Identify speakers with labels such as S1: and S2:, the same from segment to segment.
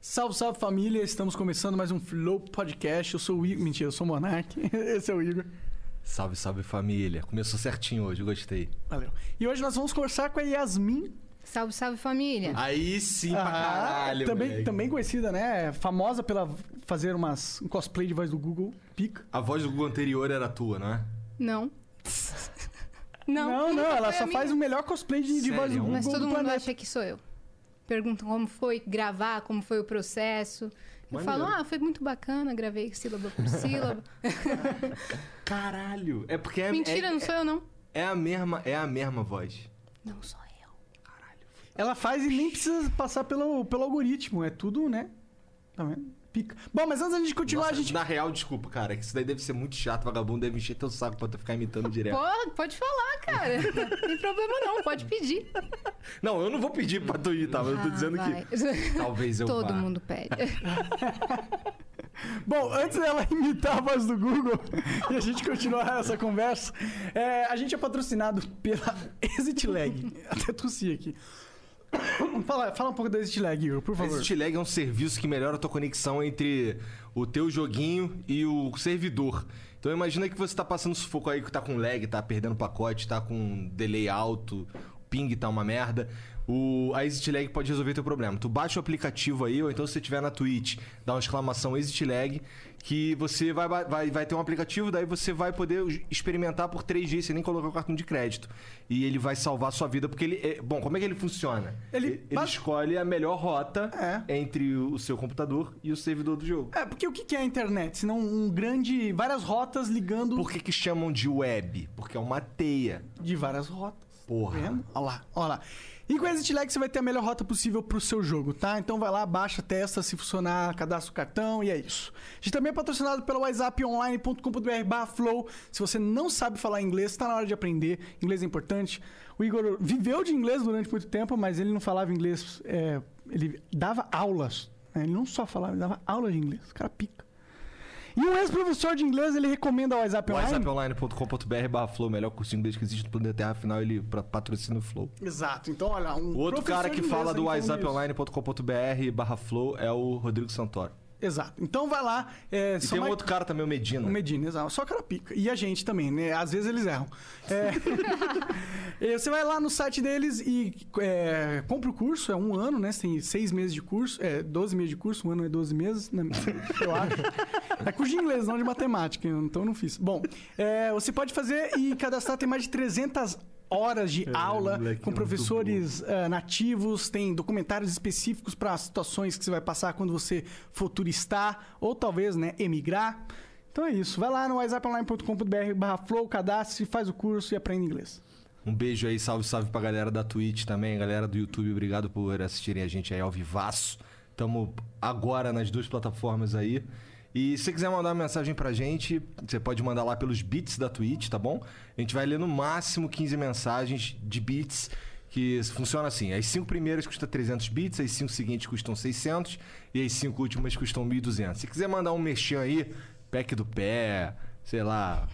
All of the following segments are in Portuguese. S1: Salve, salve família, estamos começando mais um Flow Podcast. Eu sou o Igor. Mentira, eu sou o Monark. Esse é o Igor.
S2: Salve, salve família. Começou certinho hoje, gostei.
S1: Valeu. E hoje nós vamos conversar com a Yasmin.
S3: Salve, salve família.
S2: Aí sim, pra
S1: Ah,
S2: caralho,
S1: também,
S2: moleque.
S1: também conhecida, né? Famosa pela fazer umas um cosplay de voz do Google. Pica.
S2: A voz do Google anterior era tua, não é?
S3: Não. Não.
S1: Não, não,
S3: nunca
S1: ela
S3: foi
S1: só
S3: a
S1: faz o
S3: minha.
S1: melhor cosplay de, de voz do
S2: Sério?
S1: Google
S3: Mas todo
S1: do
S3: mundo
S1: planeta.
S3: acha que sou eu. Perguntam como foi gravar, como foi o processo. Eu
S2: Maneiro.
S3: falo, ah, foi muito bacana, gravei sílaba por sílaba.
S2: Caralho. É porque é,
S3: Mentira,
S2: é,
S3: não sou eu, não.
S2: é a mesma, é a mesma voz.
S3: Não sou eu.
S1: Ela faz e nem precisa passar pelo, pelo algoritmo. É tudo, né? Tá vendo? Pica. Bom, mas antes da gente continuar,
S2: Nossa,
S1: a gente.
S2: Na real, desculpa, cara, é que isso daí deve ser muito chato, vagabundo deve encher teu saco pra tu ficar imitando direto.
S3: Pô, pode falar, cara. Não tem problema não, pode pedir.
S2: Não, eu não vou pedir pra tu imitar, mas eu tô dizendo que talvez eu
S3: Ah, Todo
S2: vá.
S3: mundo pede.
S1: Bom, antes dela imitar a voz do Google e a gente continuar essa conversa, é, a gente é patrocinado pela Exit Lag. Até tossi aqui. Fala, fala um pouco da Exit Lag, Igor, por
S2: A
S1: favor.
S2: Exit Lag é um serviço que melhora a tua conexão entre o teu joguinho e o servidor. Então imagina que você tá passando sufoco aí, que tá com lag, tá perdendo pacote, tá com delay alto, ping tá uma merda. O, a Exit Lag pode resolver teu problema. Tu baixa o aplicativo aí, ou então se você tiver na Twitch, dá uma exclamação Exit Lag, que você vai, ba- vai, vai ter um aplicativo, daí você vai poder j- experimentar por três dias, sem nem colocar o cartão de crédito. E ele vai salvar a sua vida, porque ele... é- bom, como é que ele funciona?
S1: Ele bas-
S2: escolhe a melhor rota
S1: É.
S2: entre o seu computador e o servidor do jogo.
S1: É, porque o que que é a internet? Senão um grande. várias rotas ligando.
S2: Por que, que chamam de web? Porque é uma teia.
S1: De várias rotas.
S2: Porra.
S1: Tá vendo? Olha lá, olha lá. E com a Exit Lag você vai ter a melhor rota possível pro seu jogo, tá? Então vai lá, baixa, testa, se funcionar, cadastra o cartão e é isso. A gente também é patrocinado pelo whatsapponline.com.br barra flow. Se você não sabe falar inglês, tá na hora de aprender. Inglês é importante. O Igor viveu de inglês durante muito tempo, mas ele não falava inglês. é, ele dava aulas. né? Ele não só falava, ele dava aula de inglês. O cara pica. E um ex-professor de inglês, ele recomenda o WhatsApp Online.
S2: WhatsApponline.com.br barra Flow, melhor cursinho desde que existe no planeta Terra, afinal ele pra- patrocina o Flow.
S1: Exato. Então, olha, um
S2: O outro
S1: professor
S2: cara
S1: de
S2: que
S1: inglês
S2: fala do
S1: aí falando isso.
S2: WhatsApponline.com.br barra Flow é o Rodrigo Santoro.
S1: Exato. Então vai lá. É,
S2: E
S1: só
S2: tem um
S1: mar-
S2: outro cara também, o Medina.
S1: O Medina, exato. Só cara pica. E a gente também, né? Às vezes eles erram. É. E É, Você vai lá no site deles e é, compra o curso, é um ano, né? Você tem seis meses de curso, é 12 meses de curso, um ano é 12 meses, né? eu acho. É curso de inglês, não de matemática, então eu não fiz. Bom, é, você pode fazer e cadastrar, tem mais de 300 horas de aula
S2: moleque,
S1: com
S2: é muito
S1: professores eh, nativos, tem documentários específicos para as situações que você vai passar quando você for turistar ou talvez, né, emigrar. Então é isso, vai lá no whatsapponline.com.br barra flow, cadastre, faz o curso e aprende inglês.
S2: Um beijo aí, salve, salve pra galera da Twitch também, galera do YouTube, obrigado por assistirem a gente aí ao vivaço. Tamo agora nas duas plataformas aí. E se você quiser mandar uma mensagem pra gente, você pode mandar lá pelos bits da Twitch, tá bom? A gente vai ler no máximo 15 mensagens de bits, que funciona assim. As cinco primeiras custam 300 bits, as cinco seguintes custam 600 e as cinco últimas custam 1.200. Se quiser mandar um mexão aí, pack do pé, sei lá,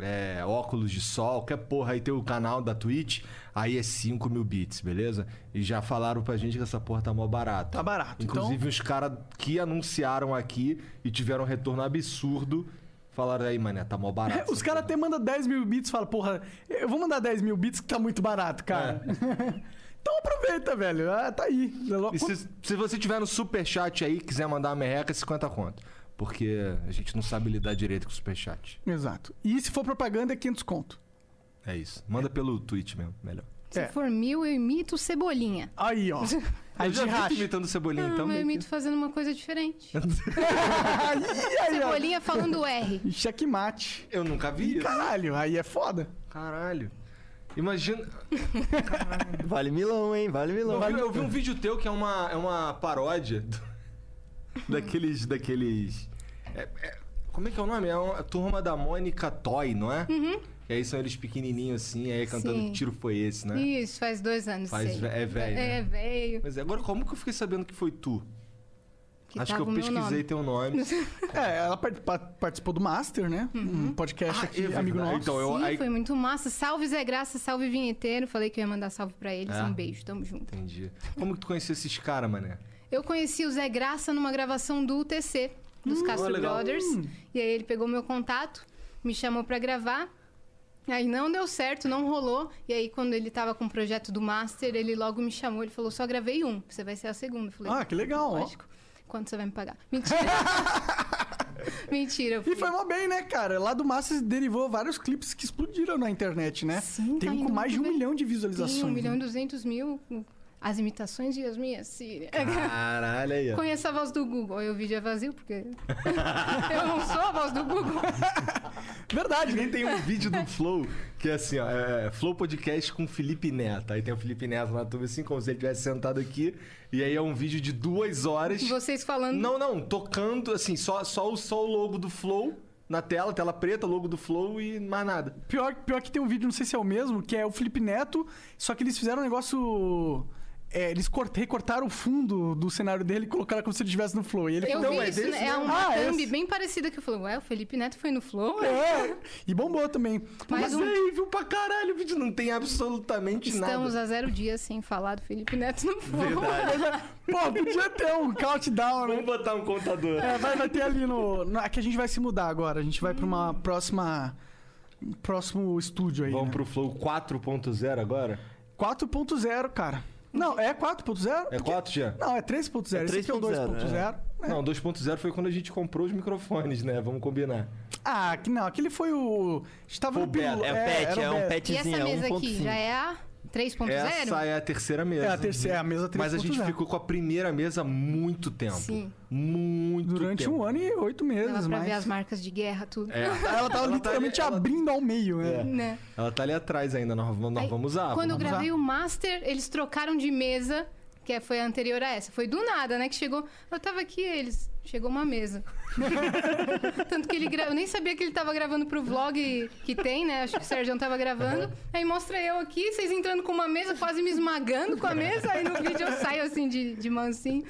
S2: é, óculos de sol, qualquer porra aí tem o canal da Twitch, aí é 5 mil bits, beleza? E já falaram pra gente que essa porra tá mó barata.
S1: Tá barato,
S2: Inclusive os caras que anunciaram aqui e tiveram um retorno absurdo, falaram aí, mané, tá mó barato.
S1: É, Os
S2: essa
S1: caras até mandam 10 mil bits e falam, porra, eu vou mandar 10 mil bits que tá muito barato, cara. então aproveita, velho, ah, tá aí.
S2: porra." É. E se, se você tiver no superchat aí e quiser mandar uma merreca, é 50 conto. Porque a gente não sabe lidar direito com o superchat.
S1: Exato. E se for propaganda, é 500 conto.
S2: É isso. Manda pelo Twitch mesmo, melhor.
S3: Se
S1: É.
S3: for mil, eu imito cebolinha.
S1: Aí, ó. Aí
S2: Eu
S1: de
S2: já vi tu
S1: racha. Ah,
S2: imitando Cebolinha,
S3: Não,
S2: então...
S3: eu
S2: meio que-
S3: imito fazendo uma coisa diferente.
S1: Aí, aí, ó.
S3: Cebolinha falando R.
S1: Checkmate.
S2: Eu nunca vi isso.
S1: Caralho, aí é foda.
S2: Caralho. Imagina...
S4: Vale milão, hein? Vale milão.
S2: Eu vi, eu vi um vídeo teu que é uma, é uma paródia. do- daqueles. daqueles é- é- como é que é o nome? É uma turma da Mônica Toy, não é? Uhum. E aí são eles pequenininhos assim, aí cantando
S3: Sim.
S2: que tiro foi esse, né?
S3: Isso, faz dois anos.
S2: Faz-
S3: sei.
S2: é velho, né?
S3: É velho.
S2: Mas agora, como que eu fiquei sabendo que foi tu?
S3: que
S2: Acho que
S3: tava
S2: eu
S3: o meu
S2: pesquisei
S3: nome.
S2: teu nome.
S1: É, ela part- pa- participou do Master, né?
S3: Uhum.
S1: Um podcast
S2: Ah, é
S1: aqui, amigo
S2: verdade.
S1: nosso.
S2: Então, eu-
S3: Sim,
S2: aí-
S3: foi muito massa. Salve Zé Graça, salve Vinheteiro. Falei que eu ia mandar salve pra eles.
S2: É.
S3: Um beijo, tamo junto.
S2: Entendi. Como que tu conheceu esses caras, mané?
S3: Eu conheci o Zé Graça numa gravação do UTC, dos
S2: ó,
S3: Castro
S2: Hum, legal.
S3: Brothers. E aí ele pegou meu contato, me chamou pra gravar. Aí não deu certo, não rolou. E aí, quando ele tava com o projeto do Master, ele logo me chamou. Ele falou: só gravei um, você vai ser a segunda. Eu falei,
S1: Ah, que legal, ó.
S3: Lógico. Quanto você vai me pagar? Mentira. Mentira. eu
S1: E
S3: fui-
S1: foi mó bem, né, cara? Lá do Master derivou vários clipes que explodiram na internet, né?
S3: Sim,
S1: Tem
S3: tá
S1: um com
S3: indo
S1: mais de um
S3: muito bem.
S1: milhão de visualizações.
S3: Tem um
S1: né?
S3: milhão e duzentos mil. As imitações de Yasmin Yassiri.
S2: Caralho aí, ó.
S3: Conheço a voz do Google. Aí o vídeo é vazio, porque. eu não sou a voz do Google.
S1: Verdade,
S2: Nem
S1: né?
S2: tem um vídeo do Flow que é assim, ó. É, Flow Podcast com Felipe Neto. Aí tem o Felipe Neto lá no YouTube, assim, como se ele estivesse sentado aqui. E aí é um vídeo de duas horas.
S3: Vocês falando.
S2: Não, não, tocando, assim, só, só, o- só o logo do Flow na tela, tela preta, logo do Flow e mais nada.
S1: Pior, pior que tem um vídeo, não sei se é o mesmo, que é o Felipe Neto, só que eles fizeram um negócio. é, eles cort- recortaram o fundo do cenário dele e colocaram como se ele estivesse no Flow. E ele
S3: Eu
S1: ficou-
S2: Então, é
S3: vi isso, né?
S2: desse
S3: é
S2: mesmo.
S3: uma
S1: Ah,
S3: thumb
S1: esse.
S3: bem parecida que eu falei, ué, o Felipe Neto foi no Flow?
S1: É, e bombou também.
S2: Mas
S3: Mais um.
S2: aí, viu pra caralho, o vídeo não tem absolutamente
S3: Estamos
S2: nada.
S3: a zero dias sem falar do Felipe Neto no Flow.
S2: Verdade.
S1: Pô, podia ter um countdown, né?
S2: Vamos botar um contador.
S1: É, vai, vai ter ali no, no. É que a gente vai se mudar agora. A gente vai pra uma próxima. um Próximo estúdio aí.
S2: Vamos
S1: né?
S2: pro Flow 4.0 agora?
S1: 4.0, cara. Não, é 4.0?
S2: É
S1: Porque-
S2: 4 já?
S1: Não, é 3.0.
S4: É
S1: Esse aqui é o
S4: 3.0,
S1: 2.0. É.
S2: Não, 2.0 foi quando a gente comprou os microfones, né? Vamos combinar.
S1: Ah, que não, aquele foi o. A gente tava
S2: Foi o
S1: no
S2: beta,
S1: piloto.
S4: É o pet,
S1: era
S4: é
S1: o
S4: um
S1: beta.
S3: E
S4: petzinho,
S3: essa mesa
S4: é 1.5.
S3: aqui já é a 3.0?
S2: Essa é a terceira mesa.
S1: É a terceira, é a mesa 3.0.
S2: Mas a gente ficou com a primeira mesa muito tempo.
S3: Sim.
S2: Muito
S1: Durante
S2: tempo.
S1: um ano e oito meses,
S3: Dava pra
S1: mais.
S3: ver as marcas de guerra, tudo.
S2: É.
S1: Ela tava
S2: tá
S1: literalmente
S2: ali- ela-
S1: abrindo ao meio, né?
S3: Né?
S2: Ela tá ali atrás ainda, nós, vamos- nós
S3: Aí,
S2: vamos usar.
S3: Quando eu
S2: Ah, vamos
S3: gravei
S2: usar.
S3: o Master, eles trocaram de mesa, que é- foi a anterior a essa. Foi do nada, né? Que chegou. Eu tava aqui, eles. Chegou uma mesa. Tanto que ele gra... Eu nem sabia que ele tava gravando pro vlog que tem, né? Acho que o Sérgio tava gravando. Aí mostra eu aqui, vocês entrando com uma mesa, quase me esmagando com a mesa. Aí no vídeo eu saio assim de, de mansinho.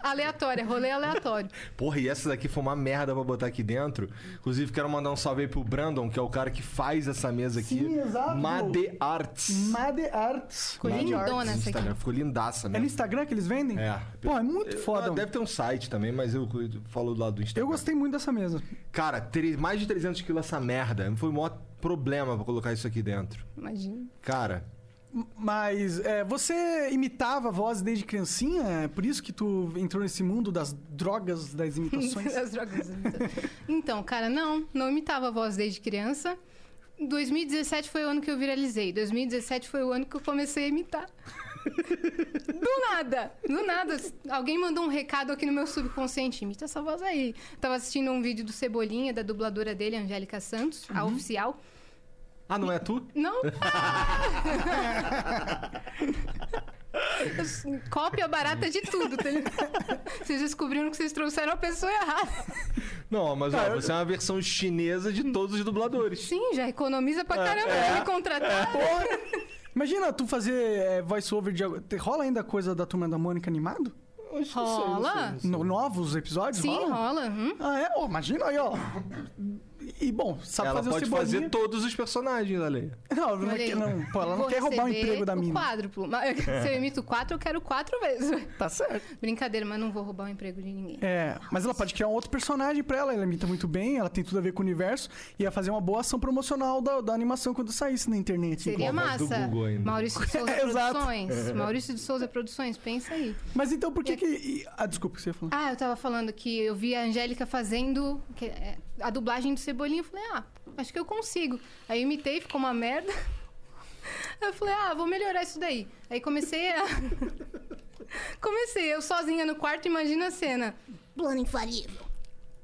S3: Aleatório, é rolê aleatório.
S2: Porra, e essa daqui foi uma merda pra botar aqui dentro. Inclusive, quero mandar um salve aí pro Brandon, que é o cara que faz essa mesa aqui.
S1: Sim, exato.
S2: Made Arts.
S1: Made Arts.
S3: Ficou
S1: Made Arts.
S3: lindona essa aqui.
S2: Instagram. Ficou
S1: É
S2: lindaça
S1: no
S2: mesmo.
S1: Instagram que eles vendem? Pô, é muito foda.
S2: Ah,
S1: mano.
S2: Deve ter um site também, mas eu falo do lado do Instagram.
S1: Eu gostei muito dessa mesa.
S2: Cara, tre- mais de 300 quilos essa merda. Foi o maior problema pra colocar isso aqui dentro.
S3: Imagina.
S2: Cara,
S1: Mas é, você imitava a voz desde criancinha? É por isso que tu entrou nesse mundo das drogas, das imitações?
S3: Das drogas. né? Então, cara, não, não imitava a voz desde criança. 2017 foi o ano que eu viralizei. 2017 foi o ano que eu comecei a imitar. Do nada! Do nada! Alguém mandou um recado aqui no meu subconsciente. Imita essa voz aí. Eu tava assistindo um vídeo do Cebolinha, da dubladora dele, Angélica Santos, a oficial.
S2: ah, não é tu?
S3: Não! Cópia barata de tudo. tá ligado? Vocês descobriram que vocês trouxeram a pessoa errada.
S2: Não, mas ó,
S1: eu-
S2: você é uma versão chinesa de todos os dubladores.
S3: Sim, já economiza
S1: É,
S3: pra caramba ele contratar.
S1: Imagina tu fazer é, voice-over de... algo- Te- Rola ainda coisa da Turma da Mônica animado?
S3: Rola?
S1: No- novos episódios?
S3: Sim,
S1: rolam?
S3: rola. hum.
S1: Ah, é? Ó, imagina aí, ó. E, bom, sabe
S2: Ela
S1: fazer
S2: pode
S1: o Cebolinha...
S2: fazer todos os personagens, Ale.
S1: Não, não,
S3: Olha aí.
S1: quer, não, pô, ela não
S3: Vou
S1: quer roubar o
S3: receber
S1: emprego da mina. É.
S3: quádruplo. Mas Se eu imito quatro, eu quero quatro vezes.
S1: Tá certo.
S3: Brincadeira, mas não vou roubar o emprego de ninguém.
S1: É, mas ela pode criar um outro personagem pra ela. Ela imita muito bem, ela tem tudo a ver com o universo. E ia fazer uma boa ação promocional da, da animação quando saísse na internet.
S3: Seria
S2: Com a voz do
S3: massa.
S2: Google ainda.
S3: Maurício de Souza
S1: Exato.
S3: Produções. Maurício de Souza Produções, pensa aí.
S1: Mas então por que que... e- Ah, desculpa, o que você ia falar.
S3: Ah, eu tava falando que eu vi a Angélica fazendo que- é, a dublagem do Cebolinha. Eu falei, ah, acho que eu consigo. Aí eu imitei, ficou uma merda. Aí eu falei, ah, vou melhorar isso daí. Aí comecei a. comecei, eu sozinha no quarto, imagina a cena.
S5: Plano infalível.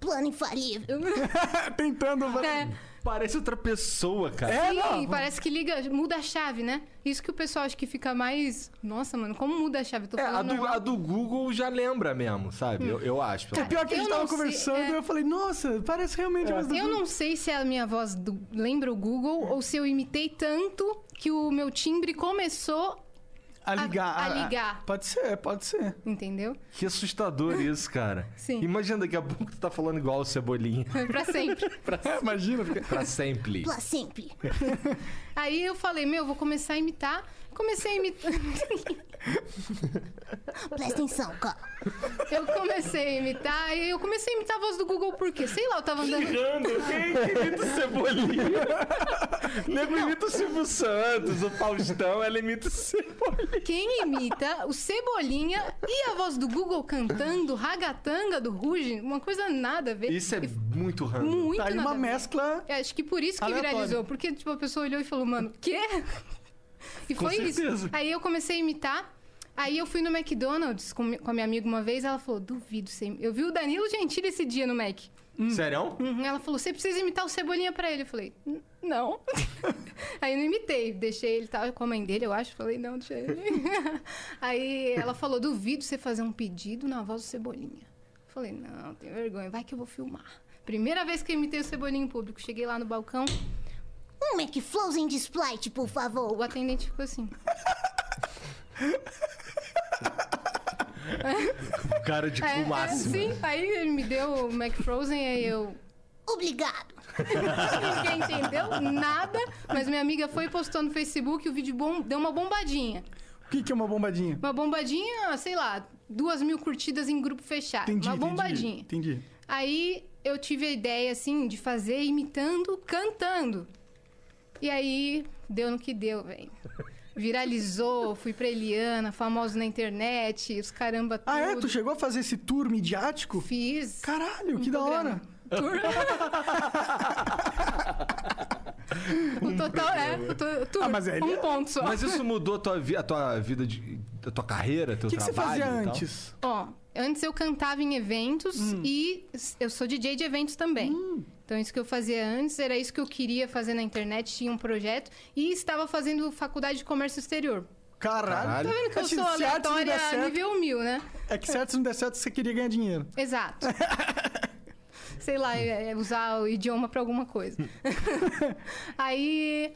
S5: Plano infalível.
S1: Tentando...
S3: É,
S2: Parece outra pessoa, cara.
S1: É,
S3: Sim,
S1: não.
S3: parece que liga, muda a chave, né? Isso que o pessoal acha que fica mais. Nossa, mano, como muda a chave? Eu Tô
S2: É, a
S3: falando
S2: do,
S3: normal.
S2: a do Google já lembra mesmo, sabe? Eu, eu acho. pelo
S1: É pior que a
S3: Eu
S1: gente
S3: não
S1: tava
S3: sei,
S1: conversando
S3: é.
S1: e eu falei, nossa, parece realmente mais do
S3: Eu não sei se a minha voz do- lembra o Google ou se eu imitei tanto que o meu timbre começou,
S1: A ligar.
S3: a ligar.
S1: Pode ser, pode ser.
S3: entendeu?
S2: Que assustador isso, cara.
S3: Sim.
S2: Imagina daqui a pouco tu tá falando igual o Cebolinha.
S3: pra sempre.
S1: É, imagina. fica-
S2: pra sempre.
S3: Pra sempre. Aí eu falei, meu, vou começar a imitar. Comecei a imitar.
S4: Presta atenção, cara.
S3: Eu comecei a imitar, e eu comecei a imitar a voz do Google por quê? Sei lá, eu tava andando.
S2: imita o Cebolinha. Nego imita o Silvio Santos, o Faustão, ela imita o Cebolinha.
S3: Quem imita o Cebolinha e a voz do Google cantando ragatanga do Ruge, uma coisa nada a ver.
S2: Isso é muito random.
S3: muito
S1: Tá aí
S3: nada a
S1: uma
S3: ver.
S1: mescla.
S3: Eu É, Acho que por isso que
S1: Aleatório.
S3: viralizou, porque tipo, a pessoa olhou e falou, mano, quê? E
S2: Com
S3: foi
S2: certeza.
S3: isso. Aí eu comecei a imitar. Aí eu fui no McDonald's com, mi- com a minha amiga uma vez, ela falou, duvido você. im- Eu vi o Danilo Gentili esse dia no Mac.
S2: Sério?
S3: Uhum, Ela falou, você precisa imitar o Cebolinha pra ele. Eu falei, "N- não. Aí eu não imitei, deixei ele tal, com a mãe dele, eu acho. Falei, não, deixa ele. Aí ela falou, duvido você fazer um pedido na voz do Cebolinha. Eu falei, não, tenho vergonha, vai que eu vou filmar. Primeira vez que eu imitei o Cebolinha em público. Cheguei lá no balcão,
S4: Um McFrozen de Sprite, por favor.
S3: o atendente ficou assim.
S2: Cara de cu
S3: É, é,
S2: máximo.
S3: sim, aí ele me deu o McFrozen, aí eu...
S4: Obrigado.
S3: Ninguém entendeu nada, mas minha amiga foi e postou no Facebook e o vídeo bom, deu uma bombadinha.
S1: O que, que é uma bombadinha?
S3: Uma bombadinha, sei lá, duas mil curtidas em grupo fechado.
S1: Entendi.
S3: Ah, uma
S1: entendi,
S3: bombadinha.
S1: Entendi.
S3: Aí eu tive a ideia, assim, de fazer imitando, cantando. E aí deu no que deu, velho. Viralizou, fui pra Eliana, famoso na internet, os caramba tudo.
S1: Ah, é? Tu chegou a fazer esse tour midiático?
S3: Fiz. Um
S1: Caralho, que da
S3: programa.
S1: hora.
S3: Tour. o total é. to- Tour.
S1: Ah, mas é
S3: um
S1: Eliana.
S3: ponto só.
S2: Mas isso mudou a tua, vi- a tua vida, de, a tua carreira, teu
S1: O que, que você
S2: trabalho? então?
S1: fazia
S2: e tal?
S1: antes?
S3: Ó, antes eu cantava em eventos
S1: Hum.
S3: e s- eu sou DJ de eventos também. Então, isso que eu fazia antes, era isso que eu queria fazer na internet, tinha um projeto. E estava fazendo faculdade de comércio exterior.
S1: Caralho.
S2: Caralho.
S3: Tá vendo que eu
S1: Mas se-
S3: sou
S1: se artes não der
S3: aleatória
S1: certo-
S3: nível mil, né?
S1: É que se antes não der certo, você queria ganhar dinheiro.
S3: Exato. Sei lá, é, é usar o idioma pra alguma coisa. aí.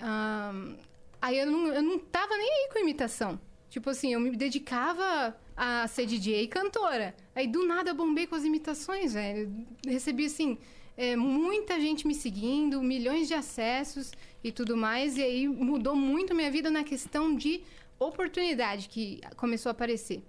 S3: ahn, aí eu não, eu não tava nem aí com imitação. Tipo assim, eu me dedicava a ser DJ e cantora. Aí do nada eu bombei com as imitações, velho. Eu Recebi assim. é, muita gente me seguindo, milhões de acessos e tudo mais. E aí mudou muito minha vida na questão de oportunidade que começou a aparecer.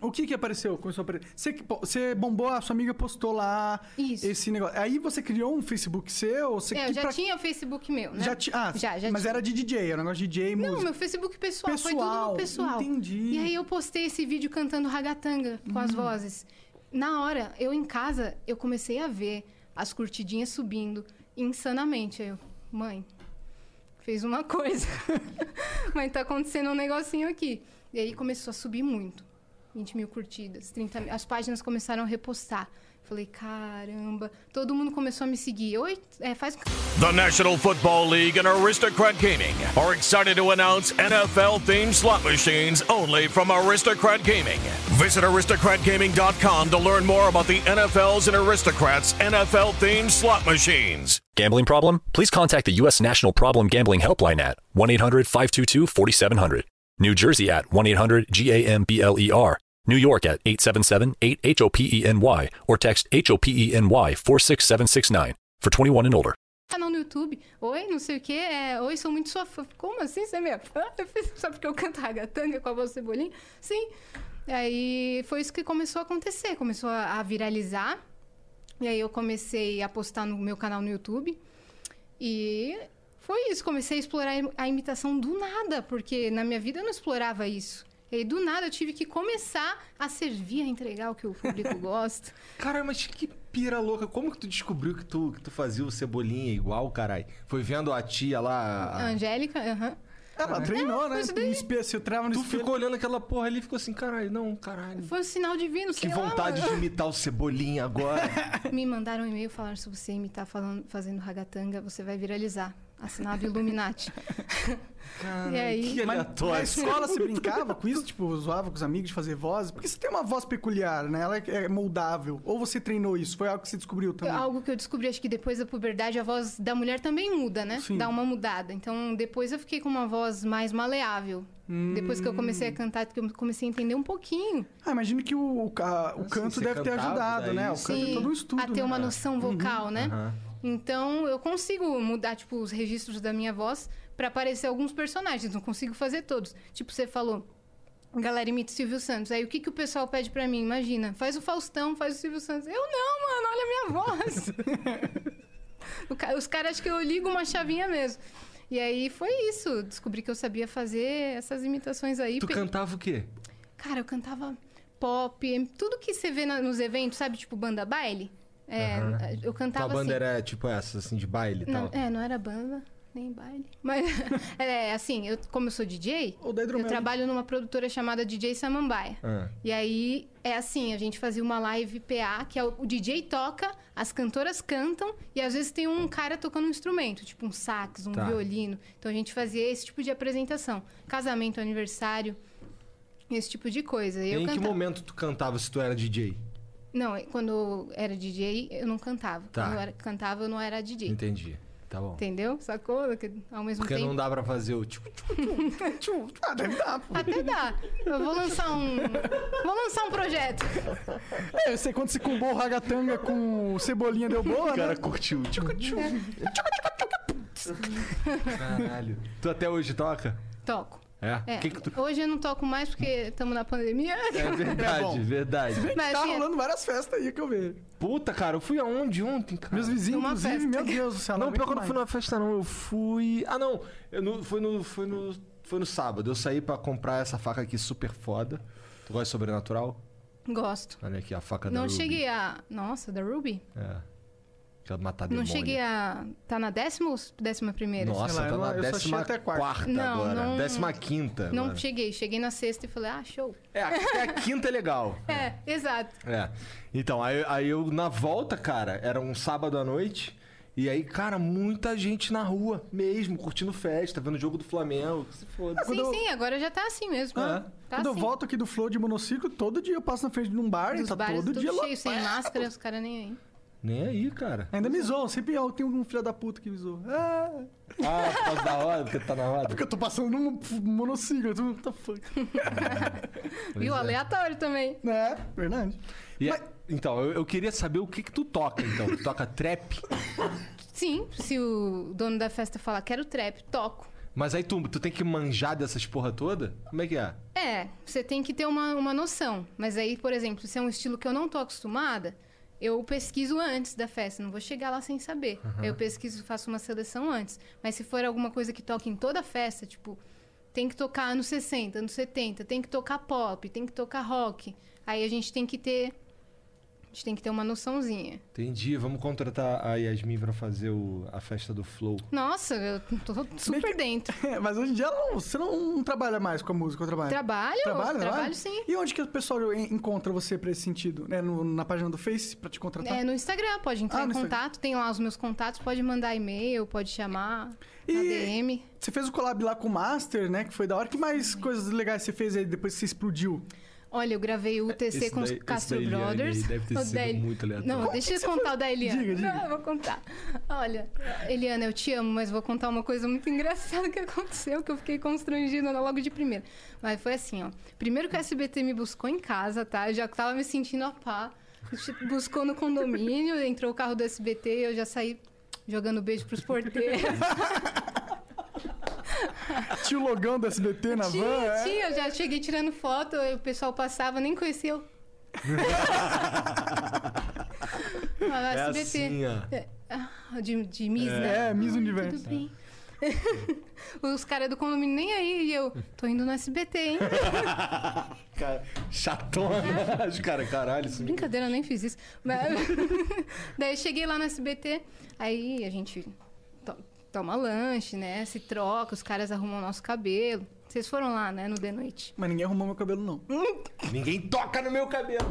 S1: O que que apareceu? Começou a apare- Você, que- pô, você bombou, a sua amiga postou lá
S3: Isso.
S1: esse negócio. Aí você criou um Facebook seu? Você
S3: É,
S1: que
S3: eu já
S1: pra-
S3: tinha o Facebook meu, né?
S1: Já ti- Ah,
S3: já, já
S1: mas
S3: tinha.
S1: era de DJ, era um negócio de DJ,
S3: Não,
S1: música.
S3: meu Facebook pessoal, foi tudo
S1: Pessoal,
S3: no pessoal.
S1: entendi. Hum.
S3: E aí eu postei esse vídeo cantando ragatanga com as vozes. Na hora, eu em casa, eu comecei a ver as curtidinhas subindo insanamente. Aí eu, mãe, fez uma coisa. Mãe, tá acontecendo um negocinho aqui. E aí começou a subir muito. 20 mil curtidas, 30 mil. As páginas começaram a repostar. Falei, caramba. Todo mundo começou a me seguir. Oi, é, faz um
S5: The National Football League and Aristocrat Gaming are excited to announce NFL themed slot machines only from Aristocrat Gaming. Visit aristocratgaming.com to learn more about the NFL's and Aristocrats NFL themed slot machines.
S6: Gambling problem? Please contact the U.S. National Problem Gambling Helpline at 1 800 522 4700. New Jersey at 1 800 GAMBLER. E New York at 877 8 HOPENY E or text HOPENY 46769 for 21 and older.
S3: canal tá no YouTube. Oi, não sei o que, é, oi, sou muito sua fã. Como assim você é minha fã? Eu fiz só porque eu canto ragatanga com a voz do Cebolinha? Sim. Aí foi isso que começou a acontecer, começou a, a viralizar. E aí eu comecei a postar no meu canal no YouTube. E foi isso, comecei a explorar a imitação do nada, porque na minha vida eu não explorava isso. E aí, do nada eu tive que começar a servir, a entregar o que o público gosta.
S2: Cara, mas que pira louca. Como que tu descobriu que
S1: Ah,
S2: tu, que tu fazia o Cebolinha igual, caralho? Foi vendo a tia lá... a-
S3: Angélica, aham.
S1: Ela treinou, né?
S3: foi ah, isso daí.
S1: No espelho, se eu trava no
S2: Tu
S1: espelho.
S2: ficou olhando aquela porra ali e ficou assim, caralho, não, caralho.
S3: Foi um sinal divino,
S2: Que
S3: sei lá,
S2: vontade de
S3: mano.
S2: imitar o Cebolinha agora.
S3: Me mandaram um e-mail falaram se você imitar tá falando, fazendo ragatanga, você vai viralizar. Assinado Illuminati. e aí,
S1: é
S2: que
S1: Na
S2: aleatório.
S1: escola você brincava com isso? Tipo, zoava com os amigos de fazer voz? Porque você tem uma voz peculiar, né? Ela é moldável. Ou você treinou isso? Foi algo que você descobriu também?
S3: algo que eu descobri, acho que depois da puberdade, a voz da mulher também muda, né?
S1: Sim.
S3: Dá uma mudada. Então, depois eu fiquei com uma voz mais maleável. Depois que eu comecei a cantar, que eu comecei a entender um pouquinho.
S1: Ah, imagino que o, o ca- o
S2: Assim,
S1: canto
S2: você
S1: deve ter
S2: cantava,
S1: ajudado,
S2: daí
S1: né? O
S2: sim.
S1: canto é todo um estudo.
S3: a ter
S1: né?
S3: uma noção vocal, né? Então, eu consigo mudar, tipo, os registros da minha voz pra aparecer alguns personagens. Não consigo fazer todos. Tipo, você falou... Galera, imita o Silvio Santos. Aí, o que, que o pessoal pede pra mim? Imagina, faz o Faustão, faz o Silvio Santos. Eu não, mano, olha a minha voz. O ca- Os caras acham que eu ligo uma chavinha mesmo. E aí, foi isso. Descobri que eu sabia fazer essas imitações aí.
S2: Tu
S3: Pe-
S2: cantava o quê?
S3: Cara, eu cantava pop, em- tudo que você vê na- nos eventos, sabe? Tipo banda baile. É, eu
S2: Tua
S3: cantava
S2: banda
S3: assim.
S2: era tipo essa, assim, de baile e
S3: Não,
S2: tal.
S3: é, não era banda, nem baile. Mas é assim, eu, como eu sou DJ,
S1: Ou da
S3: eu
S1: hidromel.
S3: trabalho numa produtora chamada DJ Samambaia.
S2: Ah.
S3: E aí é assim, a gente fazia uma live PA, que é o, o DJ toca, as cantoras cantam e às vezes tem um cara tocando um instrumento, tipo um sax, um
S2: Tá.
S3: violino. Então a gente fazia esse tipo de apresentação, casamento, aniversário, esse tipo de coisa. E eu
S2: em que
S3: cantava-
S2: momento tu cantava se tu era DJ?
S3: Não, quando eu era DJ, eu não cantava.
S2: Tá.
S3: Quando eu era- cantava, eu não era DJ.
S2: Entendi. Tá bom.
S3: Entendeu? Sacou? Que Ao mesmo
S2: Porque
S3: tempo.
S2: não dá pra fazer o tipo.
S1: Ah, deve dar, pô.
S3: Até dá. Eu vou lançar um. Vou lançar um projeto.
S1: É, você quando se combou o ragatanga com o cebolinha deu boa, né?
S2: curtiu.
S3: É.
S2: Caralho. Tu até hoje toca?
S3: Toco.
S2: É?
S3: É,
S2: O que que tu...
S3: Hoje eu não toco mais porque estamos na pandemia.
S2: é verdade, verdade.
S3: Mas,
S1: Tá
S3: assim,
S1: rolando várias festas aí que eu vejo.
S2: Puta, cara, eu fui aonde ontem, cara?
S1: Meus vizinhos,
S3: Numa
S1: inclusive,
S3: festa.
S1: meu Deus do céu.
S2: Não,
S1: aguento
S2: pior que eu não
S1: mais.
S2: fui numa festa, não. Eu fui. Ah, não. Eu não... Foi, no... Foi, no... foi no sábado. Eu saí pra comprar essa faca aqui super foda. Tu gosta de sobrenatural?
S3: Gosto.
S2: Olha aqui a faca da
S3: Não
S2: Ruby.
S3: cheguei a. Nossa, da Ruby?
S2: É. Aquela de matar
S3: Não
S2: demônio.
S3: cheguei a. Tá na décima ou décima primeira?
S2: Nossa,
S1: Sei lá,
S2: tá
S1: eu- eu
S2: na
S1: só achei
S2: décima
S1: até
S2: quarta,
S1: quarta.
S3: Não,
S2: agora.
S3: não-
S2: Décima quinta.
S3: Não
S2: agora.
S3: cheguei. Cheguei na sexta e falei, ah, show.
S2: É, a, a quinta é legal.
S3: É, exato.
S2: É. Então, aí, aí eu, na volta, cara, era um sábado à noite. E aí, cara, muita gente na rua mesmo, curtindo festa, vendo o jogo do Flamengo. que Se foda.
S3: Sim,
S1: Quando eu-
S3: sim, agora já tá assim mesmo.
S1: É.
S3: Tá
S1: Quando eu
S3: assim.
S1: volto aqui do Flow de monociclo, todo dia eu passo na frente de um bar e
S3: Os
S1: tá
S3: bares
S1: todo
S3: tudo
S1: dia
S3: cheio, sem
S1: lotado.
S3: máscara, os caras nem aí.
S2: Nem aí, cara.
S1: Ainda me zoam, sempre ó, tem um filho da puta que me zoa. Ah,
S2: Ah, por causa da roda, porque tá na roda.
S1: porque eu tô passando num f- monociclo, tu what the fuck.
S3: Viu? Aleatório também.
S1: É, verdade.
S2: E é- Então, eu, eu queria saber o que que tu toca, então. Tu toca trap?
S3: Sim, se o dono da festa falar quero trap, toco.
S2: Mas aí tu, tu tem que manjar dessas porra toda? Como é que é?
S3: É, você tem que ter uma, uma noção. Mas aí, por exemplo, se é um estilo que eu não tô acostumada, eu pesquiso antes da festa. Não vou chegar lá sem saber. Eu pesquiso, faço uma seleção antes. Mas se for alguma coisa que toque em toda a festa, tipo, tem que tocar anos 60, anos 70, tem que tocar pop, tem que tocar rock. Aí a gente tem que ter. A gente tem que ter uma noçãozinha.
S2: Entendi, vamos contratar a Yasmin pra fazer o- a festa do Flow.
S3: Nossa, eu tô super dentro.
S1: É, mas hoje em dia ela não- você não trabalha mais com a música, eu trabalho.
S3: Trabalho,
S1: Trabalho,
S3: trabalho sim.
S1: E onde que o pessoal en- encontra você pra esse sentido? Né, no- na página do Face, pra te contratar?
S3: É, no Instagram, pode entrar
S1: Ah,
S3: em
S1: no Instagram.
S3: contato, tem lá os meus contatos, pode mandar e-mail, pode chamar
S1: E-
S3: na DM.
S1: Você fez o collab lá com o Master, né? Que foi da hora. Que mais coisas legais você fez aí depois que você explodiu?
S3: Olha, eu gravei o UTC
S2: Esse
S3: com os
S2: daí- esse
S3: Castro
S2: da Eliane
S3: Brothers.
S2: aí deve ter
S3: O
S2: sido muito aleatório.
S3: Não,
S2: Como
S3: deixa eu contar o da Eliana.
S1: Diga, diga.
S3: Não, eu vou contar. Olha, Eliana, eu te amo, mas vou contar uma coisa muito engraçada que aconteceu, que eu fiquei constrangida logo de primeira. Mas foi assim, ó. Primeiro que o SBT me buscou em casa, tá? Eu já tava me sentindo a pá. Tipo, Buscou no condomínio, entrou o carro do SBT e eu já saí jogando beijo pros porteiros.
S1: Tio Logão do SBT na van,
S3: Tinha,
S1: é?
S3: tinha, eu já cheguei tirando foto, aí o pessoal passava, nem conhecia eu. Ah,
S2: É
S3: SBT.
S2: assim, ó.
S3: É, ah, de, de Miss, né?
S1: É, Miss Universo.
S3: Tudo bem. Os caras do condomínio nem aí, e eu, tô indo no SBT, hein?
S2: Cara, chatona. Os cara, caralho, isso me...
S3: Brincadeira, eu nem fiz isso. Mas... Daí eu cheguei lá no SBT, aí a gente to- toma lanche, né? Se troca, os caras arrumam o nosso cabelo. Vocês foram lá, né, no The Noite.
S1: Mas ninguém arrumou meu cabelo, não.
S2: Ninguém toca no meu cabelo.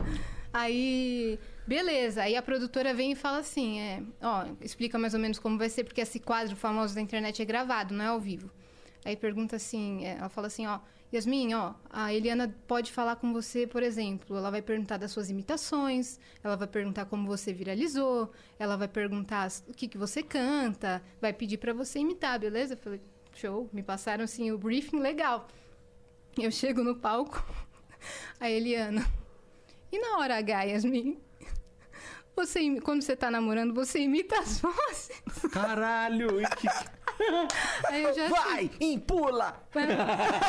S3: Aí, beleza. Aí a produtora vem e fala assim, é, ó, explica mais ou menos como vai ser, porque esse quadro famoso da internet é gravado, não é ao vivo. Aí pergunta assim, é, ela fala assim, ó, Yasmin, ó, a Eliana pode falar com você, por exemplo, ela vai perguntar das suas imitações, ela vai perguntar como você viralizou, ela vai perguntar as- o que, que você canta, vai pedir pra você imitar, beleza? Eu falei, show, me passaram assim o briefing legal. Eu chego no palco, a Eliana. E na hora H, Yasmin? Você, imi- quando você tá namorando, você imita as vozes?
S2: Caralho, e que...
S3: Aí eu já assim,
S2: empula!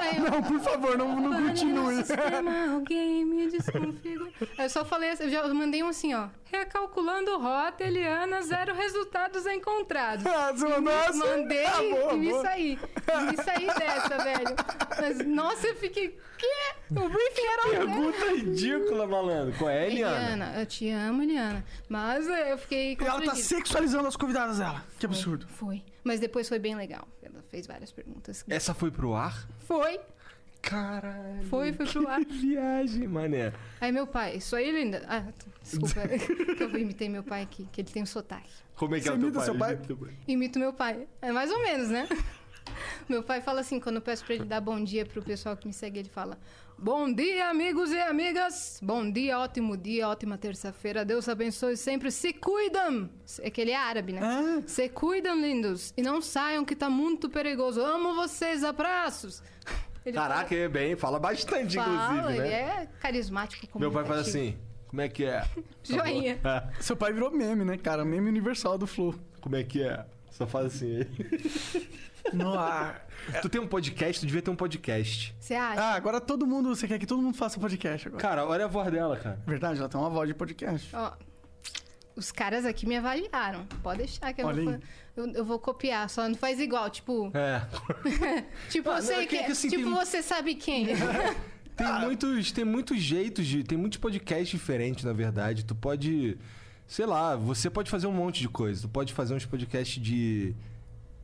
S3: aí eu,
S1: Não, por favor, não, não
S3: "Pane no
S1: continue.
S3: sistema, alguém me desconfigura. Aí eu só falei assim, eu já mandei um assim, ó. Recalculando rota, Eliana, zero resultados encontrados.
S1: Ah, você mandou essa?
S3: Mandei
S1: Tá bom,
S3: e me
S1: boa.
S3: saí. E me saí dessa, velho. Mas, nossa, eu fiquei... Quê? O briefing era...
S2: Pergunta ridícula, malandro. Qual é, Eliana?
S3: Eliana, eu te amo, Eliana. Mas é, eu fiquei
S1: E ela tá
S3: constrangida.
S1: sexualizando as convidadas dela. Que absurdo.
S3: Foi. Mas depois foi bem legal. Ela fez várias perguntas.
S1: É.
S2: Essa foi pro ar?
S3: Foi,
S2: Caralho.
S3: foi, foi pro ar.
S2: Viagem, mané.
S3: Aí meu pai, isso aí linda. Ah, t- desculpa. que eu imitei meu pai aqui, que ele tem um sotaque.
S2: Como é que
S1: Você
S2: é o teu
S1: imita
S2: pai?
S1: seu pai?
S2: Ele imita-
S3: Imito meu pai. É mais ou menos, né? Meu pai fala assim, quando eu peço pra ele dar bom dia pro pessoal que me segue, ele fala: Bom dia, amigos e amigas! Bom dia, ótimo dia, ótima terça-feira. Deus abençoe sempre. Se cuidam! É que ele é árabe, né?
S1: Ah.
S3: Se cuidam, lindos! E não saiam que tá muito perigoso. Amo vocês, abraços! Ele fala-
S2: Caraca, é bem, fala bastante,
S3: Fala,
S2: inclusive,
S3: ele
S2: né?
S3: é carismático como
S2: Meu pai faz assim, como é que é?
S3: Joinha.
S1: Seu pai virou meme, né, cara? Meme universal do Flow.
S2: Como é que é? Só faz assim.
S1: No ar.
S2: tu tem um podcast, tu devia ter um podcast.
S3: Você acha?
S1: Ah, agora todo mundo... Você quer que todo mundo faça podcast agora.
S2: Cara, olha a voz dela, cara.
S1: Verdade, ela tem uma voz de podcast.
S3: Ó, os caras aqui me avaliaram. Pode deixar que eu
S1: Olha
S3: vou,
S1: aí.
S3: fa- eu, eu vou copiar, só não faz igual, tipo,
S2: É.
S3: tipo,
S2: Ah,
S3: eu sei
S2: não, é que-
S3: que-
S2: é que assim,
S3: tipo
S2: tem-
S3: você sabe quem.
S2: Tem
S1: Ah.
S2: muitos, tem muitos jeitos de, tem muitos podcasts diferentes, na verdade. Tu pode, sei lá, você pode fazer um monte de coisa. Tu pode fazer uns podcasts de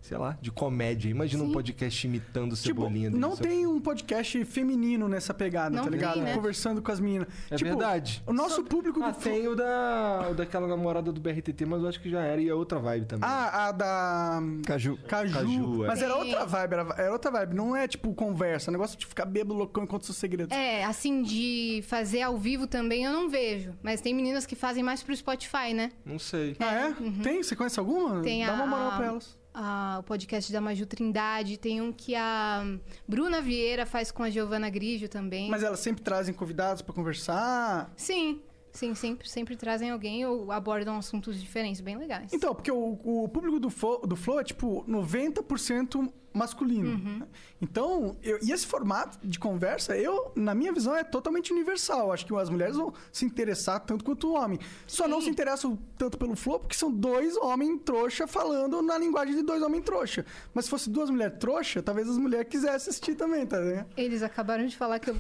S2: sei lá, de comédia. Imagina um podcast imitando
S1: Tipo,
S2: Cebolinha. do
S1: não
S2: seu-
S1: tem um podcast feminino nessa pegada,
S3: Não
S1: tá
S3: tem,
S1: ligado?
S3: né?
S1: Conversando com as meninas.
S2: É
S1: Tipo,
S2: verdade.
S1: O nosso público do
S2: Ah,
S1: Flow-
S2: tem o da o daquela namorada do BRTT, mas eu acho que já era e é outra vibe também.
S1: Ah, a da.
S7: Caju.
S1: Caju.
S2: Caju, é.
S1: Mas era
S3: Sim.
S1: outra vibe, era, era outra vibe. Não é tipo conversa, é um negócio de ficar bêbado loucão enquanto seus segredos.
S3: é, assim, de fazer ao vivo também eu não vejo. Mas tem meninas que fazem mais pro Spotify, né?
S2: Não sei.
S1: Ah, é? Tem? Você conhece alguma?
S3: Uhum. Tem
S1: Dá uma
S3: a-
S1: moral pra elas.
S3: Ah, o podcast da Maju Trindade, tem um que a Bruna Vieira faz com a Giovana Grigio também.
S1: Mas elas sempre trazem convidados pra conversar.
S3: Sim, sim, sempre, sempre trazem alguém ou abordam assuntos diferentes, bem legais.
S1: Então, porque o, o público do Flow, do Flow é tipo 90% masculino.
S3: Uhum.
S1: né? Então, eu- e esse formato de conversa, eu, na minha visão, é totalmente universal. Acho que as mulheres vão se interessar tanto quanto o homem. Só não
S3: Sim.
S1: se interessam tanto pelo Flow, porque são dois homens trouxa falando na linguagem de dois homens trouxa. Mas se fosse duas mulheres trouxa, talvez as mulheres quisessem assistir também, tá vendo?
S3: Eles acabaram de falar que eu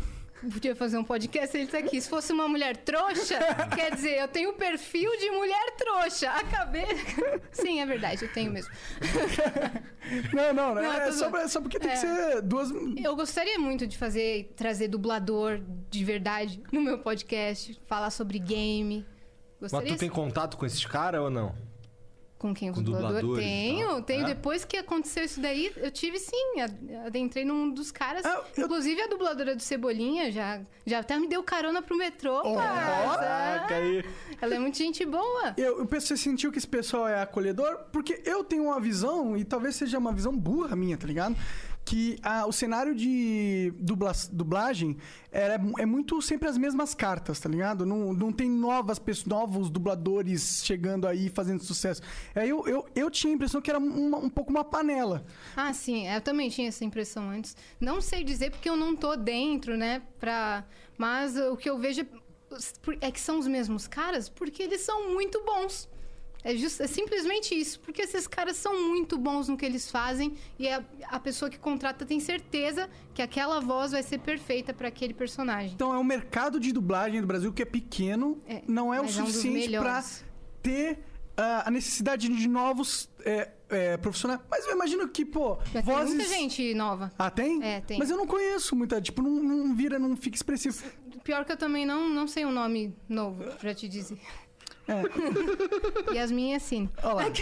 S3: podia fazer um podcast, eles aqui. Se fosse uma mulher trouxa, quer dizer, eu tenho o perfil de mulher trouxa. Acabei. Sim, é verdade, eu tenho mesmo.
S1: Não, não, não.
S3: Não,
S1: é
S3: tudo
S1: só,
S3: bem.
S1: pra- só porque tem
S3: É.
S1: que ser duas.
S3: Eu gostaria muito de fazer, trazer dublador de verdade no meu podcast, falar sobre game.
S2: Mas
S3: Gostaria
S2: tu tem contato com esses caras ou não?
S3: com quem os
S2: com
S3: dubladores?
S2: dubladores e
S3: Tenho,
S2: tal?
S3: tenho.
S2: É?
S3: Depois que aconteceu isso daí, eu tive sim, a- adentrei num dos caras.
S1: Ah, eu-
S3: Inclusive a dubladora do Cebolinha já, já até me deu carona pro metrô. parça.
S2: Caraca, aí.
S3: Ela é muito gente boa.
S1: Eu, eu penso, você sentiu que esse pessoal é acolhedor? Porque eu tenho uma visão, e talvez seja uma visão burra minha, tá ligado? Que ah, o cenário de dubla- dublagem era- é muito sempre as mesmas cartas, tá ligado? Não, não tem novas pessoas, novos dubladores chegando aí fazendo sucesso. Aí eu, eu, eu tinha a impressão que era uma- um pouco uma panela.
S3: Ah, sim, eu também tinha essa impressão antes. Não sei dizer porque eu não tô dentro, né? Pra... Mas uh, o que eu vejo é- os- por- é que são os mesmos caras porque eles são muito bons. É, jus- é simplesmente isso, porque esses caras são muito bons no que eles fazem e a, a pessoa que contrata tem certeza que aquela voz vai ser perfeita pra aquele personagem.
S1: Então é um mercado de dublagem do Brasil que é pequeno,
S3: É,
S1: não é o
S3: mas é um dos
S1: suficiente pra
S3: melhores.
S1: ter ah, a necessidade de novos é, é, profissionais. Mas eu imagino que, pô,
S3: Mas tem
S1: vozes.
S3: muita gente nova.
S1: Ah, tem?
S3: É, tem.
S1: Mas eu não conheço muita. Tipo, não, não vira, não fica expressivo.
S3: Pior que eu também não, não sei um nome novo, pra te dizer. Yasmin Yassine.
S1: É. Olha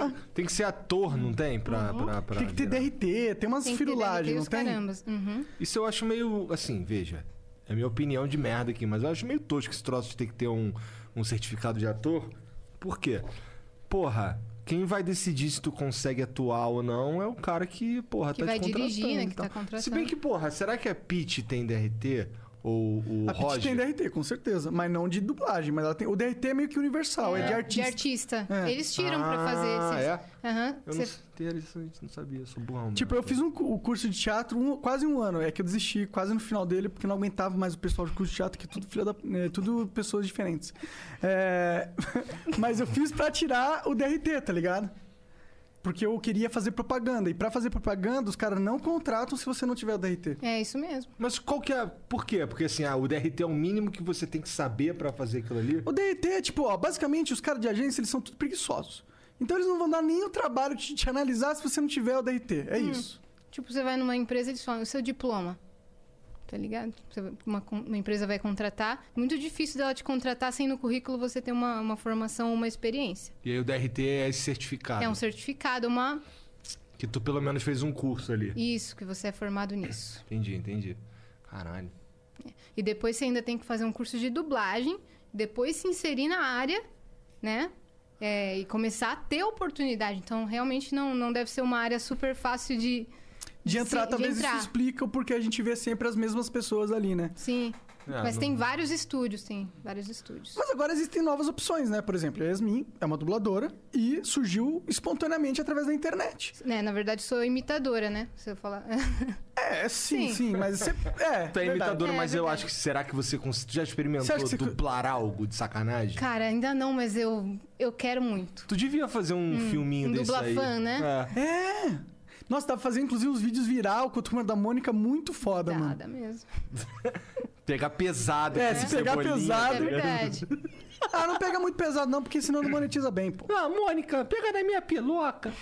S1: lá.
S2: Tem que ser ator, não tem? Pra, pra, pra
S1: Tem que ter
S2: virar.
S1: DRT, tem umas
S3: Tem que ter
S1: firulagens,
S3: DRT
S1: não
S3: os
S1: tem?
S3: carambas. Uhum.
S2: Isso eu acho meio. Assim, veja. É minha opinião de merda aqui, mas eu acho meio tosco esse troço de ter que ter um, um certificado de ator. Por quê? Porra, quem vai decidir se tu consegue atuar ou não é o cara que, porra,
S3: Que
S2: tá
S3: vai
S2: te contratando.
S3: dirigir, né,
S2: e
S3: que tá
S2: tal.
S3: contratando.
S2: Se bem que, porra, será que a Pete tem DRT? Ou o
S1: A Pitty
S2: Roger?
S1: tem DRT, com certeza. Mas não de dublagem. Mas ela tem... o DRT é meio que universal, é, de
S3: De
S1: artista.
S3: artista.
S1: É.
S3: Eles tiram pra
S2: Ah,
S3: fazer. esses-
S2: é?
S3: Aham.
S2: Eu
S3: Cê-
S2: não, interessante, não sabia, sou burrão.
S1: Tipo,
S2: mesmo.
S1: eu fiz um, cu- o curso de teatro um- quase um ano. É que eu desisti quase no final dele, porque não aguentava mais o pessoal de curso de teatro, que é tudo, filha da, é, tudo pessoas diferentes. É, mas eu fiz pra tirar o DRT, tá ligado? Porque eu queria fazer propaganda. E pra fazer propaganda, os caras não contratam se você não tiver o DRT.
S3: É isso mesmo.
S2: Mas qual que é. Por quê? Porque assim, ah, o DRT é o mínimo que você tem que saber pra fazer aquilo ali.
S1: O DRT é tipo, ó, basicamente os caras de agência, eles são tudo preguiçosos. Então eles não vão dar nem o trabalho de te analisar se você não tiver o DRT. É isso.
S3: Tipo, você vai numa empresa e eles falam, o seu diploma. Tá ligado? Você vai- uma, con- uma empresa vai contratar. É Muito difícil dela te contratar sem no currículo você ter uma, uma formação ou uma experiência.
S2: E aí o DRT é esse certificado.
S3: É um certificado, uma.
S2: Que tu pelo menos fez um curso ali.
S3: Isso, que você é formado nisso.
S2: Entendi, entendi. Caralho.
S3: E depois você ainda tem que fazer um curso de dublagem, depois se inserir na área, né? É, e começar a ter oportunidade. Então, realmente não, não deve ser uma área super fácil de.
S1: De entrar,
S3: se-
S1: talvez
S3: entrar.
S1: isso explica o porquê a gente vê sempre as mesmas pessoas ali, né?
S3: Sim.
S2: É,
S3: Mas
S2: não-
S3: tem vários estúdios, tem vários estúdios.
S1: Mas agora existem novas opções, né? Por exemplo, a Yasmin é uma dubladora e surgiu espontaneamente através da internet.
S3: Né, na verdade, sou imitadora, né? Se eu falar.
S1: É, sim, sim,
S3: Sim.
S1: mas você. É.
S2: Tu é
S1: verdade.
S2: imitador,
S3: É,
S2: mas eu
S3: verdade.
S2: acho que será que você, cons- tu já
S1: Você
S2: experimentou
S1: acha que você-
S2: dublar algo de sacanagem?
S3: Cara, ainda não, mas eu, eu quero muito.
S2: Tu devia fazer um
S1: Hum,
S2: filminho
S3: um
S2: desse aí.
S3: dublafan, né?
S2: É.
S1: É! Nossa, tava fazendo inclusive uns vídeos viral com a turma da Mônica muito foda, mano.
S3: Nada mesmo.
S2: Pegar pesado.
S1: É,
S2: com
S1: se pegar
S2: cebolinha,
S1: pesado-
S3: É
S2: tá ligado?
S3: verdade.
S1: Ah, não pega muito pesado, não, porque senão não monetiza bem, pô.
S2: Ah, Mônica, pega na minha piloca.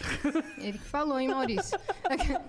S3: Ele que falou, hein, Maurício?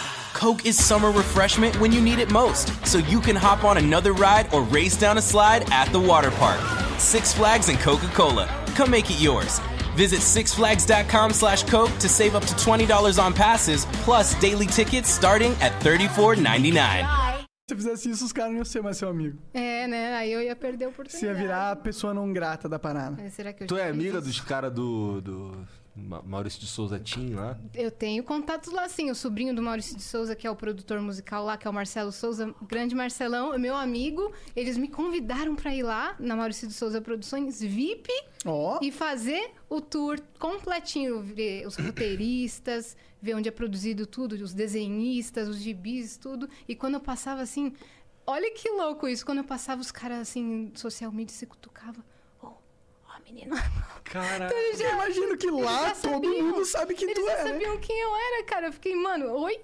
S8: Coke is summer refreshment when you need it most, so you can hop on another ride or race down a slide at the water park. Six Flags and Coca Cola. Come make it yours. Visit sixflags.com slash Coke to save up to $20 on passes, plus daily tickets starting at $34.99.
S1: Se você fizesse isso, os caras não iam ser mais seu amigo.
S3: É, né? Aí eu ia perder a
S1: Você ia
S3: oportunidade.
S1: virar a pessoa não grata da parada.
S3: Mas será que eu
S2: Tu
S3: já
S2: é
S3: fiz
S2: amiga
S3: isso?
S2: dos caras do, do Ma- Maurício de Souza Tim lá?
S3: Eu tenho contatos lá, sim. O sobrinho do Maurício de Souza, que é o produtor musical lá, que é o Marcelo Souza, o grande Marcelão, é meu amigo. Eles me convidaram pra ir lá na Maurício de Souza Produções VIP
S1: Ó.
S3: e fazer o tour completinho, ver os roteiristas, ver onde é produzido tudo, os desenhistas, os gibis, tudo. E quando eu passava assim, olha que louco isso, quando eu passava os caras assim, social media se cutucava. Ô, oh, ó, menino.
S2: Cara.
S3: Eu já-
S1: Eu imagino que
S3: Então eles
S1: lá
S3: já
S1: todo
S3: sabiam.
S1: mundo sabe quem
S3: Eles
S1: tu
S3: já
S1: é, né?
S3: sabiam quem eu era, cara. Eu fiquei, mano, oi?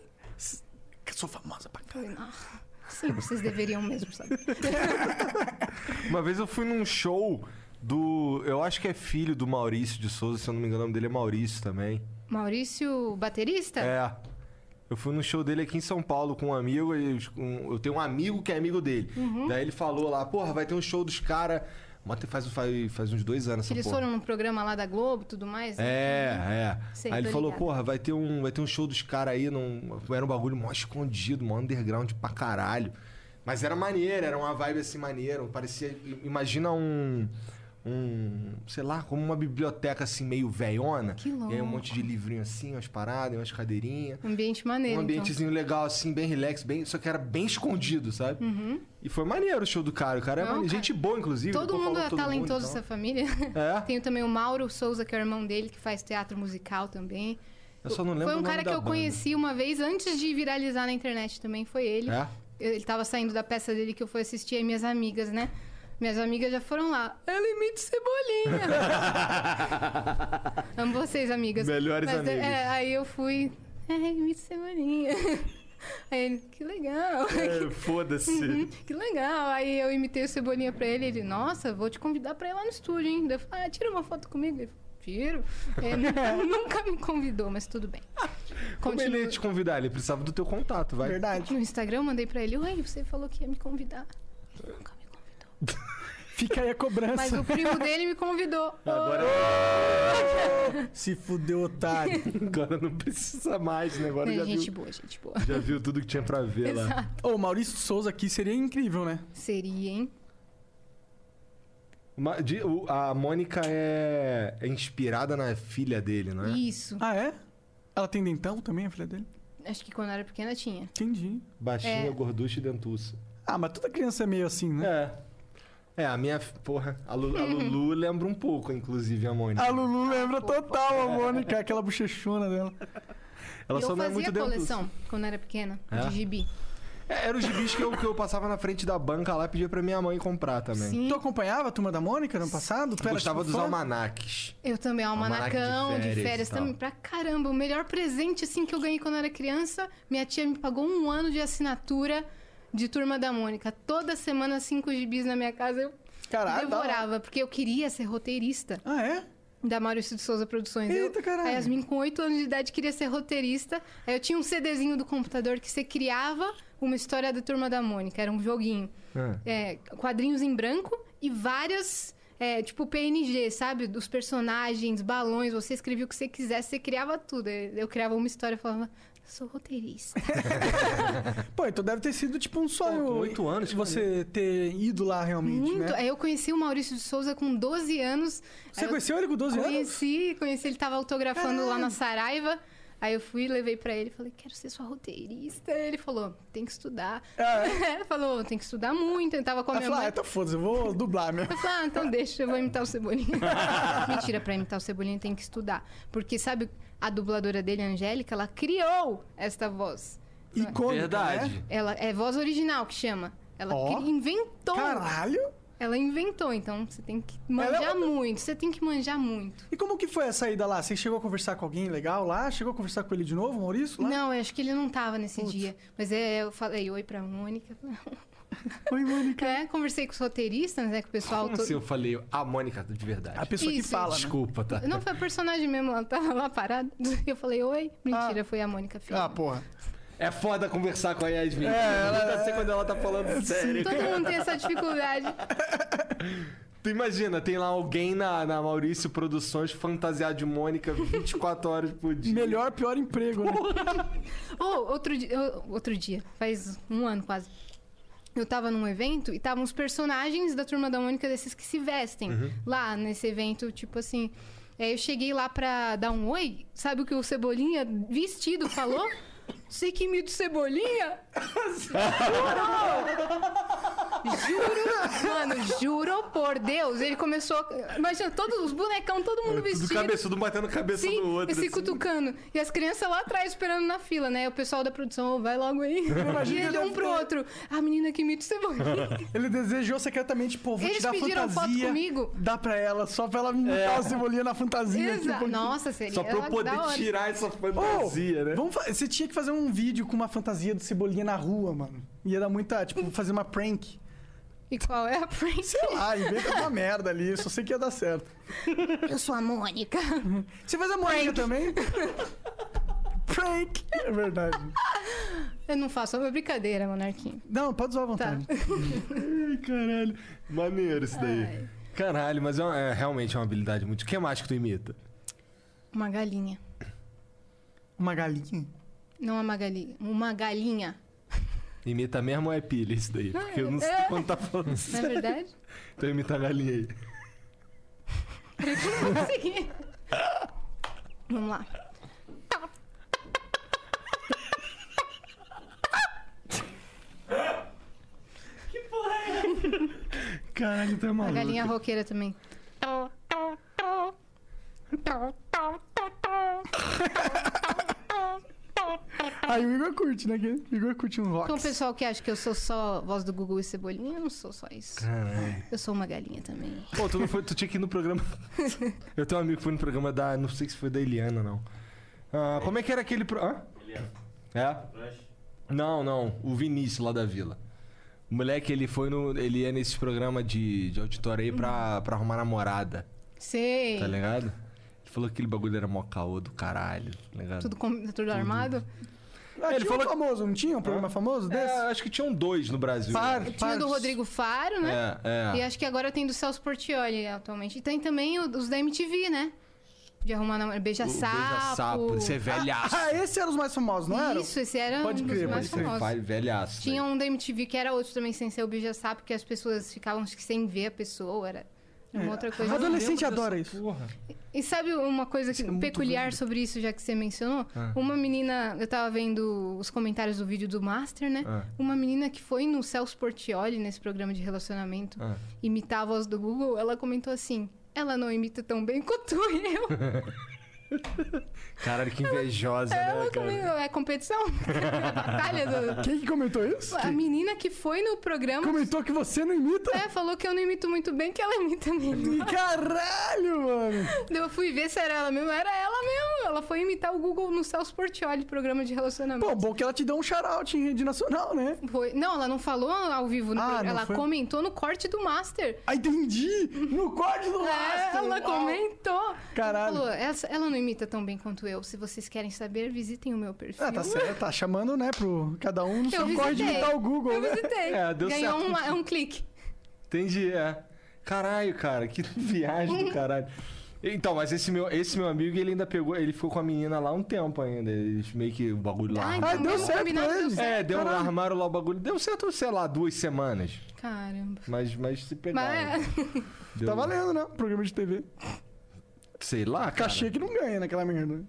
S1: Que sou famosa pra caralho.
S3: Sim, vocês deveriam mesmo, sabe?
S2: Uma vez eu fui num show do. Eu acho que é filho do Maurício de Souza, se eu não me engano, o nome dele é Maurício também.
S3: Maurício, baterista?
S2: É. Eu fui num show dele aqui em São Paulo com um amigo. e os- um- eu tenho um amigo que é amigo dele.
S3: Uhum.
S2: Daí ele falou lá, porra, vai ter um show dos caras. Faz, faz, faz uns dois anos
S3: Que
S2: essa
S3: eles
S2: porra.
S3: foram num programa lá da Globo e tudo mais. né?
S2: É, é.
S3: Sei,
S2: aí ele
S3: tô
S2: falou,
S3: ligada.
S2: porra, vai ter, um, vai ter um show dos caras aí. Num, era um bagulho mó escondido, mó underground pra caralho. Mas era maneiro, era uma vibe assim maneira. Parecia. Imagina um. um, sei lá, como uma biblioteca assim meio velhona.
S3: Que
S2: E aí um
S3: louco.
S2: monte de livrinho assim, umas paradas, umas cadeirinhas.
S3: Um ambiente maneiro,
S2: Um
S3: então.
S2: ambientezinho legal assim, bem relax, bem, só que era bem escondido, sabe?
S3: Uhum.
S2: E foi maneiro o show do cara. O cara é
S3: Não,
S2: mane-
S3: cara.
S2: gente boa, inclusive.
S3: Todo
S2: depois
S3: mundo
S2: falou
S3: é
S2: com todo
S3: talentoso
S2: então.
S3: dessa família.
S2: É?
S3: Tenho também o Mauro Souza, que é o irmão dele, que faz teatro musical também.
S2: Eu só não lembro
S3: Foi
S2: o
S3: um
S2: nome
S3: cara que
S2: da
S3: eu
S2: banda.
S3: conheci uma vez antes de viralizar na internet também, foi ele.
S2: É?
S3: Ele tava saindo da peça dele que eu fui assistir, aí minhas amigas, né? Minhas amigas já foram lá. Ela imita o cebolinha. Amo vocês, amigas.
S2: Melhores
S3: Mas,
S2: amigas.
S3: é, aí eu fui. É, imita o cebolinha. Aí ele, que legal.
S2: É, Foda-se.
S3: Uhum, que legal. Aí eu imitei o Cebolinha pra ele. Ele, nossa, vou te convidar pra ir lá no estúdio, hein? Daí Eu falei, ah, tira uma foto comigo. Ele, falou, tiro. É, nunca, nunca me convidou, mas tudo bem.
S2: Como ele ia te convidar? Ele precisava do teu contato,
S1: É
S2: vai.
S3: No Instagram eu mandei pra ele, oi, você falou que ia me convidar.
S1: Fica aí a cobrança.
S3: Mas o primo dele me convidou.
S1: Se fudeu, otário.
S2: Agora não precisa mais, né? Agora
S3: Né,
S2: já
S3: gente
S2: viu.
S3: boa, gente boa.
S2: Já viu tudo que tinha pra ver lá.
S1: Ô, o Maurício Souza aqui seria incrível, né?
S3: Seria, hein?
S2: Ma- de- o- a Mônica é, é inspirada na filha dele, não é?
S3: Isso.
S1: Ah, é? Ela tem dentão também, a filha dele?
S3: Acho que quando eu era pequena tinha.
S1: Entendi.
S2: Baixinha,
S3: É.
S2: gorducha e dentuça.
S1: Ah, mas toda criança é meio assim, né?
S2: É. É, a minha. Porra, a, Lu- a Lulu lembra um pouco, inclusive, a Mônica.
S1: A Lulu lembra total
S3: É.
S1: a Mônica, aquela bochechona dela.
S2: Ela
S3: E Ah, eu
S2: só não é
S3: fazia
S2: muito dentuça.
S3: coleção quando eu era pequena,
S2: É?
S3: de gibi.
S2: É, era os gibis que eu, que eu passava na frente da banca lá e pedia pra minha mãe comprar também.
S3: Sim,
S1: Tu acompanhava a turma da Mônica no ano passado? Tu
S2: Eu
S1: era,
S2: gostava
S1: tipo,
S2: dos
S1: fã?
S2: almanaques.
S3: Eu também,
S2: Almanaque de
S3: almanacão, de
S2: férias
S3: férias,
S2: e tal.
S3: também. Pra caramba, o melhor presente assim que eu ganhei quando eu era criança, minha tia me pagou um ano de assinatura de Turma da Mônica. Toda semana, cinco gibis na minha casa, eu
S1: Caralho, da hora.
S3: devorava, porque eu queria ser roteirista
S1: Ah, é?
S3: da Maurício de Souza Produções. Eu-
S1: Eita, caralho.
S3: A Yasmin, com 8 anos de idade, queria ser roteirista. Aí eu tinha um CDzinho do computador que você criava uma história da Turma da Mônica. Era um joguinho.
S1: Ah.
S2: Ah.
S3: É, quadrinhos em branco e várias... é, tipo PNG, sabe? Dos personagens, balões, você escrevia o que você quisesse, você criava tudo. Eu criava uma história e falava, sou roteirista.
S1: Pô, então deve ter sido tipo um sonho.
S2: Pô, com oito anos, que
S1: Você ter ido lá realmente,
S3: Muito.
S1: né?
S3: Aí eu conheci o Maurício de Souza com 12 anos.
S1: Você
S3: Aí eu-
S1: conheceu ele com 12 anos?
S3: Conheci, conheci, ele tava autografando lá na Saraiva. Aí eu fui, levei pra ele, falei, quero ser sua roteirista. Ele falou, tem que estudar. falou, tem que estudar muito. Ele tava com a
S1: Ah. Ela
S3: minha
S1: falou, ah,
S3: mãe.
S1: então foda-se, eu vou dublar né?" mesmo.
S3: Eu falei, ah, então deixa, eu vou imitar o Cebolinha. Mentira, pra imitar o Cebolinha tem que estudar. Porque, sabe, a dubladora dele, a Angélica, ela criou esta voz.
S1: Icônica,
S2: Verdade.
S1: né?
S3: Ela é voz original que chama. Ela
S1: Ó.
S3: cri- inventou.
S1: Caralho!
S3: Ela inventou, então você tem que manjar
S1: Ela é uma-
S3: muito. Você tem que manjar muito.
S1: E como que foi a saída lá? Você chegou a conversar com alguém legal lá? Chegou a conversar com ele de novo, Maurício? Lá?
S3: Não, eu acho que ele não tava nesse dia. Mas é, eu falei oi pra Mônica.
S1: Oi, Mônica.
S3: É, conversei com os roteiristas, né? Com o pessoal
S2: Como
S3: todo.
S2: assim eu falei a Mônica de
S1: A
S2: verdade?
S1: pessoa que
S3: Isso.
S1: fala, né?
S2: Desculpa, tá?
S3: Não, foi a personagem mesmo, ela tava lá parada. Eu falei, oi. Mentira, foi a Mônica Filho.
S1: Ah, porra.
S2: É foda conversar com a Yasmin. É, ela tá quando ela tá falando sério.
S3: Todo mundo tem essa dificuldade.
S2: Tu imagina, tem lá alguém na, na Maurício Produções fantasiado de Mônica 24 horas por dia.
S1: Melhor, pior emprego, né?
S3: Ou outro, di- ô, outro dia, faz um ano quase. Eu tava num evento e estavam os personagens da Turma da Mônica desses que se vestem lá nesse evento, tipo assim. E aí eu cheguei lá pra dar um oi, sabe o que o Cebolinha vestido falou? Sei que imita o Cebolinha? juro! Mano, juro por Deus. Ele começou. a- Imagina, todos os bonecão, todo mundo
S2: Tudo
S3: vestido.
S2: cabeçudo batendo cabeça
S3: Sim,
S2: no outro.
S3: e se
S2: assim.
S3: cutucando. E as crianças lá atrás esperando na fila, né? O pessoal da produção, "Ô, vai logo aí. e ele um pro outro. A menina que imita o Cebolinha.
S1: Ele desejou secretamente, pô, tipo, vou
S3: Eles
S1: te dar
S3: pediram foto
S1: fantasia.
S3: comigo?
S1: Dá pra ela, só pra ela me botar o cebolinha na fantasia. aqui um
S3: Exa-
S1: pouquinho.
S3: Nossa, seria
S2: Só pra eu
S3: da
S2: poder
S3: hora.
S2: tirar essa
S1: Ô,
S2: fantasia, né?
S1: vamos fa- Você tinha que fazer um vídeo com uma fantasia do Cebolinha na rua, mano. Ia dar muita, tipo, fazer uma prank.
S3: E qual é a prank?
S1: Sei lá, inventa uma merda ali, só sei que ia dar certo.
S4: Eu sou a Mônica.
S1: Você faz a Mônica também? prank! É verdade.
S3: Eu não faço, é uma brincadeira, Monarquinho.
S1: Não, pode
S3: Tá.
S1: usar à vontade.
S2: Tá. Ai, caralho. Maneiro isso daí. Caralho, mas é, uma- é realmente é uma habilidade muito. O que mais que tu imita?
S3: Uma galinha.
S1: Uma galinha.
S3: Não uma galinha. Uma galinha.
S2: Imita mesmo ou é pilha isso daí? Porque eu não sei
S3: É.
S2: quando tá falando
S3: Não é
S2: sério.
S3: verdade?
S2: Então imita a galinha aí.
S3: Peraí que eu não consegui. Vamos lá.
S1: Caralho, tá maluco.
S3: A galinha roqueira também.
S1: Aí o Igor curte, né? que O Igor curte um rock.
S3: Tem um pessoal que acha que eu sou só voz do Gugu e Cebolinha. Eu não sou só isso. Eu sou uma galinha também.
S2: Pô, tu não foi, tu tinha que ir no programa. Eu tenho um amigo que foi no programa da. Não sei se foi da Eliana, não. Ah, como é que era aquele. Pro... Hã? Eliana. É? Não, não. O Vinícius lá da vila. O moleque, ele foi no. Ele ia nesse programa de, de auditório aí
S3: Uhum.
S2: pra, pra arrumar namorada,
S3: Sei.
S2: tá ligado? Ele falou que aquele bagulho era mó caô do caralho, tá ligado?
S3: Tudo, com, tudo armado.
S1: Ah, ele falou famoso, não tinha um programa famoso
S2: É,
S1: desse?
S2: acho que tinham dois no Brasil.
S1: Par,
S3: Tinha
S1: par-
S3: do Rodrigo Faro, né?
S2: É, é.
S3: E acho que agora tem do Celso Portioli atualmente. E tem também o- os da MTV, né? De arrumar namorado. Beija
S2: O
S3: sapo.
S2: beija-sapo, esse é velhaço.
S1: Ah, esse era os mais famosos, não era?
S3: Isso, esse era
S1: Pode
S3: um dos
S1: crer,
S3: mais
S1: pode crer.
S3: famosos.
S2: Vai, velhaço. né?
S3: Tinha um da MTV que era outro também, sem ser o Bija Sapo, que as pessoas ficavam acho que sem ver a pessoa. Era era
S1: É,
S3: uma outra coisa.
S1: Adolescente adora isso.
S3: E sabe uma coisa que- peculiar sobre isso, já que você mencionou? Uma menina, eu tava vendo os comentários do vídeo do Master, né?
S2: Ah.
S3: Uma menina que foi no Celso Portioli, nesse programa de relacionamento,
S2: Ah.
S3: imitar a voz do Google, ela comentou assim: ela não imita tão bem quanto eu.
S2: Caralho, que invejosa, né,
S3: ela
S2: cara?
S3: comentou, é competição? é batalha do.
S1: Quem que comentou isso?
S3: A menina que foi no programa
S1: Comentou que você não imita?
S3: É, falou que eu não imito muito bem, que ela imita mesmo.
S1: Caralho, mano.
S3: Daí eu fui ver se era ela mesmo. Era ela mesmo. Ela foi imitar o Google no Celso Portioli, programa de relacionamento.
S1: Pô, bom que ela te deu um shout-out em rede nacional, né?
S3: Foi- Não, ela não falou ao vivo. no
S1: Ah,
S3: programa,
S1: não
S3: ela
S1: foi?
S3: comentou no corte do Master.
S1: Ah, entendi! No corte do
S3: É,
S1: Master!
S3: ela
S1: uau.
S3: comentou.
S1: Caralho.
S3: Ela falou, "Essa- ela não imita tão bem quanto eu. Se vocês querem saber, visitem o meu perfil.
S1: Ah, tá certo, tá chamando, né, pro cada um no
S3: Eu
S1: seu corte de
S3: visitei.
S1: imitar o Google,
S3: Eu
S1: né?
S3: visitei.
S2: É, deu
S3: Ganhou
S2: certo.
S3: uma- um clique.
S2: Entendi, é. Caralho, cara, que viagem do caralho. Então, mas esse meu, esse meu amigo, ele ainda pegou, ele ficou com a menina lá um tempo ainda. Eles meio que o bagulho lá.
S3: Ah,
S2: armaram.
S1: Ah, deu
S3: Vamos
S1: certo
S3: combinar,
S1: pra
S3: deu
S1: eles.
S3: certo.
S2: é, deu,
S1: Caralho.
S2: armaram lá o bagulho. Deu certo, sei lá, duas semanas.
S1: É.
S3: Caramba.
S2: Mas, mas se pegaram.
S3: Mas, é.
S2: Deu-
S1: Tá valendo, né? Programa de TV.
S2: Sei lá, cara.
S1: Cachê que não ganha naquela merda.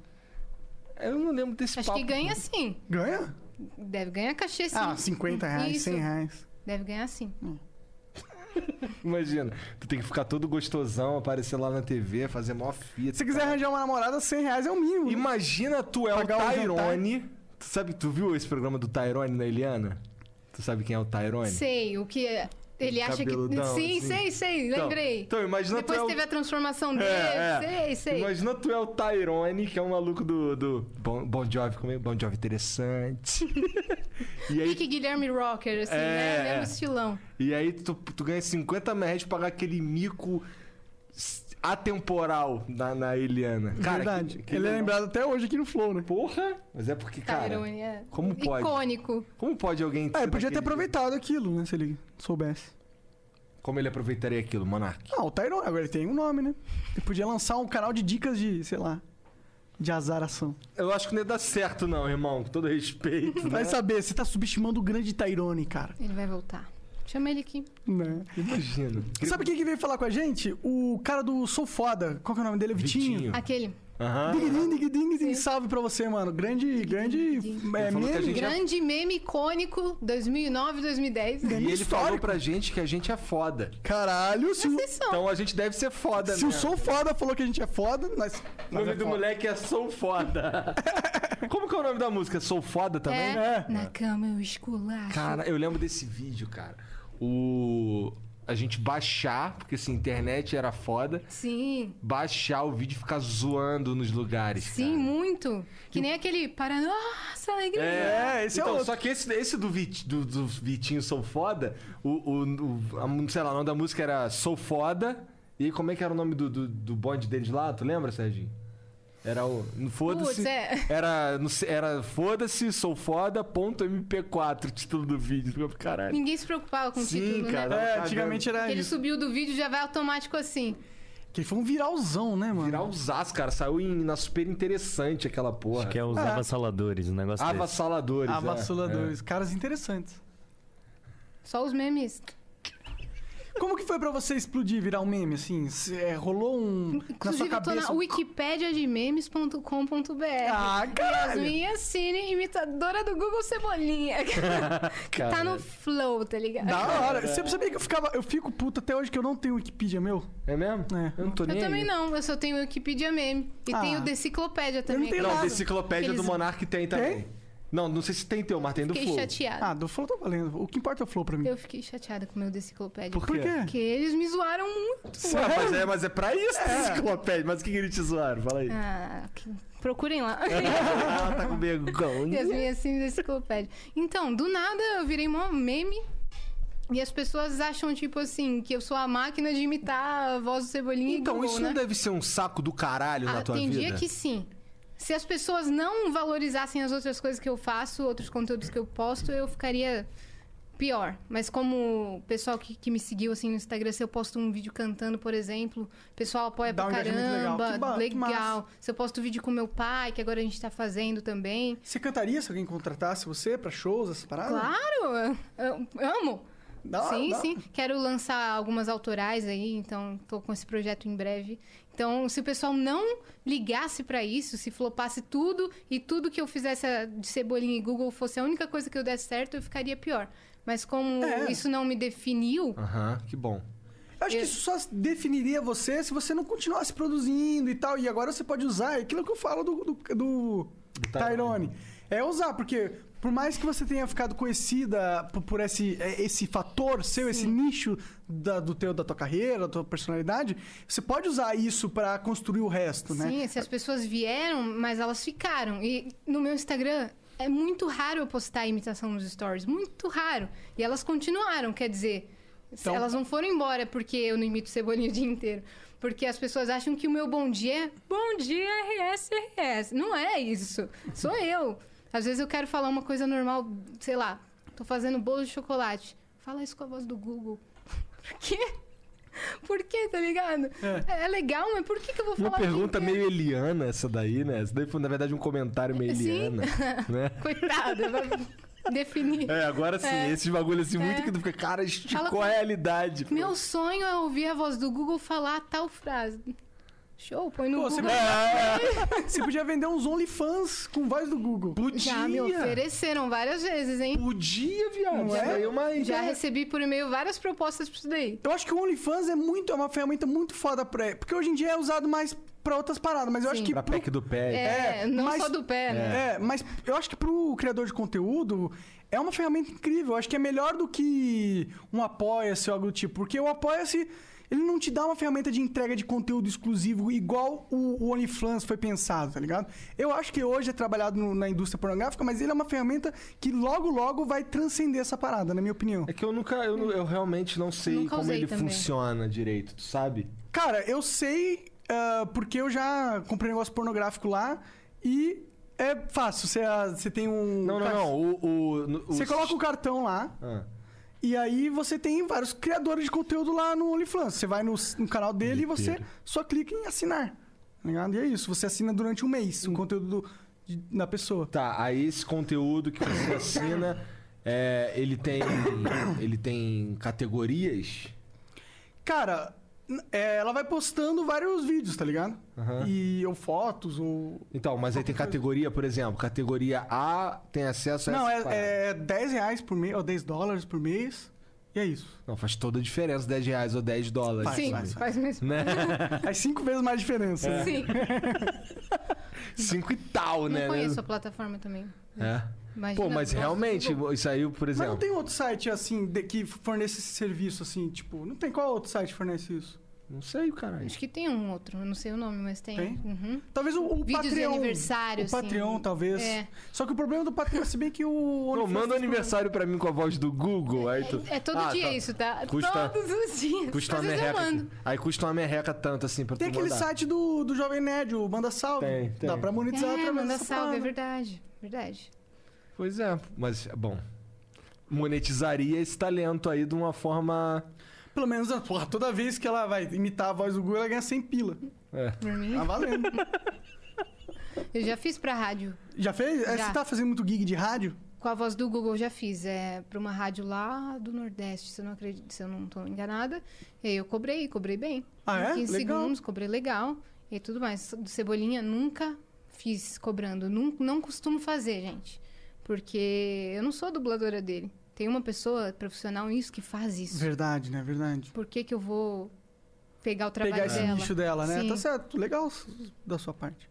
S2: Eu não lembro desse
S3: acho
S2: papo.
S3: que ganha sim.
S1: Ganha?
S3: Deve ganhar cachê sim.
S1: Ah, 50 reais,
S3: Isso.
S1: 100 reais.
S3: Deve ganhar sim.
S2: Imagina, tu tem que ficar todo gostosão, aparecer lá na TV, fazer mó fita.
S1: Se quiser arranjar uma namorada, 100 reais é o mínimo. né?
S2: Imagina tu é
S3: um
S1: Pagar
S2: o
S1: o
S2: Tyrone. tu sabe, tu viu esse programa do Tyrone na Eliana? Tu sabe quem é o Tyrone?
S3: Sei, o que é. Ele acha que.
S2: Cabeludão,
S3: Sim,
S2: assim.
S3: sei, sei,
S2: Então-
S3: lembrei.
S2: então imagina
S3: Depois
S2: tu é o-
S3: teve a transformação dele,
S2: É, é.
S3: sei, sei.
S2: Imagina tu é o Tyrone, que é um maluco do, do bon, Bon Jovi, como é? Bon Jovi interessante. e aí,
S3: Pique Guilherme Rocker, assim,
S2: É,
S3: né?
S2: é.
S3: Mesmo estilão.
S2: e aí tu, tu ganha 50 mil reais pra pagar aquele mico s- atemporal na, na Eliana. Cara,
S1: Verdade.
S2: que- que
S1: Ele é
S2: legal.
S1: lembrado até hoje aqui no Flow, né?
S2: Porra! Mas é porque, cara...
S3: Tyrone, é.
S2: como pode?
S3: Icônico.
S2: Como pode alguém...
S1: Ah,
S2: ser
S1: ele podia ter
S2: daquele jeito?
S1: aproveitado aquilo, né? Se ele soubesse.
S2: Como ele aproveitaria aquilo, Monark?
S1: Ah, o Tyrone, agora ele tem um nome, né? Ele podia lançar um canal de dicas de, sei lá, de azaração.
S2: Eu acho que não ia dar certo não, irmão. Com todo respeito, né?
S1: Vai saber, você tá subestimando o grande Tyrone, cara.
S3: Ele vai voltar. Chama ele aqui.
S1: Né?
S2: Imagina.
S1: Sabe quem que veio falar com a gente? O cara do Sou Foda. Qual que é o nome dele? É Vitinho.
S2: Vitinho. Ah.
S3: Aquele.
S2: Aham.
S1: Ding, ding, ding, ding, salve pra você, mano. Grande, grande é,
S2: falou que a
S1: meme.
S2: gente- Já-
S3: Grande meme icônico 2009, 2010.
S2: E ele falou
S1: Histórico.
S2: pra gente que a gente é foda.
S1: Caralho, se, o-
S3: Vocês são.
S2: Então a gente deve ser foda,
S1: se o
S2: né?
S1: Sou Foda falou que a gente é foda, nós...
S2: O nome
S1: nós é
S2: do
S1: foda.
S2: moleque é Sou Foda. Como que é o nome da música? Sou Foda também? né?
S3: é. Na cama eu esculacho.
S2: Cara, eu lembro desse vídeo, cara. O... A gente baixar, porque assim, internet era foda.
S3: Sim.
S2: Baixar o vídeo e ficar zoando nos lugares.
S3: Sim,
S2: cara.
S3: muito. Que nem aquele para nossa alegria.
S2: É,
S1: esse é
S2: então,
S1: outro.
S2: Só que esse, esse do, Vit, do, do Vitinho Sou Foda, o, o, o- a, não sei lá, o nome da música era Sou Foda. E como é que era o nome do, do, do bonde deles lá? Tu lembra, Serginho? Era o. no
S3: Putz,
S2: Foda-se.
S3: é.
S2: Era, não sei, era Foda-se, sou foda, ponto MP4, o título do vídeo. Meu Caralho.
S3: Ninguém se preocupava com o
S2: Sim,
S3: título,
S2: cara.
S3: né?
S1: É, antigamente era
S3: Porque ele
S1: isso.
S3: subiu do vídeo já vai automático assim.
S1: Que foi um viralzão, né, mano?
S2: Virar os as, cara. Saiu em- na super interessante aquela porra.
S9: Acho que é os avassaladores, um negócio desse.
S2: Avassaladores. é,
S1: Avassaladores. Caras interessantes.
S3: Só os memes.
S1: Como que foi pra você explodir, virar um meme, assim? Se, é, rolou um... na sua
S3: Inclusive, eu tô
S1: cabeça...
S3: na wikipediadememes.com.br.
S1: Ah, caralho!
S3: Yasmin Cine, imitadora do Google Cebolinha. que tá no flow, tá ligado?
S1: Da
S2: É.
S1: hora. Você sabia que eu ficava... Eu fico puto até hoje que eu não tenho Wikipedia meu?
S10: É mesmo?
S1: É.
S10: Eu não tô
S3: Eu também não, eu só tenho Wikipedia meme. E
S1: Ah.
S3: tenho Deciclopédia também. Então,
S2: Não, da enciclopédia do
S3: Aqueles-
S2: Monark tem também. Não, não sei se tem teu, mas tem do
S3: Fiquei
S2: Flow.
S3: chateada. Ah,
S1: do Flow tá valendo. O que importa é o Flow pra mim.
S3: Eu fiquei chateada com o meu Deciclopédia.
S2: Por Por quê? quê?
S3: Porque eles me zoaram muito.
S2: Ah, mas, é, mas é pra isso
S3: É.
S2: a enciclopédia. Mas o que, que eles te zoaram? Fala aí.
S3: Ah, que- procurem lá.
S2: Ela tá com vergonha.
S3: Yasmin Yassine da enciclopédia. assim, Então, do nada eu virei mó meme. E as pessoas acham, tipo assim, que eu sou a máquina de imitar a voz do Cebolinha e
S2: Então,
S3: Google,
S2: isso
S3: né?
S2: não deve ser um saco do caralho na
S3: Ah,
S2: tua
S3: tem
S2: vida?
S3: dia que sim. Se as pessoas não valorizassem as outras coisas que eu faço, outros conteúdos que eu posto, eu ficaria pior. Mas como o pessoal que, que me seguiu assim no Instagram, se eu posto um vídeo cantando, por exemplo, o pessoal apoia
S1: Dá um
S3: pra
S1: engajamento legal.
S3: caramba,
S1: Que ba- que massa.
S3: legal. Se eu posto vídeo com meu pai, que agora a gente tá fazendo também.
S1: Você cantaria se alguém contratasse você pra shows, essas paradas?
S3: Claro! eu- eu amo!
S1: Da hora,
S3: sim,
S1: da
S3: sim.
S1: hora.
S3: Quero lançar algumas autorais aí, então tô com esse projeto em breve. Então, se o pessoal não ligasse pra isso, se flopasse tudo e tudo que eu fizesse eh, de cebolinha e Google fosse a única coisa que eu desse certo, eu ficaria pior. Mas como
S1: É.
S3: isso não me definiu,
S2: Aham, que bom.
S1: Eu acho que isso só definiria você se você não continuasse produzindo e tal. E agora você pode usar é aquilo que eu falo do, do, do Tyrone. É usar, porque por mais que você tenha ficado conhecida por, por esse, é, esse fator seu, esse nicho da, do teu, da tua carreira, da tua personalidade, você pode usar isso pra construir o resto, né?
S3: Sim, se as pessoas vieram, mas elas ficaram. E no meu Instagram é muito raro eu postar imitação nos stories, muito raro. E elas continuaram, quer dizer, se
S11: Então-
S3: elas não foram embora porque eu não imito cebolinha o dia inteiro. Porque as pessoas acham que o meu bom dia é bom dia RS, RS. Não é isso. Sou eu. Às vezes eu quero falar uma coisa normal, sei lá, tô fazendo bolo de chocolate. Fala isso com a voz do Google. Por quê? Por quê, tá ligado? É, legal, mas por que, que eu vou
S2: Uma
S3: falar o dia
S2: pergunta
S3: inteiro?
S2: meio eliana essa daí, né? Essa daí foi, na verdade, um comentário meio
S3: Sim.
S2: eliana. Né?
S3: Coitada, vai definir.
S2: É, agora sim,
S3: É.
S2: esses bagulhos assim,
S3: É.
S2: muito que tu fica, cara,
S3: Fala com-
S2: esticou a realidade. pô.
S3: Meu sonho é ouvir a voz do Google falar tal frase. Show, põe no
S1: Pô, você,
S3: Google.
S2: Ah,
S1: você podia vender uns OnlyFans com voz do Google.
S3: Já me ofereceram várias vezes, hein?
S2: Podia, viado.
S1: Não é?
S3: Já recebi por e-mail várias propostas pra isso daí.
S1: Eu acho que o OnlyFans é muito, é uma ferramenta muito foda pra. Porque hoje em dia é usado mais pra outras paradas, mas eu acho que.
S2: Pra PEC do pé.
S3: É, não só do pé, né?
S1: É. mas eu acho que pro criador de conteúdo é uma ferramenta incrível. Eu acho que é melhor do que um apoia-se ou algo do tipo. Porque o apoia-se, ele não te dá uma ferramenta de entrega de conteúdo exclusivo igual o, o OnlyFans foi pensado, tá ligado? Eu acho que hoje é trabalhado no- na indústria pornográfica, mas ele é uma ferramenta que logo, logo vai transcender essa parada, na minha opinião.
S2: É que eu nunca, eu, nu- eu realmente não sei
S1: Nunca
S2: como
S1: usei
S2: ele
S1: também.
S2: funciona direito, tu sabe?
S1: Cara, eu sei ah, porque eu já comprei um negócio pornográfico lá e é fácil. Você, ah, você tem um.
S2: Não, não, não. O, o- no- o-
S1: Você coloca o cartão lá.
S2: Ah.
S1: E aí você tem vários criadores de conteúdo lá no OnlyFans. Você vai no, no canal dele e você só clica em assinar. tá Ligado? E é isso. Você assina durante um mês o conteúdo do- de- da pessoa.
S2: Tá, aí esse conteúdo que você assina, é, ele tem. Ele tem categorias.
S1: Cara, n- é, ela vai postando vários vídeos, tá ligado? E ou fotos ou
S2: Então, mas aí tem categoria, por exemplo, categoria A tem acesso a
S1: Não,
S2: essa parada.
S1: é, é 10 reais por mês, ou 10 dólares por mês, e é isso.
S2: Não, faz toda a diferença 10 reais ou 10 dólares.
S1: Sim,
S2: sabe?
S1: faz
S3: mesmo.
S2: Né?
S1: Faz É cinco vezes mais diferença.
S2: É.
S3: Sim.
S2: Cinco e tal, né?
S3: Não conheço a plataforma também.
S2: É.
S3: Imagina,
S2: Pô, mas
S3: nossa,
S2: realmente, isso aí, por
S1: Mas não
S2: exemplo.
S1: tem outro site, assim, de- que fornece esse serviço, assim, tipo... Não tem qual outro site fornece isso?
S2: Não sei, caralho.
S3: Acho que tem um outro, eu não sei o nome, mas tem.
S1: Tem?
S3: Uhum.
S1: Talvez o, o
S3: Vídeos de
S1: Patreon.
S3: aniversário,
S1: O Patreon,
S3: assim.
S1: talvez.
S3: É.
S1: Só que o problema do Patreon, se bem que o...
S2: Pô,
S1: OnlyFans
S2: manda o
S1: tem esse
S2: aniversário pra mim com a voz do Google. Aí tu...
S3: É todo
S2: Ah,
S3: dia
S2: tá.
S3: isso, tá?
S2: Custa-
S3: Todos os dias.
S2: Custa
S3: Às
S2: uma
S3: vezes eu
S2: merreca.
S3: mando.
S2: Aí custa uma merreca tanto, assim, pra
S1: Tem
S2: tu
S1: aquele
S2: mandar.
S1: site do, do Jovem Nerd, o Manda Salve.
S2: Tem, tem.
S1: Dá pra monetizar
S3: É,
S1: através
S3: manda
S1: dessa
S3: salve, é
S1: parada.
S3: verdade. Verdade.
S2: Pois é, mas, bom... Monetizaria esse talento aí de uma forma...
S1: Pelo menos, porra, toda vez que ela vai imitar a voz do Google, ela ganha 100 pila.
S2: É.
S3: Por mim.
S1: Tá valendo.
S3: Ah. Eu já fiz pra rádio.
S1: Já fez? É,
S3: Já.
S1: Você tá fazendo muito gig de rádio?
S3: com a voz do Google eu já fiz, é para uma rádio lá do Nordeste, se eu não acredito, se eu não tô enganada. E aí eu cobrei, cobrei bem.
S1: Ah, é?
S3: Em 15
S1: Legal.
S3: segundos, cobrei legal e tudo mais. Do Cebolinha nunca fiz cobrando, não, não costumo fazer, gente. Porque eu não sou dubladora dele. Tem uma pessoa profissional nisso que faz isso.
S1: Verdade, né? Verdade.
S3: Por que que eu vou pegar o trabalho
S1: Pegar esse
S3: dela?
S1: nicho dela, né?
S3: Sim.
S1: Tá certo. Legal s- da sua parte.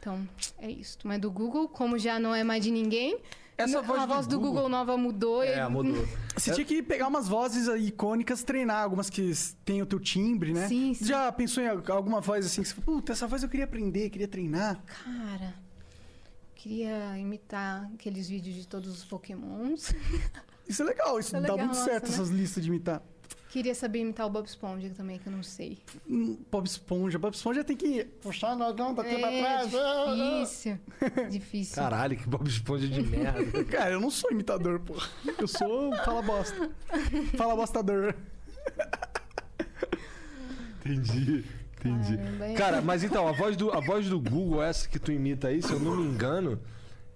S3: Então, é isso. Mas do Google, como já não é mais de ninguém,
S1: Essa
S3: a
S1: voz do
S3: voz do Google,
S1: Google É,
S3: nova mudou.
S2: É,
S3: e-
S1: Você tinha que pegar umas vozes aí icônicas, treinar algumas que s- têm o teu timbre, né?
S3: Sim, sim.
S1: Já pensou em al- alguma voz assim que você falou, puta, essa voz eu queria aprender, queria treinar?
S3: Cara, queria imitar aqueles vídeos de todos os pokémons.
S1: Isso é legal, isso dá
S3: É legal,
S1: muito
S3: nossa,
S1: certo
S3: né?
S1: essas listas de imitar.
S3: Queria saber imitar o Bob Esponja também, que eu não sei.
S1: Hum, Bob Esponja, Bob Esponja tem que puxar nós não daqui pra trás.
S3: É
S1: ah,
S3: difícil. difícil.
S2: Caralho, que Bob Esponja de merda.
S1: ah, Cara, eu não sou imitador, pô. Eu sou fala bosta. Fala bostador.
S2: Entendi. Entendi.
S1: Caramba, é.
S2: Cara, mas então, a voz, do, a voz do Google, essa que tu imita aí, se eu não me engano,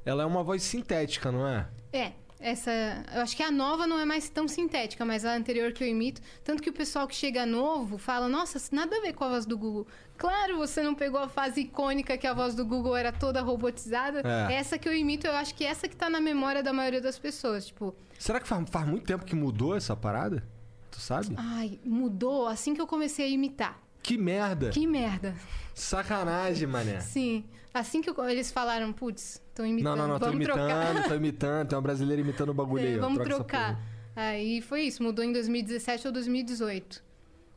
S2: ela é uma voz sintética, não é?
S3: É, essa. Eu acho que a nova não é mais tão sintética, mas a anterior que eu imito. Tanto que o pessoal que chega novo fala: Nossa, isso nada a ver com a voz do Google. Claro, você não pegou a fase icônica que a voz do Google era toda robotizada.
S2: É.
S3: Essa que eu imito, eu acho que é essa que tá na memória da maioria das pessoas. Tipo,
S2: Será que faz, faz muito tempo que mudou essa parada? Tu sabe?
S3: ai, mudou assim que eu comecei a imitar.
S2: Que merda.
S3: Que merda.
S2: Sacanagem, mané.
S3: Sim. Assim que eu- eles falaram, putz, estão
S2: Não,
S3: imitando.
S2: não, não, tô
S3: vamos
S2: imitando,
S3: trocar.
S2: tô imitando. Tem uma brasileira imitando o bagulho
S3: É,
S2: aí, ó.
S3: vamos
S2: Troca essa
S3: trocar.
S2: porra.
S3: Aí foi isso, mudou em 2017 ou 2018.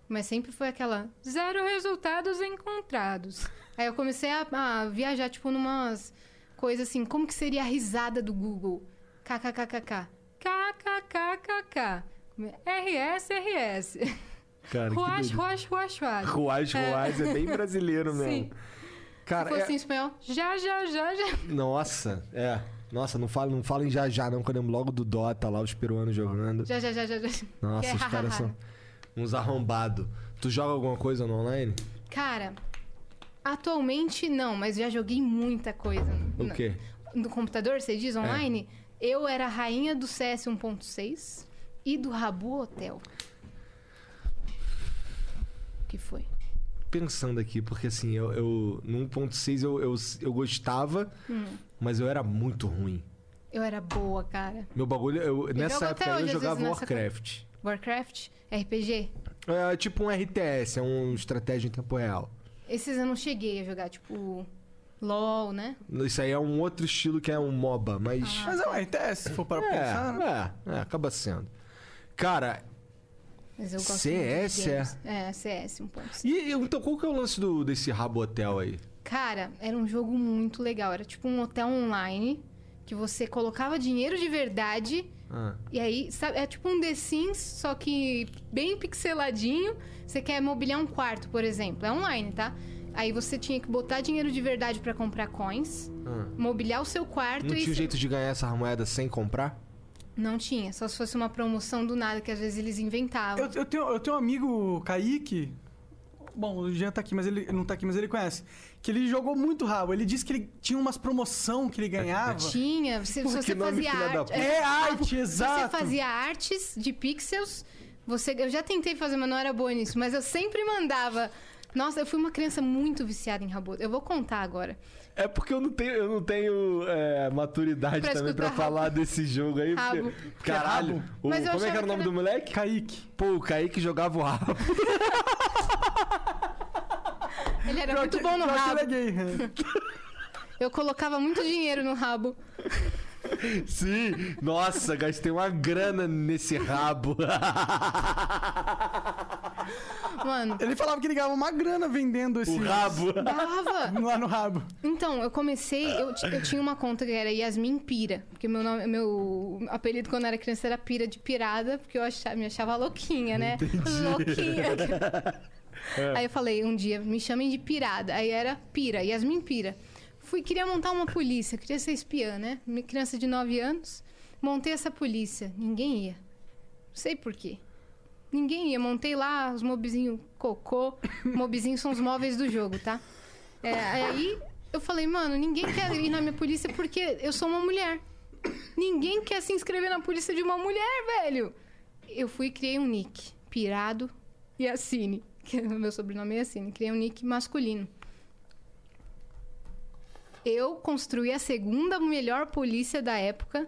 S3: Mas sempre foi aquela zero resultados encontrados. Aí eu comecei a, a viajar, tipo, numas coisas assim, como que seria a risada do Google? KKKKK. KKKKK. RS, RS.
S2: Cara, que
S3: Ruach,
S2: doido.
S3: ruach, ruach, ruach.
S2: Ruaz, Ruaz é bem brasileiro mesmo.
S3: Sim.
S2: Cara,
S3: Se fosse
S2: é-
S3: em espanhol, já, já, já, já.
S2: Nossa, é. Nossa, não fala, não fala em já já, não, que eu lembro logo do Dota lá, os peruanos jogando.
S3: Já, já, já, já, já. Que
S2: Nossa,
S3: é
S2: os caras são uns arrombados. Tu joga alguma coisa no online?
S3: Cara, atualmente não, mas já joguei muita coisa.
S2: O
S3: no-
S2: quê?
S3: No computador, você diz,
S2: É.
S3: online? Eu era a rainha do CS 1.6 e do Rabu Hotel. O que foi?
S2: Pensando aqui, porque assim, eu, eu no 1.6 eu, eu, eu gostava,
S3: Hum,
S2: mas eu era muito ruim.
S3: eu era boa, cara.
S2: Meu bagulho, eu, nessa
S3: jogo até
S2: época aí eu
S3: hoje, às
S2: jogava
S3: vezes, nessa
S2: Warcraft.
S3: Warcraft, RPG.
S2: É tipo um RTS, é um estratégia em tempo real.
S3: Esses eu não cheguei a jogar, tipo. LOL, né?
S2: Isso aí é um outro estilo que é um MOBA, mas.
S3: Ah.
S1: Mas é um RTS, se for para
S2: é,
S1: pensar, né?
S2: É, é, acaba sendo. Cara,
S3: Mas eu gosto
S2: CS,
S3: muito de games. É, CS 1.6.
S2: e, e- então qual que é o lance do, desse rabo hotel aí?
S3: Cara, era um jogo muito legal. Era tipo um hotel online que você colocava dinheiro de verdade.
S2: Ah.
S3: E aí, sabe, é tipo um The Sims, só que bem pixeladinho. Você quer mobiliar um quarto, por exemplo. É online, tá? Aí você tinha que botar dinheiro de verdade pra comprar coins,
S2: Ah.
S3: mobiliar o seu quarto
S2: Não
S3: e.
S2: tinha
S3: se-
S2: jeito de ganhar essa moeda sem comprar?
S3: Não tinha, só se fosse uma promoção do nada que às vezes eles inventavam.
S1: Eu, eu tenho, eu tenho um amigo, Kaique. Bom, o Jean tá aqui, mas ele não tá aqui, mas ele conhece. Que ele jogou muito rabo. Ele disse que ele tinha umas promoção que ele ganhava.
S3: Tinha, se, se
S1: Pô, que
S3: você
S1: nome
S3: fazia
S1: filha da
S3: arte.
S1: puta. É arte, exato.
S3: Você fazia artes de pixels. Você, eu já tentei fazer, mas não era boa nisso. Mas eu sempre mandava. Nossa, eu fui uma criança muito viciada em rabo. Eu vou contar agora.
S2: É porque eu não tenho, eu não tenho é, maturidade
S3: Pra
S2: também pra
S3: escutar rabo.
S2: falar desse jogo aí. porque-
S3: Rabo.
S2: Caralho.
S3: Rabo.
S2: O,
S3: Mas eu
S2: como é que
S3: achava
S2: era o nome
S3: que era-
S2: do moleque?
S1: Kaique.
S2: Pô, o Kaique jogava o rabo.
S3: Ele era
S1: Pior
S3: muito
S1: que-
S3: bom no
S1: pior que
S3: rabo.
S1: ele é gay, né?
S3: Eu colocava muito dinheiro no rabo.
S2: Sim. Nossa, gastei uma grana nesse rabo.
S3: Mano.
S1: Ele falava que ele ganhava uma grana vendendo esse.
S2: rabo.
S3: Dava.
S1: Lá no rabo.
S3: Então, eu comecei, eu, ti- eu tinha uma conta que era Yasmin Pira, porque meu nome, meu apelido quando era criança era Pira de Pirada, porque eu achava, me achava louquinha, né? Louquinha. Aí eu falei, um dia, me chamem de pirada. Aí era pira, Yasmin pira. Fui, queria montar uma polícia, queria ser espiã, né? Minha criança de 9 anos, montei essa polícia. Ninguém ia. Não sei por quê. Ninguém ia. Montei lá os mobizinhos cocô. Mobizinhos são os móveis do jogo, tá? É, aí eu falei, mano, ninguém quer ir na minha polícia porque eu sou uma mulher. Ninguém quer se inscrever na polícia de uma mulher, velho. Eu fui e criei um nick. Pirado e Assine. Que o meu sobrenome é Assine. Criei um nick masculino. Eu construí a segunda melhor polícia da época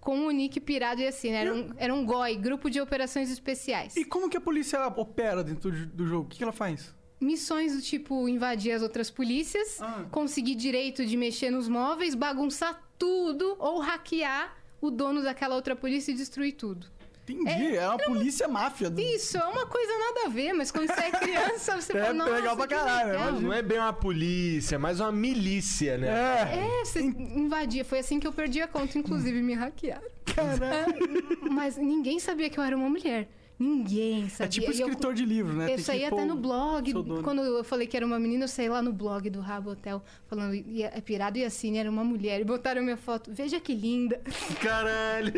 S3: com o nick Pirado e Assine. Era um, era um GOI, Grupo de Operações Especiais.
S1: E como que a polícia ela opera dentro do do jogo? O que que ela faz?
S3: missões do tipo invadir as outras polícias,
S1: Ah.
S3: conseguir direito de mexer nos móveis, bagunçar tudo ou hackear o dono daquela outra polícia e destruir tudo.
S1: Entendi, é, uma polícia máfia. Do...
S3: Isso, é uma coisa nada a ver, mas quando você é criança, você
S1: É
S3: fala, nossa,
S1: legal pra
S3: que
S1: caralho,
S3: legal."
S1: imagina.
S2: Não é bem uma polícia, é mais uma milícia, né?
S3: É, você invadia. Foi assim que eu perdi a conta, inclusive, me hackearam. É, Mas ninguém sabia que eu era uma mulher. Ninguém sabia.
S1: É tipo
S3: E eu-
S1: escritor de livro, né?
S3: Eu
S1: Tem que,
S3: saí até
S1: pô,
S3: no blog.
S1: sou dono.
S3: Quando eu falei que era uma menina, eu saí lá no blog do Rabo Hotel, falando, "E- é pirado e assim, era uma mulher. E botaram minha foto. Veja que linda.
S2: Caralho!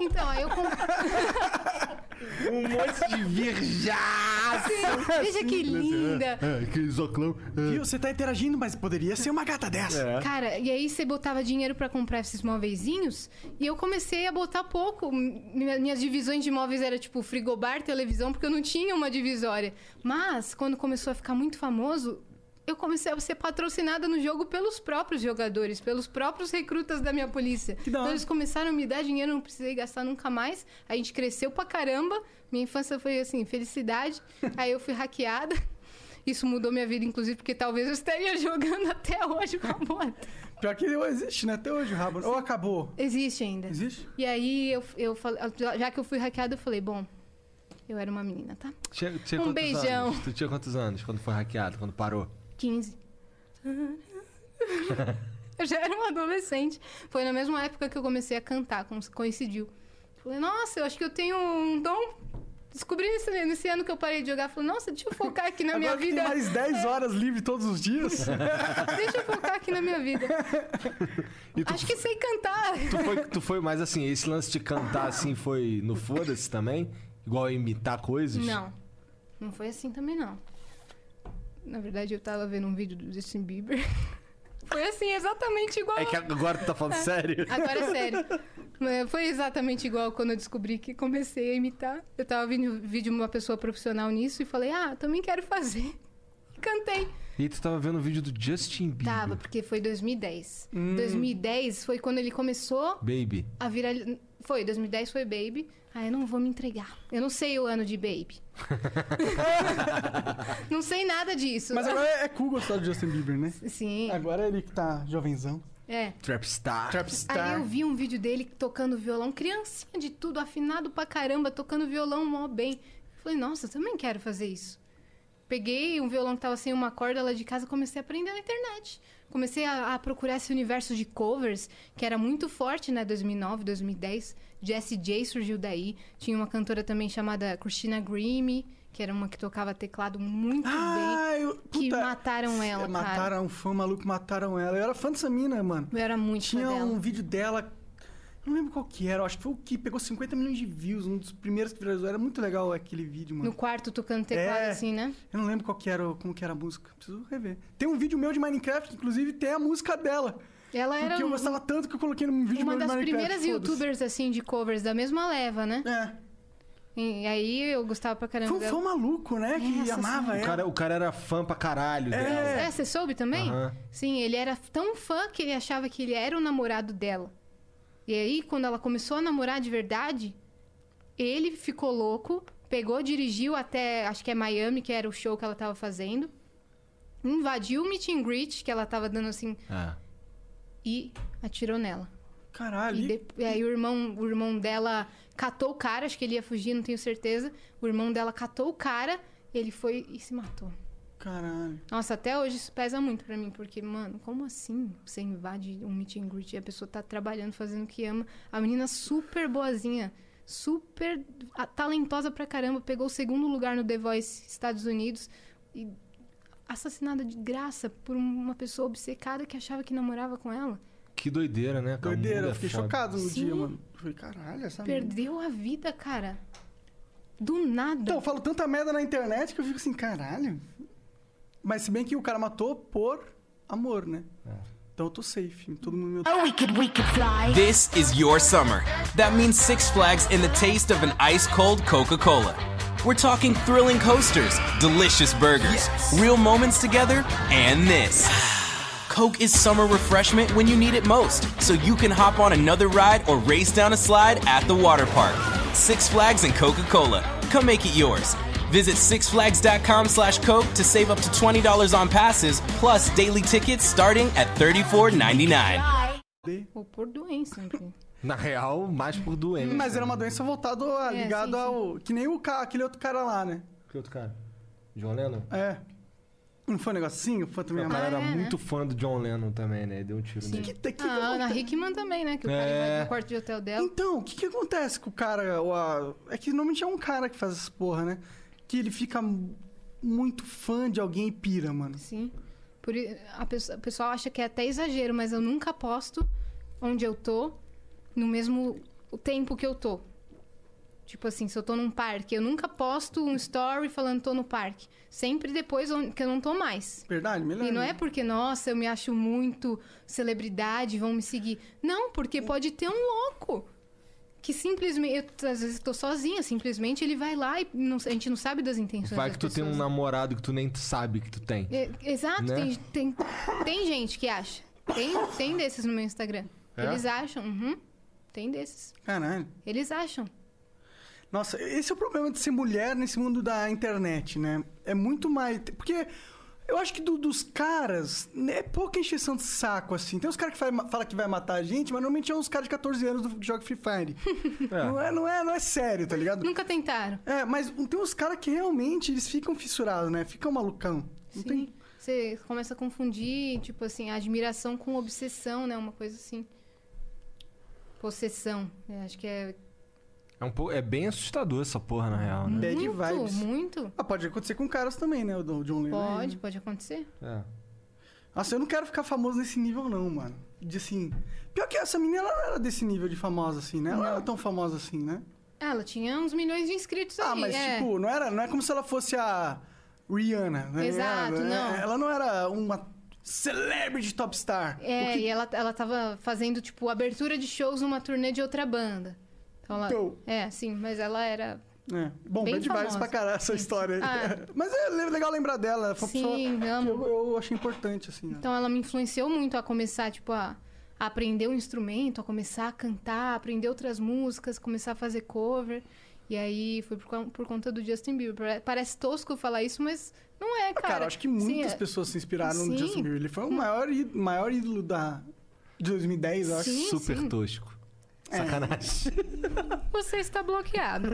S3: Então, aí eu
S2: Um monte de virjaço!
S1: Assim,
S3: comprei. Veja que
S1: né?
S3: linda.
S2: É, aquele zoclão.
S1: Viu? Você tá interagindo, mas poderia ser uma gata dessa.
S3: É. Cara, e aí você botava dinheiro pra comprar esses móveizinhos e eu comecei a botar pouco. Minha- Minhas divisões de móveis era tipo frigobar, televisão, porque eu não tinha uma divisória. Mas quando começou a ficar muito famoso, eu comecei a ser patrocinada no jogo pelos próprios jogadores, pelos próprios recrutas da minha polícia.
S1: da
S3: Então
S1: hora.
S3: eles começaram a me dar dinheiro, eu não precisei gastar nunca mais. A gente cresceu pra caramba. Minha infância foi assim, felicidade. Aí eu fui hackeada. Isso mudou minha vida, inclusive, porque talvez eu estaria jogando até hoje o Ramon.
S1: Pior que não existe, né? Até hoje, Rabo. Ou acabou.
S3: Existe ainda.
S1: Existe?
S3: E aí, eu, eu falei, já que eu fui hackeada, eu falei, bom, eu era uma menina, tá?
S2: Tinha, tinha
S3: Um
S2: quantos
S3: beijão.
S2: anos? Tu tinha quantos anos quando foi hackeado, quando parou?
S3: 15. Eu já era uma adolescente. Foi na mesma época que eu comecei a cantar, com- coincidiu. Falei, nossa, eu acho que eu tenho um dom. Descobri nesse, nesse ano que eu parei de jogar. Falei, nossa, deixa eu focar aqui na minha
S1: Agora que
S3: vida.
S1: tem mais 10 horas livre todos os dias.
S3: Deixa eu focar aqui na minha vida.
S2: E tu,
S3: Acho que sei cantar.
S2: tu foi, tu foi mais assim, esse lance de cantar assim foi no foda-se também? Igual imitar coisas?
S3: Não. Não foi assim também, não. Na verdade, eu tava vendo um vídeo do Justin Bieber. Foi assim, exatamente igual.
S2: É que agora tu tá falando sério?
S3: Agora é sério. Mas Foi exatamente igual quando eu descobri que comecei a imitar. Eu tava vendo um vídeo de uma pessoa profissional nisso e falei, ah, também quero fazer. E cantei.
S2: E aí tu tava vendo o vídeo do Justin Bieber.
S3: Tava, porque foi 2010.
S1: Hum.
S3: 2010 foi quando ele começou
S2: Baby.
S3: a virar. Foi, 2010 foi Baby. Ah, eu não vou me entregar. Eu não sei o ano de Baby. não sei nada disso.
S1: Mas agora é cool gostar do Justin Bieber, né?
S3: Sim.
S1: Agora ele que tá jovenzão.
S3: É.
S2: Trapstar.
S1: Tá.
S3: Aí eu vi um vídeo dele tocando violão, criancinha de tudo, afinado pra caramba, tocando violão mó bem. Falei, nossa, eu também quero fazer isso. Peguei um violão que tava sem uma corda lá de casa e comecei a aprender na internet. Comecei a, a procurar esse universo de covers, que era muito forte, né? 2009, 2010. Jessie J surgiu daí. Tinha uma cantora também chamada Christina Grimmie, que era uma que tocava teclado muito
S1: Ah,
S3: bem.
S1: eu,
S3: que
S1: puta,
S3: mataram ela, cara.
S1: Mataram um fã maluco, mataram ela. Eu era fã dessa mina, mano.
S3: Eu era muito fã
S1: Tinha
S3: dela.
S1: um vídeo dela. eu Não lembro qual que era, eu acho que foi o que pegou 50 milhões de views, um dos primeiros que viralizou. Era muito legal aquele vídeo, mano.
S3: No quarto tocando teclado,
S1: um É.
S3: assim, né?
S1: Eu não lembro qual que era, o- como que era a música. Preciso rever. Tem um vídeo meu de Minecraft, que, inclusive, tem a música dela.
S3: Ela
S1: porque
S3: era
S1: eu
S3: um-
S1: gostava tanto que eu coloquei num vídeo
S3: Uma
S1: meu
S3: das
S1: de Minecraft.
S3: primeiras
S1: foda-se.
S3: youtubers, assim, de covers da mesma leva, né?
S1: É.
S3: E aí eu gostava pra caramba
S1: Foi, um-
S3: dela.
S1: foi um maluco, né? Que
S3: Essa
S1: amava
S2: O
S1: ela.
S2: cara, o cara era fã pra caralho dela.
S3: É, você soube também?
S2: Aham.
S3: Sim, ele era tão fã que ele achava que ele era o namorado dela. E aí, quando ela começou a namorar de verdade, ele ficou louco, pegou, dirigiu até, acho que é Miami, que era o show que ela tava fazendo, invadiu o meet and greet que ela tava dando assim
S2: Ah.
S3: e atirou nela.
S2: é
S1: Caralho.
S3: E de- e aí o irmão, o irmão dela catou o cara, acho que ele ia fugir, não tenho certeza. O irmão dela catou o cara, ele foi e se matou.
S1: Caralho.
S2: Tá
S3: Nossa, até hoje isso pesa muito pra mim, porque, mano, como assim você invade um meet and greet e a pessoa tá trabalhando, fazendo o que ama? A menina super boazinha, super a- talentosa pra caramba, pegou o segundo lugar no The Voice Estados Unidos e assassinada de graça por uma pessoa obcecada que achava que namorava com ela.
S2: Que doideira, né? cara? O
S1: Doideira,
S2: mundo
S1: eu
S2: é
S1: fiquei
S2: foda.
S1: chocado no
S3: Sim.
S1: dia, mano. Eu Falei, caralho, essa merda.
S3: Perdeu a vida, cara. Do nada.
S1: Então, eu falo tanta merda na internet que eu fico
S2: É.
S1: assim, caralho. Mas se bem que o cara matou por amor, né? Então eu tô safe. Todo
S3: É
S1: mundo
S4: Oh, we could, we could fly.
S8: This is your summer. That means Six Flags and the taste of an ice cold Coca Cola. We're talking thrilling coasters, delicious burgers, real moments together, and this. Coke is summer refreshment when you need it most, so you can hop on another ride or race down a slide at the water park. Six Flags and Coca Cola. Come make it yours. Visit sixflags.com slash Coke to save up to $20 on passes, plus daily tickets starting at $34.99.
S3: Ou por doença. enfim.
S2: Na real, mais por doença.
S1: Mas era uma doença voltada, a-
S3: É,
S1: ligada
S3: sim, sim.
S1: ao. Que nem o ca... aquele outro cara lá, né?
S2: Que outro cara? John Lennon?
S1: É. Não foi um negócio assim? Foi também
S2: O
S1: uma-
S2: cara era
S3: é, né?
S2: muito fã do John Lennon também, né? Deu um tiro nele.
S3: Ah, a Ana Hickman também, né? Que o cara
S2: É.
S3: vai pro quarto de hotel dela.
S1: Então, o que que acontece com o cara... ou a- É que normalmente é um cara que faz essa porra, né? Que ele fica m- muito fã de alguém e pira, mano.
S3: Sim. assim. Por, i- a pessoa, o pessoal acha que é até exagero, mas eu nunca aposto onde eu tô no mesmo tempo que eu tô. Tipo assim, se eu tô num parque, eu nunca posto um story falando tô no parque. Sempre depois on- que eu não tô mais.
S1: Verdade, melhor.
S3: E não é porque, nossa, eu me acho muito celebridade, vão me seguir. Não,
S2: É.
S3: porque pode ter um louco que simplesmente. Eu, t- às vezes tô sozinha, simplesmente ele vai lá e não- a gente não sabe das intenções.
S2: Vai que
S3: das
S2: tu tem um
S3: pessoas.
S2: namorado que tu nem sabe que tu tem.
S3: É, exato,
S2: Né?
S3: tem, tem, tem gente que acha. Tem, tem desses no meu Instagram.
S2: É?
S3: Eles acham, uhum, tem desses.
S1: Caralho.
S3: Eles acham.
S1: Nossa, esse é o problema de ser mulher nesse mundo da internet, né? É muito mais. Porque eu acho que do- dos caras né, é pouca encheção de saco, assim. Tem uns caras que falam que vai matar a gente, mas normalmente é uns caras de 14 anos do- que joga Free Fire. Não, é, não, é, não é sério, tá ligado?
S3: Nunca tentaram.
S1: É, mas tem uns caras que realmente eles ficam fissurados, né? Ficam malucão. Não
S3: Sim.
S1: tem-
S3: Você começa a confundir, tipo assim, a admiração com obsessão, né? Uma coisa assim. Possessão. né? Acho que é
S2: É, um pouco, é bem assustador essa porra, na real, né?
S1: Bad
S3: muito,
S1: vibes.
S3: muito.
S1: Ah, pode acontecer com caras também, né? O do John Lennon.
S3: Pode, pode acontecer.
S2: É.
S1: Nossa, eu não quero ficar famoso nesse nível, não, mano. De assim. Pior que essa menina, ela não era desse nível de famosa assim, né? Ela não era tão famosa assim, né?
S3: Ela tinha uns milhões de inscritos
S1: Ah,
S3: aí,
S1: mas
S3: é.
S1: tipo, não, era, não é como se ela fosse a Rihanna, né?
S3: Exato,
S1: ela,
S3: não.
S1: Ela não era uma celebrity top star.
S3: É,
S1: O que-
S3: e ela, ela tava fazendo, tipo, abertura de shows numa turnê de outra banda. Então ela.
S1: Então.
S3: É, sim, mas ela era.
S1: É. Bom,
S3: Bem
S1: bad vibes
S3: famosa.
S1: pra caralho essa história aí.
S3: Ah.
S1: Mas é le- legal lembrar dela. Ela foi uma
S3: Sim,
S1: pessoa
S3: amo.
S1: que eu, eu achei importante, assim. né?
S3: Então ela me influenciou muito a começar, tipo, a, a aprender um instrumento, a começar a cantar, a aprender outras músicas, começar a fazer cover. E aí foi por, con- por conta do Justin Bieber. Pare- Parece tosco eu falar isso, mas não é, cara.
S1: Cara, acho que muitas pessoas se inspiraram
S3: sim.
S1: no Justin Bieber. Ele foi o maior, í- maior ídolo da... de 2010, eu acho.
S3: Sim,
S2: Super
S3: sim. É.
S2: tosco. Sacanagem.
S3: Você está bloqueado.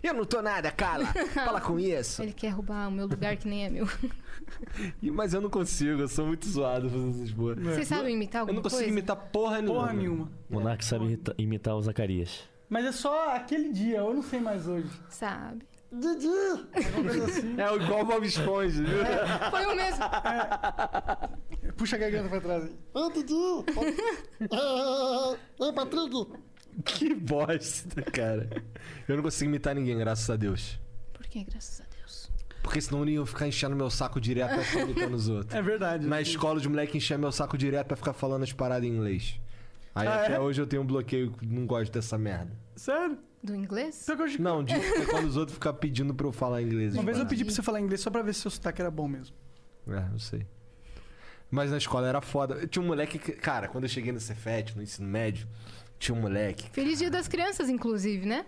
S2: Eu não tô nada, cala. Fala com isso.
S3: Ele quer roubar o meu lugar que nem é meu.
S2: Ih, Mas eu não consigo, eu sou muito zoado fazendo essas boas.
S3: Vocês sabem imitar
S2: Eu
S3: alguma
S2: não consigo
S3: coisa?
S2: imitar porra nenhuma.
S1: Porra nenhuma.
S9: Monark sabe imita- imitar o Zacarias.
S1: Mas é só aquele dia, eu não sei mais hoje.
S3: Sabe.
S1: Dudu! Alguma coisa assim.
S2: É igual o Bob Esponja, viu?
S3: Foi o mesmo.
S1: Puxa a garganta pra trás. aí.
S10: Ô, Dudu! Ei, Patrick!
S2: Que bosta, cara. Eu não consigo imitar ninguém, graças a Deus.
S3: Por que, graças a Deus?
S2: Porque senão não iam ficar enchendo meu saco direto pra ficar imitando os outros.
S1: É verdade.
S2: Na escola, os moleques enchiam meu saco direto pra ficar falando as paradas em inglês. Aí
S1: Ah,
S2: até
S1: é?
S2: hoje eu tenho um bloqueio, não gosto dessa merda.
S1: Sério?
S3: Do inglês?
S1: Só que eu acho-
S2: Não, de é quando os outros ficam pedindo pra eu falar inglês.
S1: Uma
S2: as
S1: vez eu
S2: paradas.
S1: pedi pra você falar inglês só pra ver se seu sotaque era bom mesmo.
S2: É, eu sei. Mas na escola era foda. Tinha um moleque que. Cara, quando eu cheguei no Cefet, no ensino médio, tinha um moleque.
S3: Feliz Dia das Crianças, inclusive, né?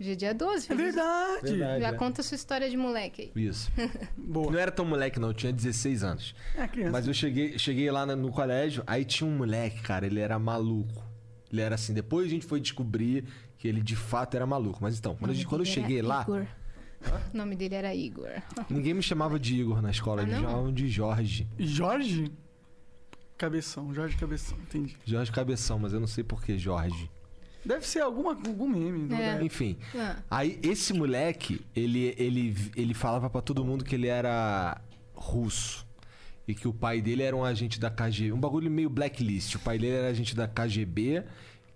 S3: Hoje é dia 12.
S1: É
S3: feliz-
S1: verdade!
S2: Verdade,
S3: Já
S2: é.
S3: conta a sua história de moleque aí.
S2: Isso.
S1: Boa.
S2: Não era tão moleque, não, eu tinha 16 anos.
S1: É criança.
S2: Mas eu cheguei, cheguei lá na- no colégio, aí tinha um moleque, cara, ele era maluco. Ele era assim, depois a gente foi descobrir que ele de fato era maluco. Mas então, quando, a gente- quando eu cheguei lá,
S3: Igor. O nome dele era Igor.
S2: ninguém me chamava de Igor na escola, me
S3: não?
S2: chamavam de Jorge.
S1: Jorge? Cabeção, Jorge Cabeção, entendi.
S2: Jorge Cabeção, mas eu não sei por que Jorge.
S1: Deve ser alguma, algum meme. na
S3: É.
S1: verdade.
S2: Enfim.
S3: Ah.
S2: Aí esse moleque, ele, ele, ele falava pra todo mundo que ele era russo. E que o pai dele era um agente da KGB. Um bagulho meio blacklist. O pai dele era agente da KGB,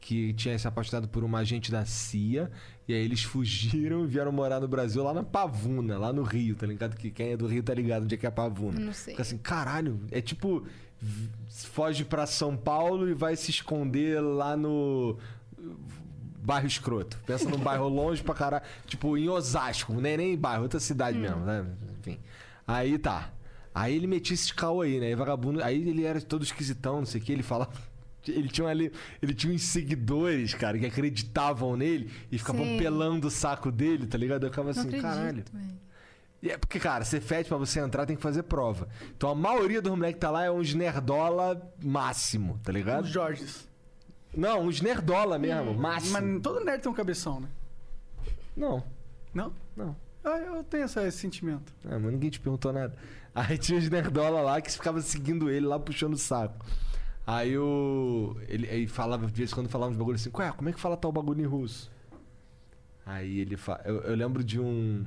S2: que tinha se apaixonado por uma agente da CIA. E aí eles fugiram e vieram morar no Brasil, lá na Pavuna, lá no Rio, tá ligado? Que quem é do Rio tá ligado onde é que é a Pavuna.
S3: Não sei.
S2: Fica assim, caralho, é tipo. v- Foge pra São Paulo e vai se esconder lá no. Bairro escroto. Pensa num bairro longe pra caralho. Tipo, em Osasco, nem nem em bairro, outra
S3: Hum.
S2: cidade mesmo, né? Enfim. Aí tá. Aí ele metia esse caô aí, né? E vagabundo. Aí ele era todo esquisitão, não sei o que, ele falava. Ele tinha, ali, ele tinha uns seguidores, cara, que acreditavam nele e ficavam
S3: Sei.
S2: pelando o saco dele, tá ligado? Eu ficava
S3: Não
S2: assim,
S3: acredito,
S2: caralho.
S3: velho.
S2: E é porque, cara, Cefet, pra você entrar, tem que fazer prova. Então a maioria dos moleques que tá lá é uns nerdola máximo, tá
S3: Hum.
S2: ligado? Os
S1: Jorges.
S2: Não, uns nerdola mesmo, máximo.
S1: Mas todo nerd tem um cabeção, né?
S2: Não.
S1: Não?
S2: Não.
S1: Ah, eu tenho essa- esse sentimento.
S2: Ah, mas ninguém te perguntou nada. Aí tinha os nerdola lá que ficava seguindo ele lá, puxando o saco. Aí o. Ele, ele falava, de vez em quando falava uns bagulho assim, ué, como é que fala tal bagulho em russo? Aí ele fala. Eu, eu lembro de um.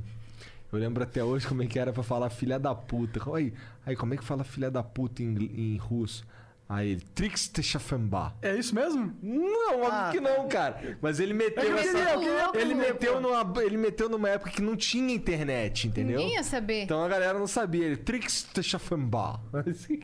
S2: Eu lembro até hoje como é que era pra falar filha da puta. Aí, aí como é que fala filha da puta em, ingl- em russo? Aí ele, Trix Techafambá.
S1: É isso mesmo?
S2: Não, óbvio que não, cara. Mas ele meteu.
S3: Ah. É Eu queria, eu queria, um
S2: ele,
S3: pô.
S2: meteu numa, ele meteu numa época que não tinha internet, entendeu?
S3: Ninguém ia saber.
S2: Então a galera não sabia. Ele, Trix Techafambá. Assim.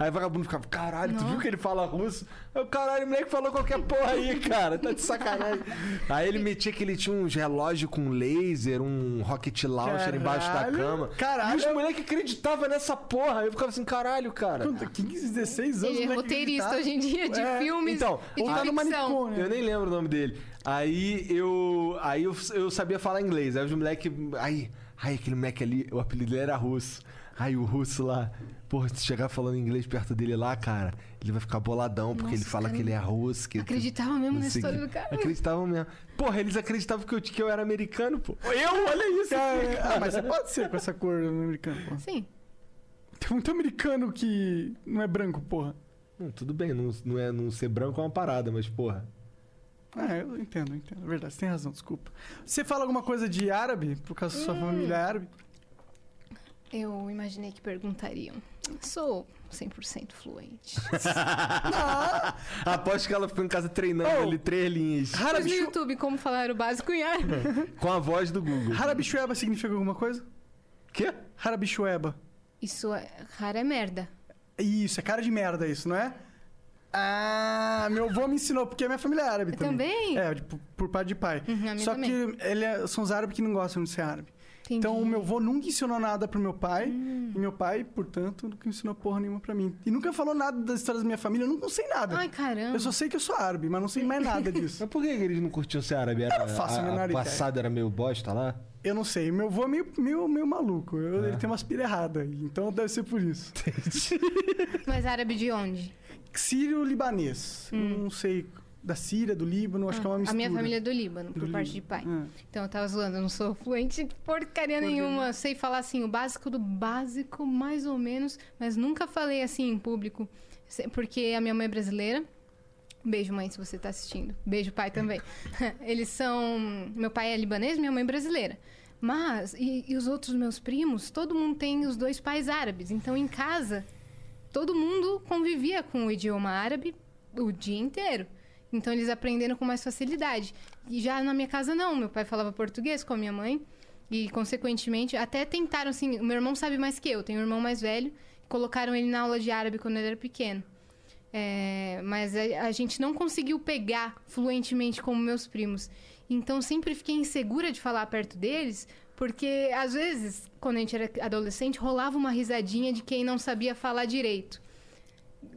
S2: Aí o vagabundo ficava, caralho, tu viu que ele fala russo? Eu, caralho, o moleque falou qualquer porra aí, cara. Tá de sacanagem. aí ele metia que ele tinha uns relógios com laser, um rocket launcher embaixo da
S1: Caralho,
S2: cama.
S1: caralho.
S2: E os moleques acreditavam nessa porra. Eu ficava assim, caralho, cara.
S1: Quanto- 15, 16 anos.
S3: Ele é
S1: moleque
S3: roteirista
S1: acreditava.
S3: hoje em dia de
S1: É,
S3: filmes
S2: Então,
S3: e de
S2: ou tá no
S3: ficção.
S2: Eu nem lembro o nome dele. Aí eu. Aí eu, eu sabia falar inglês. Aí os moleque. Aí, aí aquele moleque ali, o apelido dele era russo. Aí o russo lá. Porra, se chegar falando inglês perto dele lá, cara, ele vai ficar boladão, porque
S3: Nossa,
S2: ele fala
S3: cara,
S2: que ele é russo. Que
S3: acreditava mesmo
S2: não
S3: na
S2: sei o
S3: história
S2: quê.
S3: do cara.
S2: Acreditavam mesmo. Porra, eles acreditavam que eu, que eu era americano, pô.
S1: Eu, olha isso.
S2: Cara,
S1: Ah, mas você pode ser com essa cor americana, porra.
S3: Sim.
S1: Tem muito americano que não é branco, porra.
S2: Não, tudo bem, não, não, é, não ser branco é uma parada, mas, porra.
S1: Ah, eu entendo, eu entendo. É verdade, você tem razão, desculpa. Você fala alguma coisa de árabe, por causa da
S3: Hum.
S1: sua família é árabe?
S3: Eu imaginei que perguntariam. Sou 100% fluente.
S2: Aposto que ela ficou em casa treinando ali três linhas.
S3: Mas no
S1: Harabichu,
S3: YouTube, como falar o básico em árabe.
S2: Com a voz do Google.
S1: Harabichueba significa alguma coisa?
S2: Quê?
S1: Harabichueba.
S3: Isso é rara é merda.
S1: Isso, é cara de merda isso, não é? Ah, meu avô me ensinou, porque a minha família é árabe
S3: Eu
S1: também.
S3: também?
S1: É, de- por, por parte de pai.
S3: Uhum, a minha
S1: Só
S3: também.
S1: que ele é- são os árabes que não gostam de ser árabe.
S3: Entendi. Hum.
S1: Então, o meu avô nunca ensinou nada pro meu pai. E meu pai, portanto, nunca ensinou porra nenhuma pra mim. E nunca falou nada das histórias da minha família, eu nunca sei nada.
S3: Ai, caramba.
S1: Eu só sei que eu sou árabe, mas não sei mais nada disso.
S2: Mas por que que eles não curtiam ser árabe? Era,
S1: não faço a menor
S2: a, a
S1: ideia.
S2: passada era meio bosta lá?
S1: Eu não sei. Meu avô é meio, meio, meio maluco. Eu- Ele tem umas pilhas erradas. Então deve ser por isso.
S3: Mas árabe de onde?
S1: Sírio-libanês. Eu Não sei. Da Síria, do Líbano, acho que é uma
S3: Hum. a
S1: mistura.
S3: minha família é do Líbano, por
S1: Do
S3: parte de pai.
S1: Líbano, Ah.
S3: Então eu tava zoando, eu não sou fluente de porcaria nenhuma. Sei falar assim, o básico do básico, mais ou menos, mas nunca falei assim em público. Se- Porque a minha mãe é brasileira. Beijo, mãe, se você tá assistindo. Beijo, pai também. Eles são. Meu pai é libanês, minha mãe é brasileira. Mas, e, e os outros meus primos, todo mundo tem os dois pais árabes. Então em casa, todo mundo convivia com o idioma árabe o dia inteiro. Então eles aprenderam com mais facilidade. E já na minha casa não, meu pai falava português com a minha mãe e consequentemente até tentaram assim, o meu irmão sabe mais que eu, tenho um irmão mais velho, colocaram ele na aula de árabe quando ele era pequeno. É, mas a, a gente não conseguiu pegar fluentemente como meus primos. Então sempre fiquei insegura de falar perto deles, porque às vezes, quando a gente era adolescente, rolava uma risadinha de quem não sabia falar direito.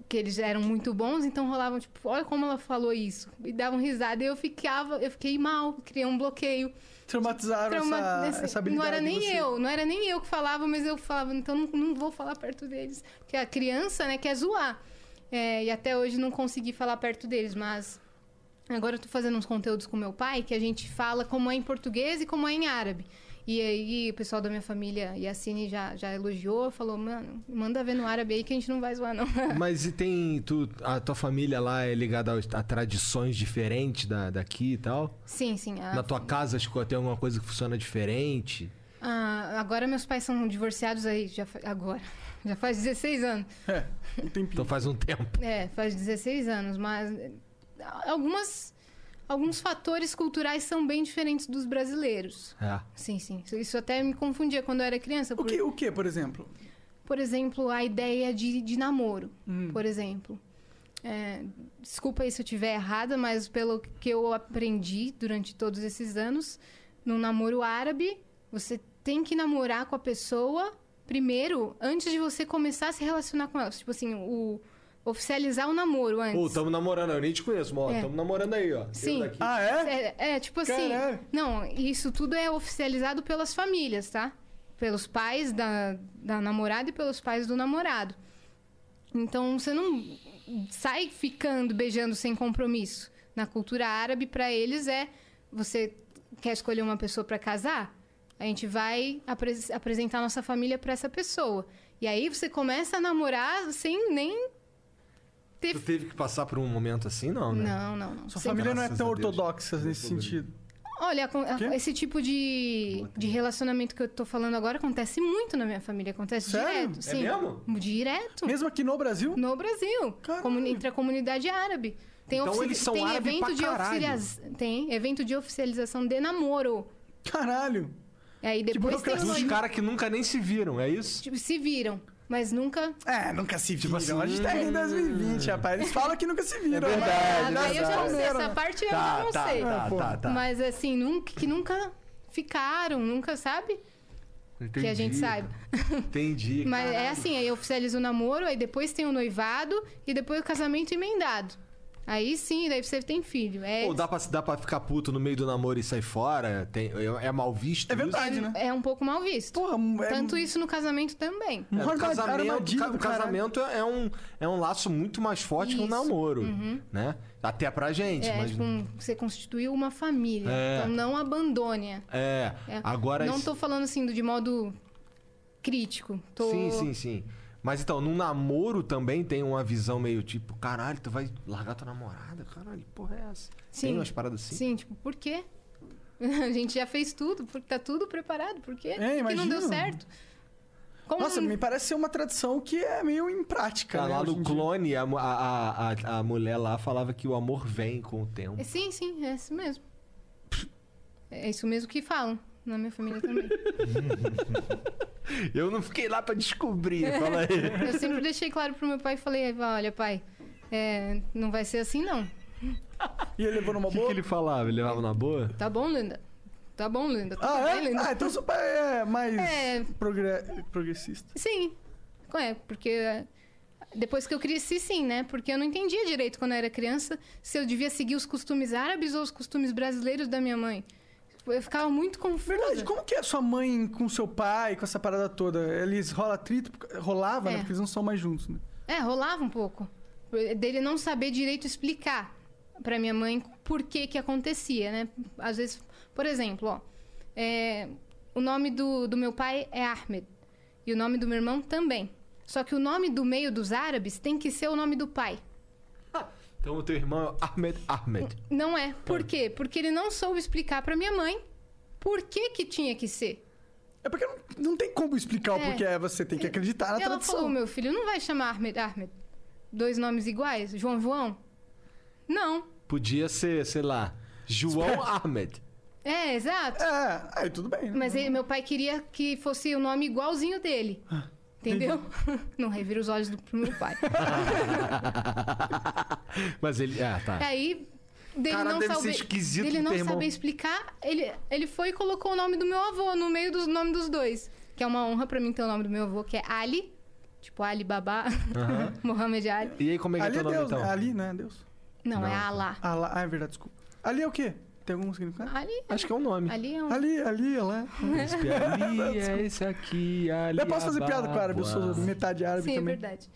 S3: Que eles eram muito bons, então rolavam tipo, olha como ela falou isso. E davam risada e eu ficava, eu fiquei mal, criei um bloqueio.
S1: Traumatizaram
S3: Trauma-
S1: essa,
S3: desse-
S1: essa habilidade.
S3: assim, Não era nem
S1: de você.
S3: eu, não era nem eu que falava, mas eu falava, então não, não vou falar perto deles. Porque a criança, né, quer zoar. É, e até hoje não consegui falar perto deles, mas agora eu tô fazendo uns conteúdos com meu pai que a gente fala como é em português e como é em árabe. E aí o pessoal da minha família, Yassine, já, já elogiou, falou, mano, manda ver no árabe aí que a gente não vai zoar, não.
S2: Mas e tem. Tu, a tua família lá é ligada aos- a, tradições diferentes da, daqui e tal?
S3: sim, Ah, sim. a-
S2: Na tua casa acho que tem alguma coisa que funciona diferente?
S3: a- agora meus pais são divorciados aí, já fa- agora. Já faz 16 anos.
S1: É, um tempinho.
S2: Então faz um tempo.
S3: É, faz 16 anos, mas algumas alguns fatores culturais são bem diferentes dos brasileiros.
S2: É.
S3: Sim, sim. Isso- Isso até me confundia quando eu era
S1: O
S3: criança.
S2: Então,
S3: por-
S1: que, o que, por exemplo?
S3: Por exemplo, a ideia de, de namoro, por exemplo. É, desculpa aí se eu estiver errada, mas pelo que eu aprendi durante todos esses anos, no namoro árabe, você tem que namorar com a pessoa primeiro, antes de você começar a se relacionar com ela. Tipo assim, o oficializar o namoro antes.
S10: Pô, tamo namorando, eu nem te conheço, mó.
S3: É.
S10: Tamo namorando aí, ó. Eu
S3: Sim.
S10: daqui.
S1: Ah,
S3: é? É, tipo assim.
S10: Caralho.
S3: Não, isso tudo é oficializado pelas famílias, tá? Pelos pais da, da namorada e pelos pais do namorado. Então você não sai ficando beijando sem compromisso. Na cultura árabe, pra eles é você quer escolher uma pessoa pra casar, a gente vai apres- apresentar nossa família pra essa pessoa. E aí você começa a namorar sem nem
S2: Tu teve que passar por um momento assim, não, né?
S3: Não, não, não.
S2: Sua
S3: Sem-
S1: família não é tão
S2: ortodoxa nesse sentido.
S3: Olha, acon- a- esse tipo de, de relacionamento que eu tô falando agora acontece muito na minha família. Acontece
S1: Sério?
S3: direto.
S1: É
S3: Sim.
S1: mesmo?
S3: Direto.
S1: Mesmo aqui no Brasil?
S3: No Brasil. Comuni- entre a comunidade árabe. Tem,
S1: Então
S3: ofici-
S1: eles são
S3: tem
S1: árabe
S3: evento
S1: pra
S3: de
S1: caralho.
S3: oficializa- Tem evento de oficialização de namoro.
S1: Caralho.
S3: Aí depois tem
S2: Os
S3: o-
S2: caras que nunca nem se viram, é isso?
S3: tipo, se viram, mas nunca.
S1: É, nunca se viram.
S2: assim,
S1: a gente tá em 2020, rapaz. Eles falam que nunca se viram. né?
S3: É verdade, Tá,
S1: mas-
S3: Aí eu já não sei,
S1: Comeram,
S3: essa
S1: né?
S3: parte eu já não sei.
S1: tá,
S3: Mas assim, nunca, que nunca ficaram, nunca, sabe? Que a
S2: Entendi.
S3: gente saiba.
S2: Entendi.
S3: Mas é
S2: caralho.
S3: assim, aí oficializa o namoro, aí depois tem o noivado e depois o casamento emendado. Aí sim, daí você tem filho. É,
S2: Ou dá pra, dá pra ficar puto no meio do namoro e sair fora? Tem, é, é mal visto? É
S3: é,
S1: né?
S3: é um pouco mal visto.
S1: é
S3: Tanto isso no casamento também.
S2: É, o casamento, ca- o casamento é, um, é um laço muito mais forte que um
S3: Isso.
S2: namoro,
S3: Uhum.
S2: né? Até pra gente,
S3: É,
S2: mas...
S3: tipo, um- você constituiu uma família.
S2: É.
S3: Então não abandone.
S2: É,
S3: É.
S2: agora...
S3: Não
S2: isso-
S3: tô falando assim do- de modo crítico. Tô...
S2: Sim, sim, sim. Mas então, num namoro também tem uma visão meio tipo... Caralho, tu vai largar tua namorada? Caralho, que porra é essa? Tem umas paradas assim?
S3: Sim, tipo, por quê? A gente já fez tudo, porque tá tudo preparado, por quê?
S1: É,
S3: que não
S1: imagina.
S3: deu certo. Como
S1: Nossa, me parece ser uma tradição que é meio imprática.
S2: Cara,
S1: né,
S2: Tá lá
S1: hoje
S2: no
S1: em dia.
S2: clone, a, mu- a, a, a- a mulher lá falava que o amor vem com o tempo.
S3: Sim, sim, é isso mesmo. É isso mesmo que falam na minha família também.
S2: Eu não fiquei lá pra descobrir, fala aí.
S3: Eu sempre deixei claro pro meu pai e falei, olha, pai, é, não vai ser assim não.
S1: E ele levou numa boa?
S2: O que ele falava? Ele levava na boa?
S3: Tá bom, linda? Tá bom, linda? Tudo
S1: Ah,
S3: bem,
S1: é?
S3: linda?
S1: Ah, então seu pai é mais
S3: É.
S1: progre- progressista.
S3: Sim. É, porque é, depois que eu cresci, sim, né? Porque eu não entendia direito quando eu era criança se eu devia seguir os costumes árabes ou os costumes brasileiros da minha mãe. Eu ficava muito confusa.
S1: Verdade, como que é sua mãe com seu pai, com essa parada toda? Eles rola atrito? Rolava,
S3: É.
S1: né? Porque eles não são mais juntos, né?
S3: É, rolava um pouco. Dele não saber direito explicar pra minha mãe por que que acontecia, né? Às vezes, por exemplo, ó. é, o nome do, do meu pai é Ahmed. E o nome do meu irmão também. Só que o nome do meio dos árabes tem que ser o nome do pai.
S2: Então o teu irmão é Ahmed Ahmed.
S3: Não é. Por quê? Porque ele não soube explicar pra minha mãe por que que tinha que ser.
S1: É porque não, não tem como explicar o
S3: É.
S1: porquê. Você tem que acreditar na
S3: Ela
S1: tradição.
S3: falou, meu filho, não vai chamar Ahmed Ahmed. Dois nomes iguais? João João? Não.
S2: Podia ser, sei lá, João Ahmed.
S3: É, exato.
S1: É, aí tudo bem.
S3: Mas ele- meu pai queria que fosse o nome igualzinho dele.
S2: Ah,
S3: Entendeu? Não revira os olhos do pro meu pai.
S2: Mas ele. Ah, tá.
S3: Aí, dele
S2: Cara,
S3: não,
S2: deve ser
S3: saber,
S2: esquisito
S3: dele não
S2: ter irmão.
S3: saber explicar, ele, ele foi e colocou o nome do meu avô no meio do nome dos dois. Que é uma honra pra mim ter o nome do meu avô, que é Ali. Tipo, Ali Babá.
S2: Aham.
S3: Mohamed Ali.
S2: E aí, como é que
S1: Ali
S2: é
S1: é
S2: teu nome
S1: Deus,
S2: então?
S1: né? Ali, né? Deus.
S3: Não, é Alá.
S1: Alá. Ah, é verdade, desculpa. Ali é o quê? Tem algum significado?
S3: Ali.
S2: Acho que é um nome.
S3: Ali é um...
S1: Ali, ali, lá.
S2: Príncipe Ali, é esse aqui, Ali.
S1: Eu posso fazer piada com árabe, eu sou
S2: Ababa.
S1: metade árabe
S3: Sim, é
S1: também.
S3: verdade.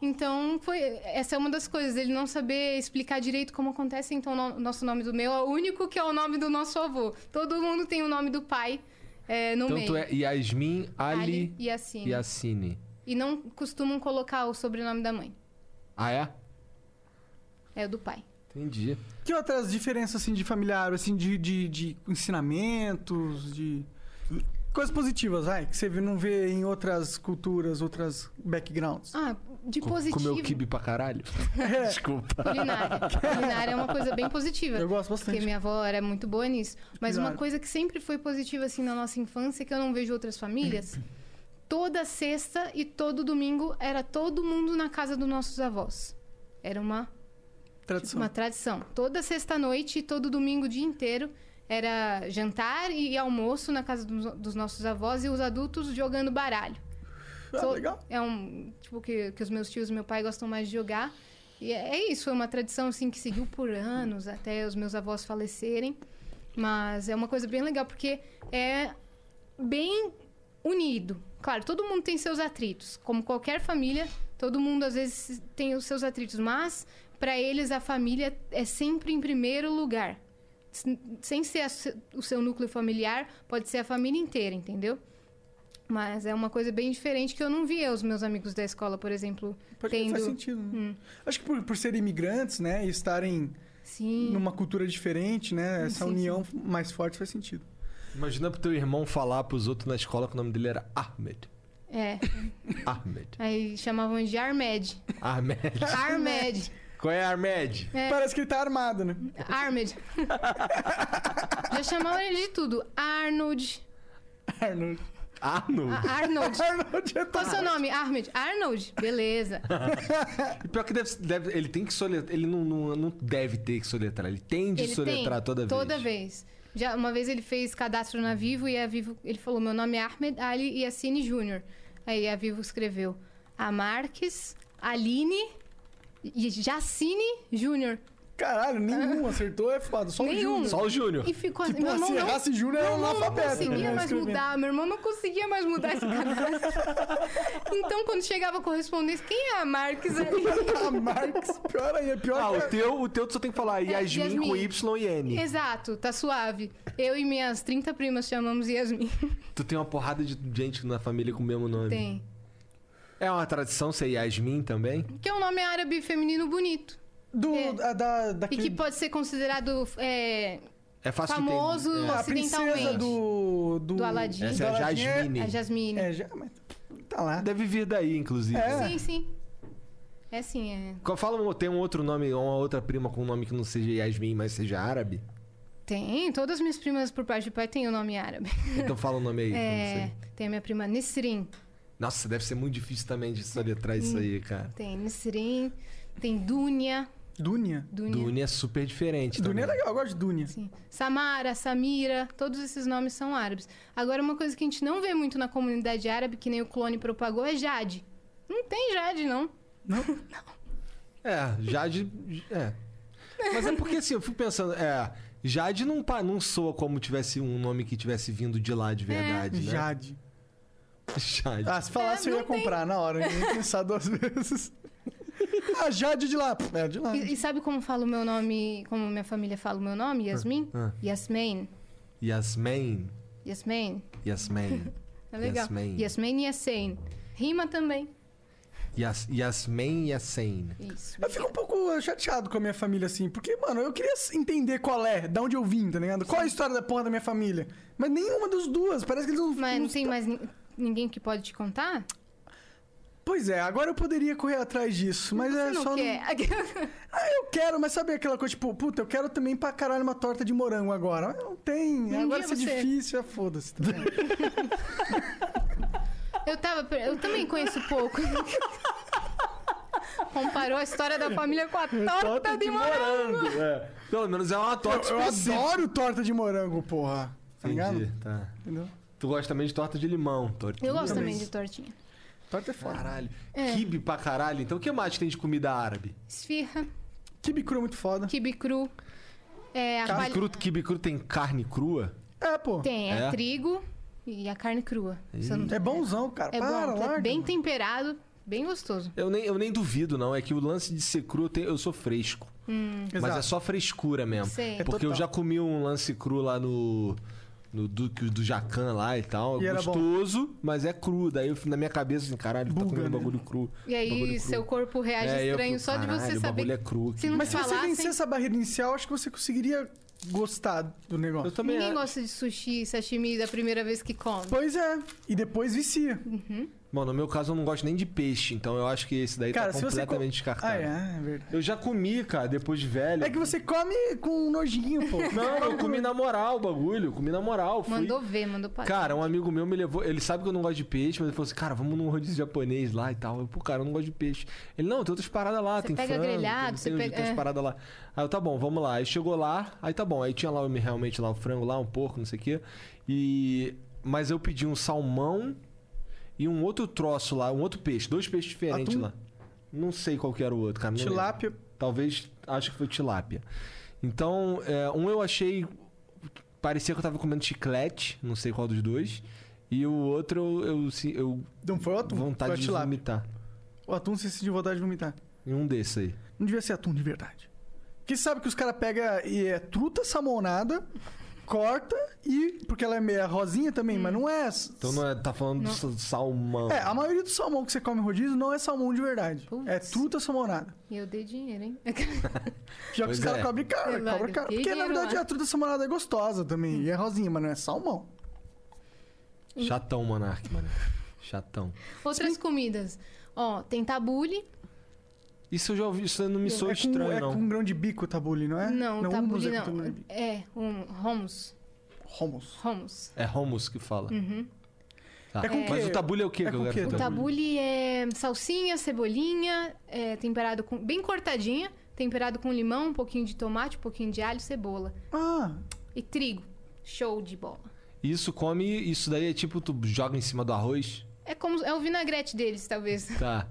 S3: Então, foi, essa é uma das coisas, ele não saber explicar direito como acontece. Então, o no- nosso nome do meu é o único que é o nome do nosso avô. Todo mundo tem o nome do pai é, no
S2: Então
S3: meio.
S2: tu é Yasmin Ali,
S3: Ali e Yassine.
S2: Yassine.
S3: E não costumam colocar o sobrenome da mãe.
S2: Ah, é?
S3: É o do pai.
S2: Entendi.
S1: Que outras diferenças, assim, de familiar, assim, de, de, de ensinamentos, de... Coisas positivas, vai, que você não vê em outras culturas, outras backgrounds.
S3: Ah, de
S2: Co-
S3: positivo.
S2: Comeu kibe pra caralho? Desculpa.
S3: Culinária. Culinária é uma coisa bem positiva. Eu gosto bastante. Porque minha avó era muito boa nisso. Mas uma
S2: Claro.
S3: coisa que sempre foi positiva, assim, na nossa infância, que eu não vejo outras famílias, toda sexta e todo domingo era todo mundo na casa dos nossos avós. Era uma
S1: Tradição.
S3: tipo, uma tradição. Toda sexta-noite e todo domingo o dia inteiro era jantar e almoço na casa dos, dos nossos avós e os adultos jogando baralho.
S1: Ah, legal.
S3: É um tipo que, que os meus tios e meu pai gostam mais de jogar. E é, é isso, é uma tradição assim que seguiu por anos até os meus avós falecerem. Mas é uma coisa bem legal porque é bem unido. Claro, todo mundo tem seus atritos, como qualquer família, todo mundo às vezes tem os seus atritos, mas para eles a família é sempre em primeiro lugar. S- Sem ser a se- o seu núcleo familiar, pode ser a família inteira, entendeu? Mas é uma coisa bem diferente que eu não via os meus amigos da escola, por exemplo, tendo Hum.
S1: Faz sentido, né? Acho que por, por serem imigrantes, né? E estarem numa cultura diferente, né? Essa
S3: Hum. sim,
S1: união mais forte faz sentido.
S2: Imagina pro teu irmão falar pros outros na escola que o nome dele era Ahmed.
S3: É.
S2: Ahmed.
S3: Aí chamavam de Armed.
S2: Ahmed.
S3: Armed.
S2: Qual é Ahmed?
S3: É.
S1: Parece que ele tá armado, né?
S3: Armed. Já chamavam ele de tudo. Arnold.
S1: Arnold.
S2: Arnold.
S3: A- Arnold.
S1: Arnold é
S3: Qual o seu nome? Arnold. Arnold. Beleza.
S2: E pior que deve, deve- ele tem que soletrar. Ele não, não, não deve ter que soletrar. Ele tem de soletrar toda,
S3: Toda
S2: vez.
S3: vez. Já, uma vez ele fez cadastro na Vivo e a Vivo... Ele falou, meu nome é Ahmed Ali Yassine Júnior. Aí a Vivo escreveu, a Marques, Aline e Jacine Júnior.
S1: Caralho, nenhum acertou, é foda. Só o
S3: Nenhum.
S1: Júnior.
S3: um. E ficou assim.
S1: Tipo,
S3: meu irmão
S1: se
S3: não-
S1: errasse Júnior, era
S3: meu
S1: um
S3: irmão
S1: analfabeto.
S3: Não conseguia
S1: né,
S3: mais
S1: escrevendo.
S3: mudar. Meu irmão não conseguia mais mudar esse cadastro. então, quando chegava a correspondência, quem é a Marques ali?
S1: a Marques, pior aí, é pior
S2: Ah, o teu, o teu tu só tem que falar
S3: É,
S2: Yasmin, com
S3: Yasmin.
S2: Y e N.
S3: Exato, tá suave. Eu e minhas 30 primas chamamos Yasmin.
S2: Tu tem uma porrada de gente na família com o mesmo nome.
S3: Tem.
S2: É uma tradição ser Yasmin também?
S3: Que é um nome árabe feminino bonito.
S1: Do,
S3: É.
S1: da,
S3: E que pode ser considerado é,
S2: É fácil de
S3: famoso
S2: entender. É. A princesa
S3: acidentalmente.
S1: do, do...
S3: do Aladdin.
S2: Essa é a Jasmine.
S3: A Jasmine.
S1: É, já, mas tá lá.
S2: É. Deve vir daí, inclusive.
S3: Sim, sim. É sim, é.
S2: Qual- Fala, um- tem um outro nome, uma outra prima com um nome que não seja Yasmin, mas seja árabe?
S3: Tem, todas as minhas primas por parte de pai têm o nome árabe.
S2: Então fala o nome aí. eu
S3: É,
S2: não sei.
S3: tem a minha prima Nisrin.
S2: Nossa, deve ser muito difícil também de soletrar
S3: Hum.
S2: isso aí, cara.
S3: Tem Nisrin, tem Dunia,
S1: Dunia?
S3: Dunia.
S2: é super diferente.
S1: Dunia é legal, eu gosto de Dunia.
S3: Samara, Samira, todos esses nomes são árabes. Agora, uma coisa que a gente não vê muito na comunidade árabe, que nem o clone propagou, é Jade. Não tem Jade, não.
S2: É, Jade. É. Mas é porque assim, eu fico pensando, é. Jade não, pa- não soa como tivesse um nome que tivesse vindo de lá de verdade, né?
S1: É. Jade.
S2: Jade.
S1: Ah, se falasse eu ia comprar na hora, eu nem ia pensar duas vezes. A Jade de lá. É, de lá.
S3: E, e sabe como fala o meu nome, como minha família fala o meu nome? Yasmin?
S2: ah.
S3: Yasmin.
S2: Yasmin.
S3: Yasmin.
S2: Yasmin.
S3: É legal.
S2: Yasmin.
S3: Yasmin e Yassin. Rima também.
S2: Yas, Yasmin Yassin.
S3: Isso.
S1: Eu fico um pouco chateado com a minha família, assim, porque, mano, eu queria entender qual é, da onde eu vim, tá ligado? Qual é a história da porra da minha família? Mas nenhuma das duas, parece que eles não.
S3: Mas não tem mais ni- ninguém que pode te contar?
S1: Pois é, agora eu poderia correr atrás disso, mas é
S3: Você não é.
S1: só.
S3: quer.
S1: Ah, eu quero, mas sabe aquela coisa, tipo, puta, eu quero também pra caralho uma torta de morango agora. Mas não tem, agora
S3: Um dia
S1: isso é
S3: você-
S1: difícil, é foda-se. Tá ligado?
S3: Eu tava. per- Eu também conheço pouco. Comparou a história da família com a torta, de morango.
S2: é. Pelo menos é uma torta
S1: eu, eu
S2: específica.
S1: adoro torta de morango, porra. Tá ligado?
S2: Entendi, tá.
S1: Entendeu?
S2: Tu gosta também de torta de limão, torta.
S3: Eu gosto também de tortinha.
S1: Torta é foda.
S2: Caralho.
S3: É.
S2: Kibe pra caralho. Então o que mais que tem de comida árabe?
S3: Esfirra,
S1: Kibe cru é muito foda.
S3: kibe cru. É, a
S2: Carne
S3: palha-
S2: cru, kibe cru tem carne crua?
S1: É, pô.
S3: Tem, é,
S2: É?
S3: trigo e a carne crua. Se eu não tô-
S1: É bonzão, cara.
S3: É
S1: Para,
S3: bom,
S1: larga.
S3: bem temperado, bem gostoso.
S2: Eu nem, eu nem duvido, não. É que o lance de ser cru, eu, tenho- eu sou fresco.
S3: Hum.
S2: Mas é só frescura mesmo.
S3: Sei. É
S2: Porque eu
S3: total.
S2: já comi um lance cru lá no. No Duque do Jacan lá e tal.
S1: E
S2: é
S1: era bom.
S2: gostoso, mas é cru. Daí eu, na minha cabeça, assim, caralho, tá comendo
S1: né?
S2: bagulho cru.
S3: E aí
S2: bagulho
S3: seu
S2: cru.
S3: corpo reage
S2: É, eu
S3: estranho
S2: fico,
S3: só de você
S2: "Caralho, o
S3: saber.
S2: bagulho é cru aqui".
S3: Se não
S1: Mas se você
S3: falassem-
S1: vencer essa barreira inicial, acho que você conseguiria gostar do negócio. Eu é.
S3: Ninguém gosta de sushi, sashimi da primeira vez que come.
S1: Pois é. E depois vicia.
S2: Bom, no meu caso eu não gosto nem de peixe, então eu acho que esse daí
S1: Cara,
S2: tá
S1: se você
S2: completamente
S1: co-
S2: descartado.
S1: Ah, é, é verdade.
S2: Eu já comi, cara, depois de velho.
S1: É que você come com um nojinho, pô.
S2: Não, eu comi na moral o bagulho, comi na moral. Fui...
S3: Mandou ver, mandou parar.
S2: Cara, um amigo meu me levou. Ele sabe que eu não gosto de peixe, mas ele falou assim: Cara, vamos num rodízio japonês lá e tal. Eu, pô, cara, eu não gosto de peixe. Ele, não, tem outras paradas lá,
S3: Você
S2: tem
S3: pega
S2: frango,
S3: grelhado,
S2: tem,
S3: você
S2: tem,
S3: pega-
S2: tem umas
S3: é.
S2: paradas lá. Aí eu, tá bom, vamos lá. Aí chegou lá, aí tá bom. Aí tinha lá o- realmente lá o frango lá, um porco, não sei o quê. E. Mas eu pedi um salmão e um outro troço lá, um outro peixe, dois peixes diferentes
S1: Atum?
S2: lá. Não sei qual que era o outro, cara. não lembro.
S1: Tilápia.
S2: Talvez, acho que foi tilápia. Então, é, um eu achei. Parecia que eu tava comendo chiclete, não sei qual dos dois. E o outro eu. eu, se- eu
S1: Não foi o atum? foi
S2: vontade
S1: um a
S2: de
S1: tilápia.
S2: vomitar.
S1: O atum se sentiu vontade de vomitar.
S2: Em um desses aí.
S1: Não devia ser atum de verdade. Porque sabe que os caras pegam e é truta salmonada, corta e. Porque ela é meia rosinha também,
S3: Hum.
S1: mas não é.
S2: Então não é, tá falando do sa- salmão.
S1: É, a maioria do salmão que você come em rodízio não é salmão de verdade. É truta salmonada.
S3: E eu dei dinheiro, hein?
S1: Já que os
S2: Pois
S1: caras
S2: é.
S1: cobrem cara,
S3: Eduardo, Hum.
S1: cobram cara.
S3: que
S1: Porque na
S3: dinheiro
S1: verdade
S3: lá.
S1: a truta salmonada é gostosa também. E é rosinha, mas não é salmão.
S2: Chatão, Monark, mano. Chatão.
S3: Outras comidas. Ó, tem tabule.
S2: Isso eu já ouvi, isso não me soa
S1: é com,
S2: estranho,
S1: é
S2: não.
S1: com grão de bico o tabule, não é?
S3: Não,
S1: hummus
S3: tabule
S1: é com
S3: não.
S1: grão de bico.
S3: É, um hummus.
S1: Hummus.
S3: Hummus.
S2: É hummus que fala.
S3: Uhum.
S2: Tá.
S3: É com o
S2: Mas
S3: quê?
S2: o tabule é o quê
S1: É
S2: que
S1: com
S2: eu
S1: o quê?
S2: quero
S3: O tabule é salsinha, cebolinha, é, temperado com... Bem cortadinha, temperado com limão, um pouquinho de tomate, um pouquinho de alho, cebola.
S1: Ah!
S3: E trigo. Show de bola.
S2: Isso come, isso daí é tipo, tu joga em cima do arroz.
S3: É como... É o vinagrete deles, talvez.
S2: Tá.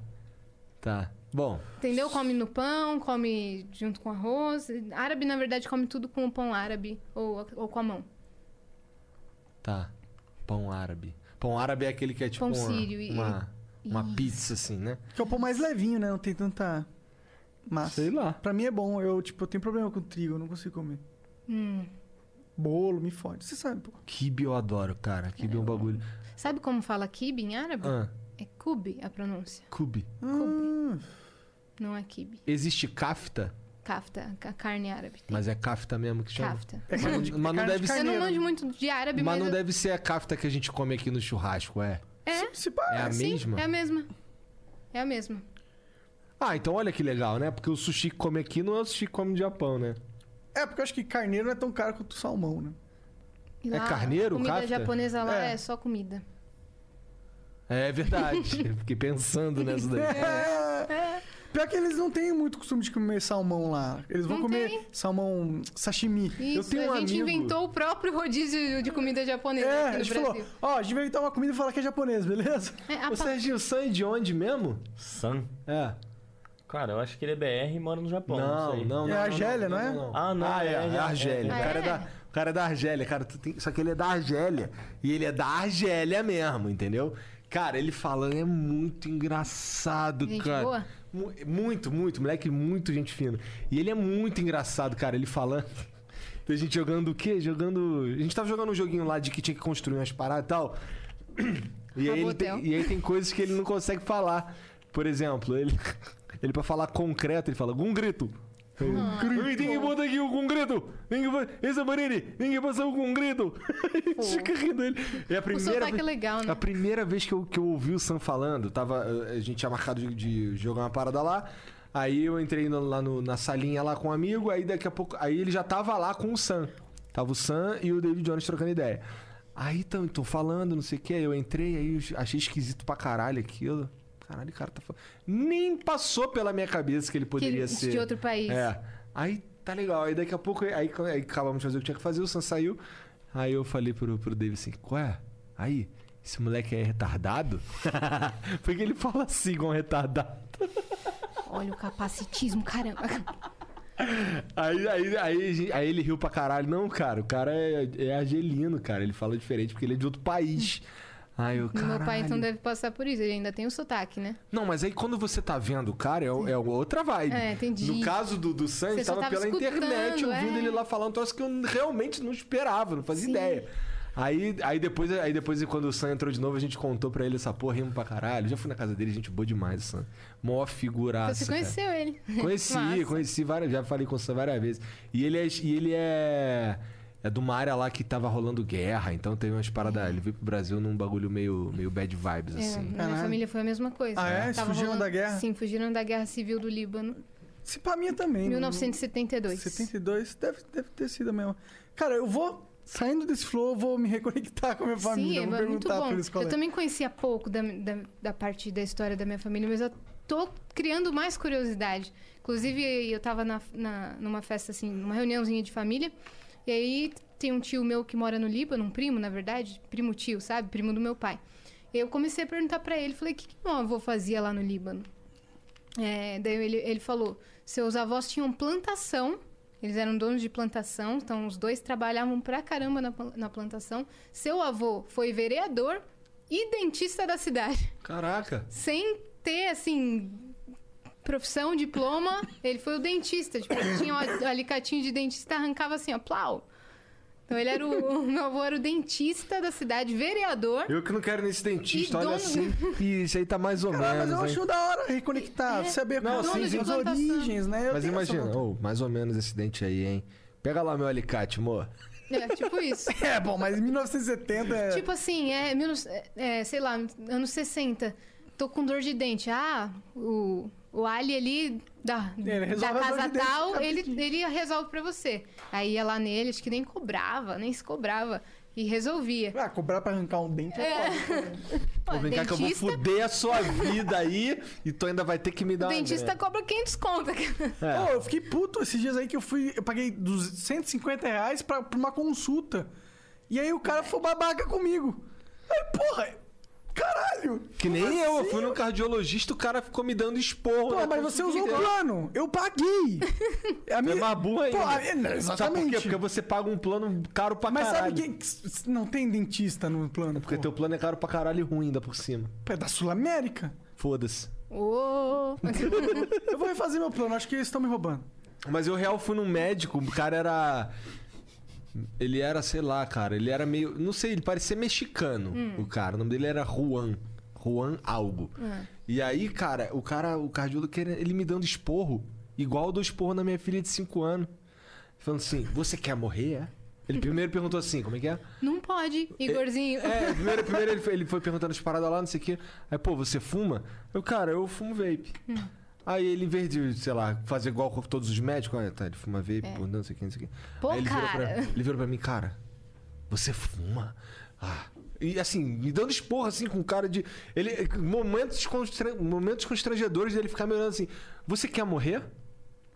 S2: Tá. Bom,
S3: Entendeu? Come no pão, come junto com arroz. Árabe, na verdade, come tudo com o pão árabe ou, ou com a mão.
S2: tá. Pão árabe. Pão árabe é aquele que é tipo
S3: Pão
S2: uma,
S3: sírio e-
S2: uma, uma
S3: Isso.
S2: pizza, assim, né?
S1: Que é o pão mais levinho, né? Não tem tanta massa.
S2: Ah, Sei lá.
S1: Pra mim é bom. Eu, tipo, eu tenho problema com trigo, eu não consigo comer.
S3: Hum.
S1: Bolo, me fode. Você sabe, pô.
S2: Kibe eu adoro, cara. Kibe é um bagulho.
S3: Sabe como fala kibe em árabe?
S2: Ah,
S3: É kube a pronúncia.
S2: kube.
S3: Não é kibe.
S2: Existe kafta,
S3: Kafta, a carne árabe.
S2: mas é kafta mesmo que chama.
S3: Kafta. é-
S1: É carne de-
S2: Mas, mas não
S1: carne de
S2: deve
S3: Eu
S2: ser.
S3: não manjo muito de árabe,
S2: Mas
S3: mas...
S2: não
S3: eu-
S2: deve ser a kafta que a gente come aqui no churrasco, é?
S3: É,
S1: Se
S2: É a
S1: parece.
S3: sim,
S2: mesma?
S3: é a mesma. É a mesma.
S2: Ah, então olha que legal, né? Porque o sushi que come aqui não é o sushi que come no Japão, né?
S1: É, porque eu acho que carneiro não é tão caro quanto salmão, né?
S3: E
S2: É carneiro,
S3: comida
S2: kafta?
S3: japonesa lá
S1: É.
S3: é só comida.
S2: É verdade. Eu Fiquei pensando nessa daí.
S3: É,
S1: É. Pior que eles não têm muito costume de comer salmão lá. Eles vão
S3: Não
S1: comer
S3: tem.
S1: salmão sashimi.
S3: Isso,
S2: tenho um
S3: a gente
S2: amigo-
S3: inventou o próprio rodízio de comida japonesa
S1: É,
S3: aqui
S1: a
S3: no
S1: gente
S3: Brasil.
S1: falou, ó, a gente vai inventar uma comida e falar que é japonês, beleza?
S3: É, a
S2: O
S3: pa-
S2: Serginho San é de onde mesmo?
S9: San.
S2: É.
S9: Cara, eu acho que ele é BR e mora no Japão.
S2: Não,
S9: sei.
S2: não, não.
S1: é Argélia, não, é?
S9: Ah, não.
S2: Ah, é, é
S9: já-
S2: Argélia.
S9: é,
S2: O cara é,
S3: É.
S2: da, o cara é da Argélia, cara. tu tem- só que ele é da Argélia. E ele é da Argélia mesmo, entendeu? Cara, ele falando é muito engraçado,
S3: Gente
S2: cara.
S3: boa?
S2: Mu- Muito, muito. Moleque, muito gente fina. E ele é muito engraçado, cara. Ele falando. A gente jogando o quê? Jogando. A gente tava jogando um joguinho lá de que tinha que construir umas paradas e tal. E aí, ele
S3: Rabotel.
S2: tem, e aí tem coisas que ele não consegue falar. Por exemplo, ele, ele pra falar concreto, ele fala Gungrito.
S3: Uhum.
S2: Grito. Tem que botar aqui o Gungrito. Tem que botar- Esse é Marini. Tem que passar o Gungrito. Fica rindo dele. É a primeira
S3: sotaque
S2: vez-
S3: é legal, né?
S2: A primeira vez que eu, que eu ouvi o Sam falando, tava, eh, a gente tinha marcado de, de jogar uma parada lá. Aí eu entrei no- lá no- na salinha lá com um amigo, aí daqui a pouco. Aí ele já tava lá com o Sam. Tava o Sam e o David Jones trocando ideia. Aí então, tô falando, não sei o que, eu entrei, aí eu achei esquisito pra caralho aquilo. Caralho, o cara tá falando. Nem passou pela minha cabeça que ele poderia
S3: isso
S2: ser.
S3: de outro país.
S2: É. Aí tá legal. Aí daqui a pouco, aí, aí acabamos de fazer o que tinha que fazer, o Sam saiu. Aí eu falei pro, pro David assim, qual é? Aí, esse moleque é retardado? Porque ele fala assim, igual um retardado.
S3: Olha o capacitismo, caramba.
S2: Aí, aí, aí, a gente- aí ele riu pra caralho. Não, cara, o cara é, é argelino, cara. Ele fala diferente porque ele é de outro país. Aí eu, é caralho.
S3: Meu pai então deve passar por isso, ele ainda tem o sotaque, né?
S2: Não, mas aí quando você tá vendo o cara, é, é outra vibe.
S3: É, entendi.
S2: No caso do, do Sam,
S3: Você só
S2: tava,
S3: tava
S2: pela internet
S3: escutando,
S2: ouvindo
S3: é.
S2: ele lá falando um troço que eu realmente não esperava, não fazia ideia. Aí, aí depois, aí depois, quando o Sam entrou de novo, a gente contou pra ele essa porra, rimos pra caralho. Já fui na casa dele, gente boa demais, o Sam. Mó figuraça.
S3: Você
S2: cara.
S3: conheceu ele.
S2: Ah, Conheci,
S3: Massa.
S2: conheci várias, já falei com o Sam várias vezes. E ele é, e ele é, É de uma área lá que tava rolando guerra, então teve umas paradas. Ele veio pro Brasil num bagulho meio, meio bad vibes,
S3: É,
S2: assim.
S3: na minha família foi a mesma coisa.
S2: Ah, é? Eles
S3: Tava
S2: fugiram
S3: rolando-
S2: da guerra?
S3: Sim, fugiram da guerra civil do Líbano.
S1: Se pra minha
S2: Hum.
S1: também.
S3: 1972.
S1: 72 deve, deve ter sido mesmo. Cara, eu vou. Saindo desse flow, eu vou me reconectar com a minha família.
S3: Sim,
S1: vou
S3: é muito
S1: perguntar
S3: bom.
S1: pra eles qual
S3: Eu
S1: é.
S3: também conhecia pouco da, da, da parte da história da minha família, mas eu tô criando mais curiosidade. Inclusive, eu tava na, na- numa festa, assim, numa reuniãozinha de família, e aí tem um tio meu que mora no Líbano, um primo, na verdade, primo tio, sabe? Primo do meu pai. Eu comecei a perguntar pra ele, falei, o que, que meu avô fazia lá no Líbano? É, daí ele, ele falou: seus avós tinham plantação, eles eram donos de plantação, então os dois trabalhavam pra caramba na, plan- na plantação. Seu avô foi vereador e dentista da cidade.
S2: Caraca.
S3: Sem ter, assim, profissão, diploma, ele foi o dentista. Tipo, ele tinha um alicatinho de dentista, arrancava assim, ó, plau. Então ele era o, o meu avô era o dentista da cidade, vereador.
S2: Eu que não quero ir nesse dentista,
S3: E
S2: olha
S3: dono-
S2: assim. E isso aí tá mais ou
S1: Caralho,
S2: menos.
S1: né? Ah, mas eu
S2: hein?
S1: acho da hora reconectar, saber
S2: Não,
S1: quais
S2: sim,
S1: são
S2: sim.
S1: assim, as
S2: Dono de
S1: origens, né? Eu
S2: Mas
S1: tenho essa
S2: imagina,
S1: vontade.
S2: ô, mais ou menos esse dente aí, hein? Pega lá meu alicate, amor.
S3: É, tipo isso.
S1: É, bom, mas 1970 é...
S3: Tipo assim, é, 19 é, sei lá, anos 60. Tô com dor de dente. Ah, o, o Ali ali da,
S1: Ele resolve
S3: da
S1: a dor
S3: casa
S1: de dente
S3: tal, ele,
S1: rapidinho.
S3: ele resolve pra você. Aí ia lá nele, acho que nem cobrava, nem se cobrava. E resolvia.
S1: Ah, cobrar pra arrancar um dente
S3: é
S2: Pô, vem cá que eu vou
S3: dentista-
S2: fuder a sua vida aí e tu ainda vai ter que me dar
S3: O
S2: uma
S3: dentista
S2: grana.
S3: cobra 500 conto.
S2: É.
S1: Pô, eu fiquei puto esses dias aí que eu fui. Eu paguei 250 reais pra, pra uma consulta. E aí o cara foi babaca comigo. Aí, porra! Caralho!
S2: Que nem eu, eu fui no cardiologista, o cara ficou me dando esporro.
S1: assim?
S2: né?
S1: Pô,
S2: na
S1: mas você usou o
S2: consulta inteira.
S1: plano! Eu paguei! A
S2: É mais burra ainda.
S1: Pô, a- é, não,
S2: Sabe por
S1: exatamente.
S2: quê? Porque você paga um plano caro pra
S1: Mas
S2: caralho.
S1: sabe quem. que Não tem dentista no plano.
S2: Porque um teu plano é caro pra caralho e ruim ainda por cima.
S1: É da Sul-América.
S2: Foda-se.
S3: Ô.
S1: eu vou refazer meu plano, acho que eles estão me roubando.
S2: Mas eu real fui num médico, o cara era. Ele era, sei lá, cara, ele era meio. Não sei, ele parecia mexicano,
S11: Hum.
S2: o cara. O nome dele era Juan. Juan Algo. E aí, cara, o cara, o cardiólogo, querendo- ele me dando esporro, igual eu dou esporro na minha filha de 5 anos. Falando assim, você quer morrer, é? Ele primeiro perguntou assim, como é que é?
S3: Não pode, Igorzinho.
S2: É, primeiro, primeiro ele, foi, ele foi perguntando as paradas lá, não sei o quê. Aí, pô, você fuma? Eu, cara, eu fumo vape.
S3: Hum.
S2: Aí ele, em vez de, sei lá, fazer igual com todos os médicos, olha, tá, ele fuma vape,
S3: É.
S2: pô, não sei o que, não sei o que.
S3: Pô,
S2: Aí ele virou,
S3: cara.
S2: pra, ele virou pra mim, cara, você fuma? Ah. E assim, me dando esporra, assim, com cara de. Ele, momentos, constra- momentos constrangedores dele ficar me olhando assim: Você quer morrer?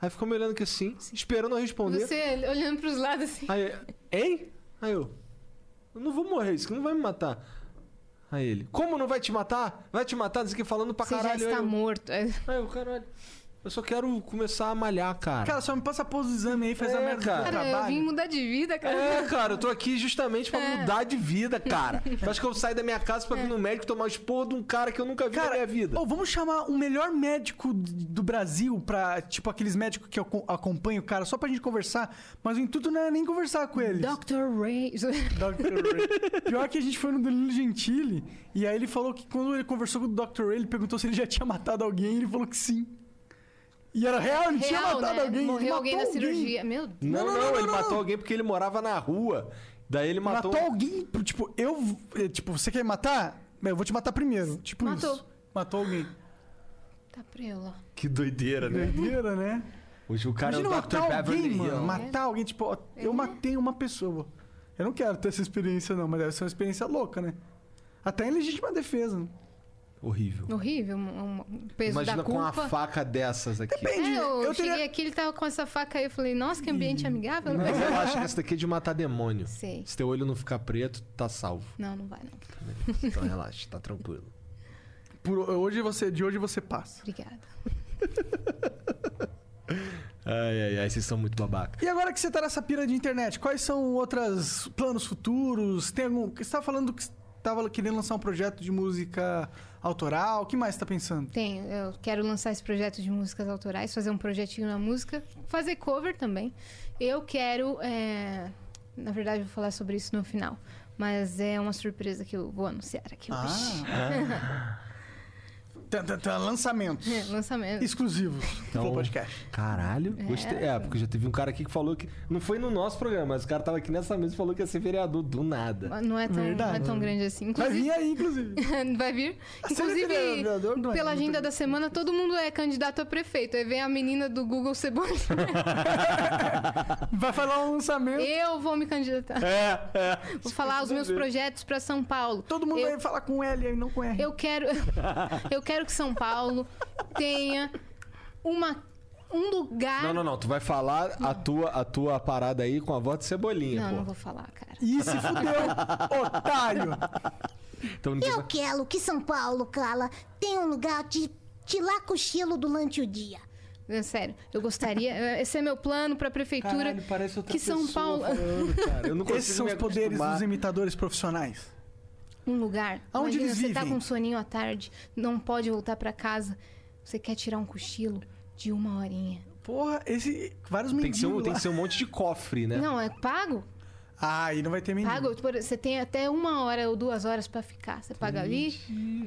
S2: Aí ficou me olhando aqui assim, esperando eu responder.
S3: Você olhando pros lados assim.
S2: Aí, hein? Aí eu, eu não vou morrer, isso que não vai me matar. Aí ele, como não vai te matar? Vai te matar, diz que falando pra
S3: Você já
S2: caralho.
S3: está
S2: aí eu,
S3: morto. É.
S2: Aí eu, caralho, eu só quero começar a malhar, cara.
S1: Cara, só me passa a pose do exame aí, faz a
S2: É,
S1: merda
S2: cara.
S1: do
S3: Cara, eu
S1: trabalho.
S3: vim mudar de vida, cara.
S2: É, cara, eu tô aqui justamente pra
S3: É.
S2: mudar de vida, cara. Tu acha que eu saio da minha casa pra vir no médico tomar o esporro de um cara que eu nunca vi na minha vida?
S1: Ô, vamos chamar o melhor médico d- do Brasil pra, tipo, aqueles médicos que aco- acompanham o cara, só pra gente conversar, mas o intuito não era nem conversar com
S2: É.
S1: eles.
S3: Dr. Ray.
S1: Dr. Ray. Pior que a gente foi no Danilo Gentili, e aí ele falou que quando ele conversou com o Dr. Ray, ele perguntou se ele já tinha matado alguém, e ele falou que sim. E era real, ele tinha
S3: Real,
S1: matado
S3: né?
S1: alguém. ele
S3: Morreu
S1: matou
S3: alguém na cirurgia. Meu Deus.
S2: Não, não, ele matou alguém porque ele morava na rua. Daí ele matou. um
S1: Matou alguém, pro- tipo, eu. eh, Tipo, você quer me matar? Eu vou te matar primeiro. Tipo
S3: Matou.
S1: isso. Matou alguém.
S3: Tá pra eu lá.
S2: Que doideira, né?
S1: Doideira, né?
S2: Hoje o cara
S1: Imagina
S2: é o Dr.
S1: matar alguém,
S2: Beverly
S1: mano.
S2: Hill.
S3: É.
S1: Matar alguém, tipo, ó, eu matei uma pessoa. Eu não quero ter essa experiência, não, mas deve ser uma experiência louca, né? Até em legítima defesa. né?
S2: Horrível.
S3: Horrível, um, um peso
S2: Imagina
S3: da
S2: com
S3: culpa.
S2: uma faca dessas aqui.
S3: É, eu, cheguei aqui, ele tava com essa faca aí, eu falei, nossa, que ambiente amigável.
S2: Mas eu acho que essa daqui é de matar demônio.
S3: Sei.
S2: Se teu olho não ficar preto, tá salvo.
S3: Não, não vai, não.
S2: Então relaxa, tá tranquilo.
S1: Por hoje você, de hoje você passa.
S3: Obrigada.
S2: Ai, ai, ai, vocês são muito babaca.
S1: E agora que você tá nessa pira de internet, quais são outros planos futuros? Tem algum. Você tava falando que estava querendo lançar um projeto de música autoral? O que mais você tá pensando?
S3: Tenho, eu quero lançar esse projeto de músicas autorais, fazer um projetinho na música, fazer cover também. Eu quero, é, na verdade, eu vou falar sobre isso no final, mas é uma surpresa que eu vou anunciar aqui hoje.
S1: Tan, tan, tan, lançamentos.
S2: Ah.
S1: Então-
S3: É, lançamento.
S1: Exclusivos do Flow Podcast.
S2: Caralho,
S3: É.
S2: gostei. É, porque já teve um cara aqui que falou que. Não foi no nosso programa, mas o cara tava aqui nessa mesa e falou que ia ser vereador do nada.
S3: Não é, tão, não é
S2: Verdade.
S3: tão grande assim.
S2: Vai vir aí,
S3: inclusive. Vai vir.
S1: A Sandra
S3: Inclusive,
S1: Pereira, vereador, Ah, não é
S3: pela
S1: muito
S3: agenda da semana, todo mundo é candidato a prefeito. Aí vem a menina do Google Cebolinha.
S1: Vai falar um lançamento.
S3: Eu vou me candidatar.
S1: é.
S3: Vou falar os meus projetos pra São Paulo.
S1: Todo mundo vai falar com L e não com R.
S3: Eu quero, eu quero que São Paulo tenha uma, um lugar.
S2: Não, não, não. Tu vai falar a tua, a tua parada aí com a voz de cebolinha,
S3: Não,
S2: pô.
S3: não vou falar, cara.
S1: Ih, se fudeu, otário!
S2: Então não
S4: Eu quero que São Paulo, Carla, tenha um lugar de tirar cochilo durante o dia.
S3: É sério, eu gostaria. Esse é meu plano pra prefeitura.
S2: Caralho, parece outra
S3: que São
S2: pessoa
S3: Paulo.
S2: falando, cara. Eu não
S1: Esses
S2: consigo
S1: são
S2: me
S1: os poderes
S2: acostumar.
S1: dos imitadores profissionais.
S3: um lugar.
S1: Aonde
S3: Imagina,
S1: eles
S3: você tá
S1: vivem?
S3: com um soninho à tarde, não pode voltar pra casa. Você quer tirar um cochilo de uma horinha.
S1: Porra, esse. Vários
S2: Tem que, ser um,
S1: mendigos.
S2: tem
S1: lá.
S2: que ser um monte de cofre, né?
S3: Não, é pago?
S1: Ah, e não vai ter menino.
S3: Pago. por- Você tem até uma hora ou duas horas pra ficar. Você paga ali,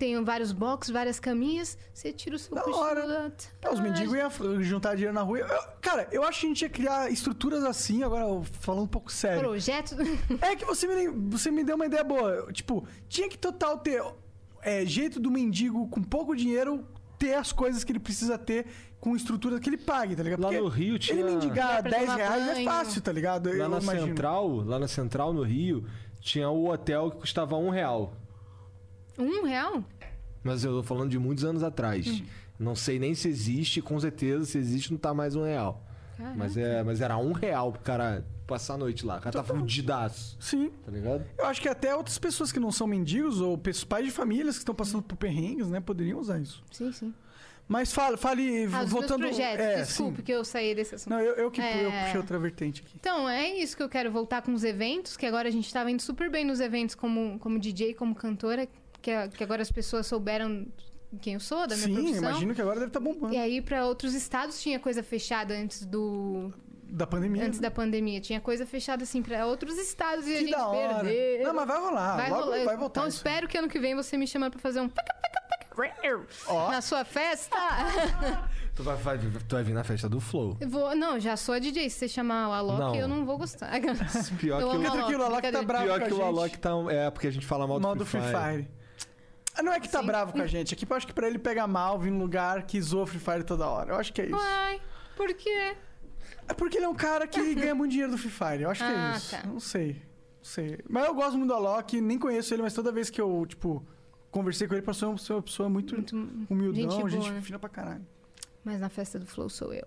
S3: tem vários boxes, várias caminhas, você tira o seu
S1: Da
S3: cochilo.
S1: hora.
S3: da
S1: Ah, os
S3: tarde.
S1: mendigos iam f- juntar dinheiro na rua. Eu- cara, eu acho que a gente ia criar estruturas assim, agora falando um pouco sério.
S3: Projeto.
S1: É que você me, você me deu uma ideia boa. Eu, Tipo, tinha que total ter é, jeito do mendigo com pouco dinheiro ter as coisas que ele precisa ter com estrutura que ele pague, tá ligado?
S2: Lá no Rio tinha-
S1: Ele mendigar
S3: Dá pra
S1: 10
S3: tomar
S1: reais é
S3: banho.
S1: fácil, tá ligado?
S2: Lá
S1: eu
S2: na
S1: imagino.
S2: central, lá na central, no Rio, tinha o hotel que custava um real.
S3: Um real?
S2: Mas eu tô falando de muitos anos atrás.
S3: Hum.
S2: Não sei nem se existe, com certeza, se existe, não tá mais um real.
S3: Caraca.
S2: Mas, é, mas era um real pro cara passar a noite lá. O cara tá fudidaço,
S1: Sim.
S2: tá ligado?
S1: Eu acho que até outras pessoas que não são mendigos ou pe- pais de famílias que estão passando por perrengues, né? Poderiam usar isso.
S3: Sim, sim.
S1: Mas fale, fale
S3: Ah, os
S1: voltando...
S3: meus projetos,
S1: é,
S3: desculpe
S1: sim.
S3: que eu saí desse assunto.
S1: Não, eu, eu que eu
S3: É.
S1: puxei outra vertente aqui.
S3: Então, é isso que eu quero voltar com os eventos, que agora a gente tava indo super bem nos eventos como, como DJ, como cantora, que, a- que agora as pessoas souberam quem eu sou, da minha
S1: Sim,
S3: profissão. É.
S1: imagino que agora deve estar bombando.
S3: E aí, pra outros estados, tinha coisa fechada antes do.
S1: Da pandemia.
S3: Antes
S1: né?
S3: da pandemia. Tinha coisa fechada, assim, pra outros estados e a
S1: Que
S3: gente
S1: da hora.
S3: perdeu.
S1: Não, mas vai rolar. Logo vai voltar
S3: Então,
S1: isso.
S3: espero que ano que vem você me chame pra fazer um... pica, pica, pica, Na sua festa?
S2: Tu vai, vai- tu vai vir na festa do Flow.
S3: Eu Vou, não, já sou a DJ. Se você chamar o Alok,
S2: Não.
S3: eu não vou gostar.
S2: Pior
S3: Eu
S2: que o-
S3: amo
S1: Fica tranquilo, o Alok tá
S3: brincadeira.
S1: bravo
S2: Pior
S1: com a
S2: que o
S1: gente.
S2: Alok tá. É, porque a gente fala mal do,
S1: Mal do Free Fire. Ah, Não é que tá bravo com a gente, é que eu acho que pra ele pegar mal vir num lugar que zoa Free Fire toda hora. Eu acho que é isso.
S3: Uai, por quê?
S1: É porque ele é um cara que ganha muito dinheiro do Free Fire. Eu acho que
S3: Ah,
S1: é isso.
S3: tá.
S1: Não sei. Não sei. Mas eu gosto muito do Alok, nem conheço ele, mas toda vez que eu, tipo, conversei com ele, passou uma pessoa- uma pessoa muito, humildão,
S3: gente boa,
S1: gente,
S3: né?
S1: fina pra caralho.
S3: Mas na festa do Flow sou eu.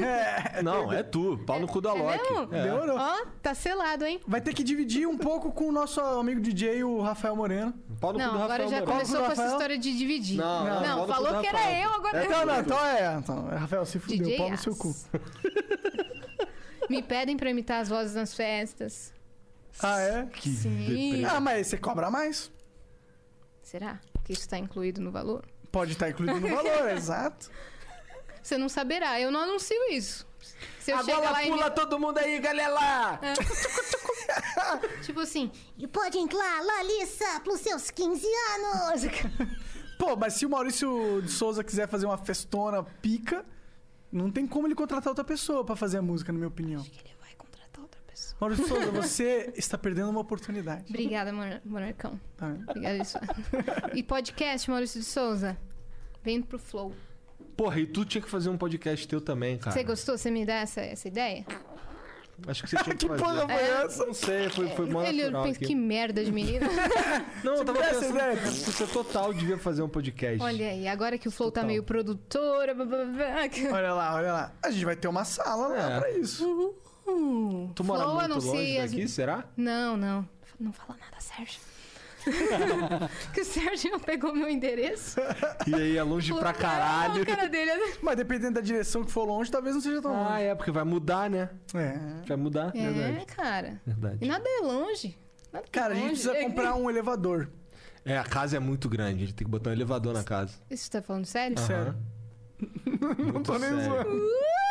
S1: É,
S2: Não, é tu. Pau no cu do Alok.
S3: mesmo?
S2: É.
S1: demorou.
S3: Ó, tá selado, hein?
S1: Vai ter que dividir um pouco com o nosso amigo DJ, o Rafael Moreno.
S2: Pau no cu
S3: Não,
S2: do
S3: agora
S2: Rafael
S3: já
S2: Moreira.
S3: começou com essa
S1: Rafael?
S3: história de dividir.
S2: Não, não, fala do
S3: falou
S2: cu
S3: que
S2: da
S3: era
S2: Rafa.
S3: eu, agora
S1: Então, não, então é. Então, Rafael, se fudeu,
S3: DJ
S1: pau no seu
S3: As.
S1: cu.
S3: Me pedem pra imitar as vozes nas festas.
S1: Ah, é?
S3: Sim.
S1: Ah, mas você cobra mais?
S3: Será que isso tá incluído no valor?
S1: Pode estar incluído no valor, exato.
S3: Você não saberá, eu não anuncio isso. Se eu chegar
S2: Agora
S3: lá e É.
S2: pula todo mundo aí, galera!
S3: me... Tipo assim,
S4: E pode entrar, Lalissa, pros seus 15 anos.
S1: Pô, mas se o Maurício de Souza quiser fazer uma festona pica, não tem como ele contratar outra pessoa pra fazer a música, na minha opinião.
S3: ele vai contratar outra pessoa.
S1: Maurício de Souza, você está perdendo uma oportunidade.
S3: Obrigada, Monar- Monarcão.
S1: Tá vendo?
S3: Obrigada, isso. E podcast, Maurício de Souza? Vendo pro Flow.
S2: Porra, e tu tinha que fazer um podcast teu também, cara.
S3: Você gostou? Você me dá essa, essa ideia?
S2: Acho que você tinha que
S1: Que
S2: fazer. É.
S1: porra foi essa?
S2: Não sei, foi, foi mó
S3: Ele
S2: natural
S3: pensa,
S2: aqui.
S3: que merda de menino.
S2: Não, eu tava
S1: tivesse
S2: pensando
S1: ideia.
S2: que você total devia fazer um podcast.
S3: Olha aí, agora que o Flow tá meio produtora. blá, blá, blá, que-
S1: Olha lá, olha lá. A gente vai ter uma sala lá
S2: É.
S1: pra isso.
S3: Hum,
S2: tu mora
S3: Flow
S2: muito
S3: anuncia
S2: longe
S3: as-
S2: daqui, será?
S3: Não, não. Não fala nada, Sérgio. que o Sérgio já pegou meu endereço.
S2: E aí é longe pra
S3: Falou,
S2: caralho.
S3: "Ah, cara dele.
S1: Mas dependendo da direção que for longe, talvez não seja tão
S2: Ah,
S1: longe.
S2: é, porque vai mudar, né?
S1: É.
S2: Vai mudar.
S3: É, cara. E
S2: Verdade.
S3: nada é longe. Nada
S1: Cara, a
S3: é
S1: gente
S3: longe.
S1: precisa comprar um elevador.
S2: É, a casa é muito grande, a gente tem que botar um elevador na casa.
S3: Isso tá falando sério?
S1: Sério.
S2: Não tô nem
S1: zoando.
S3: Uh!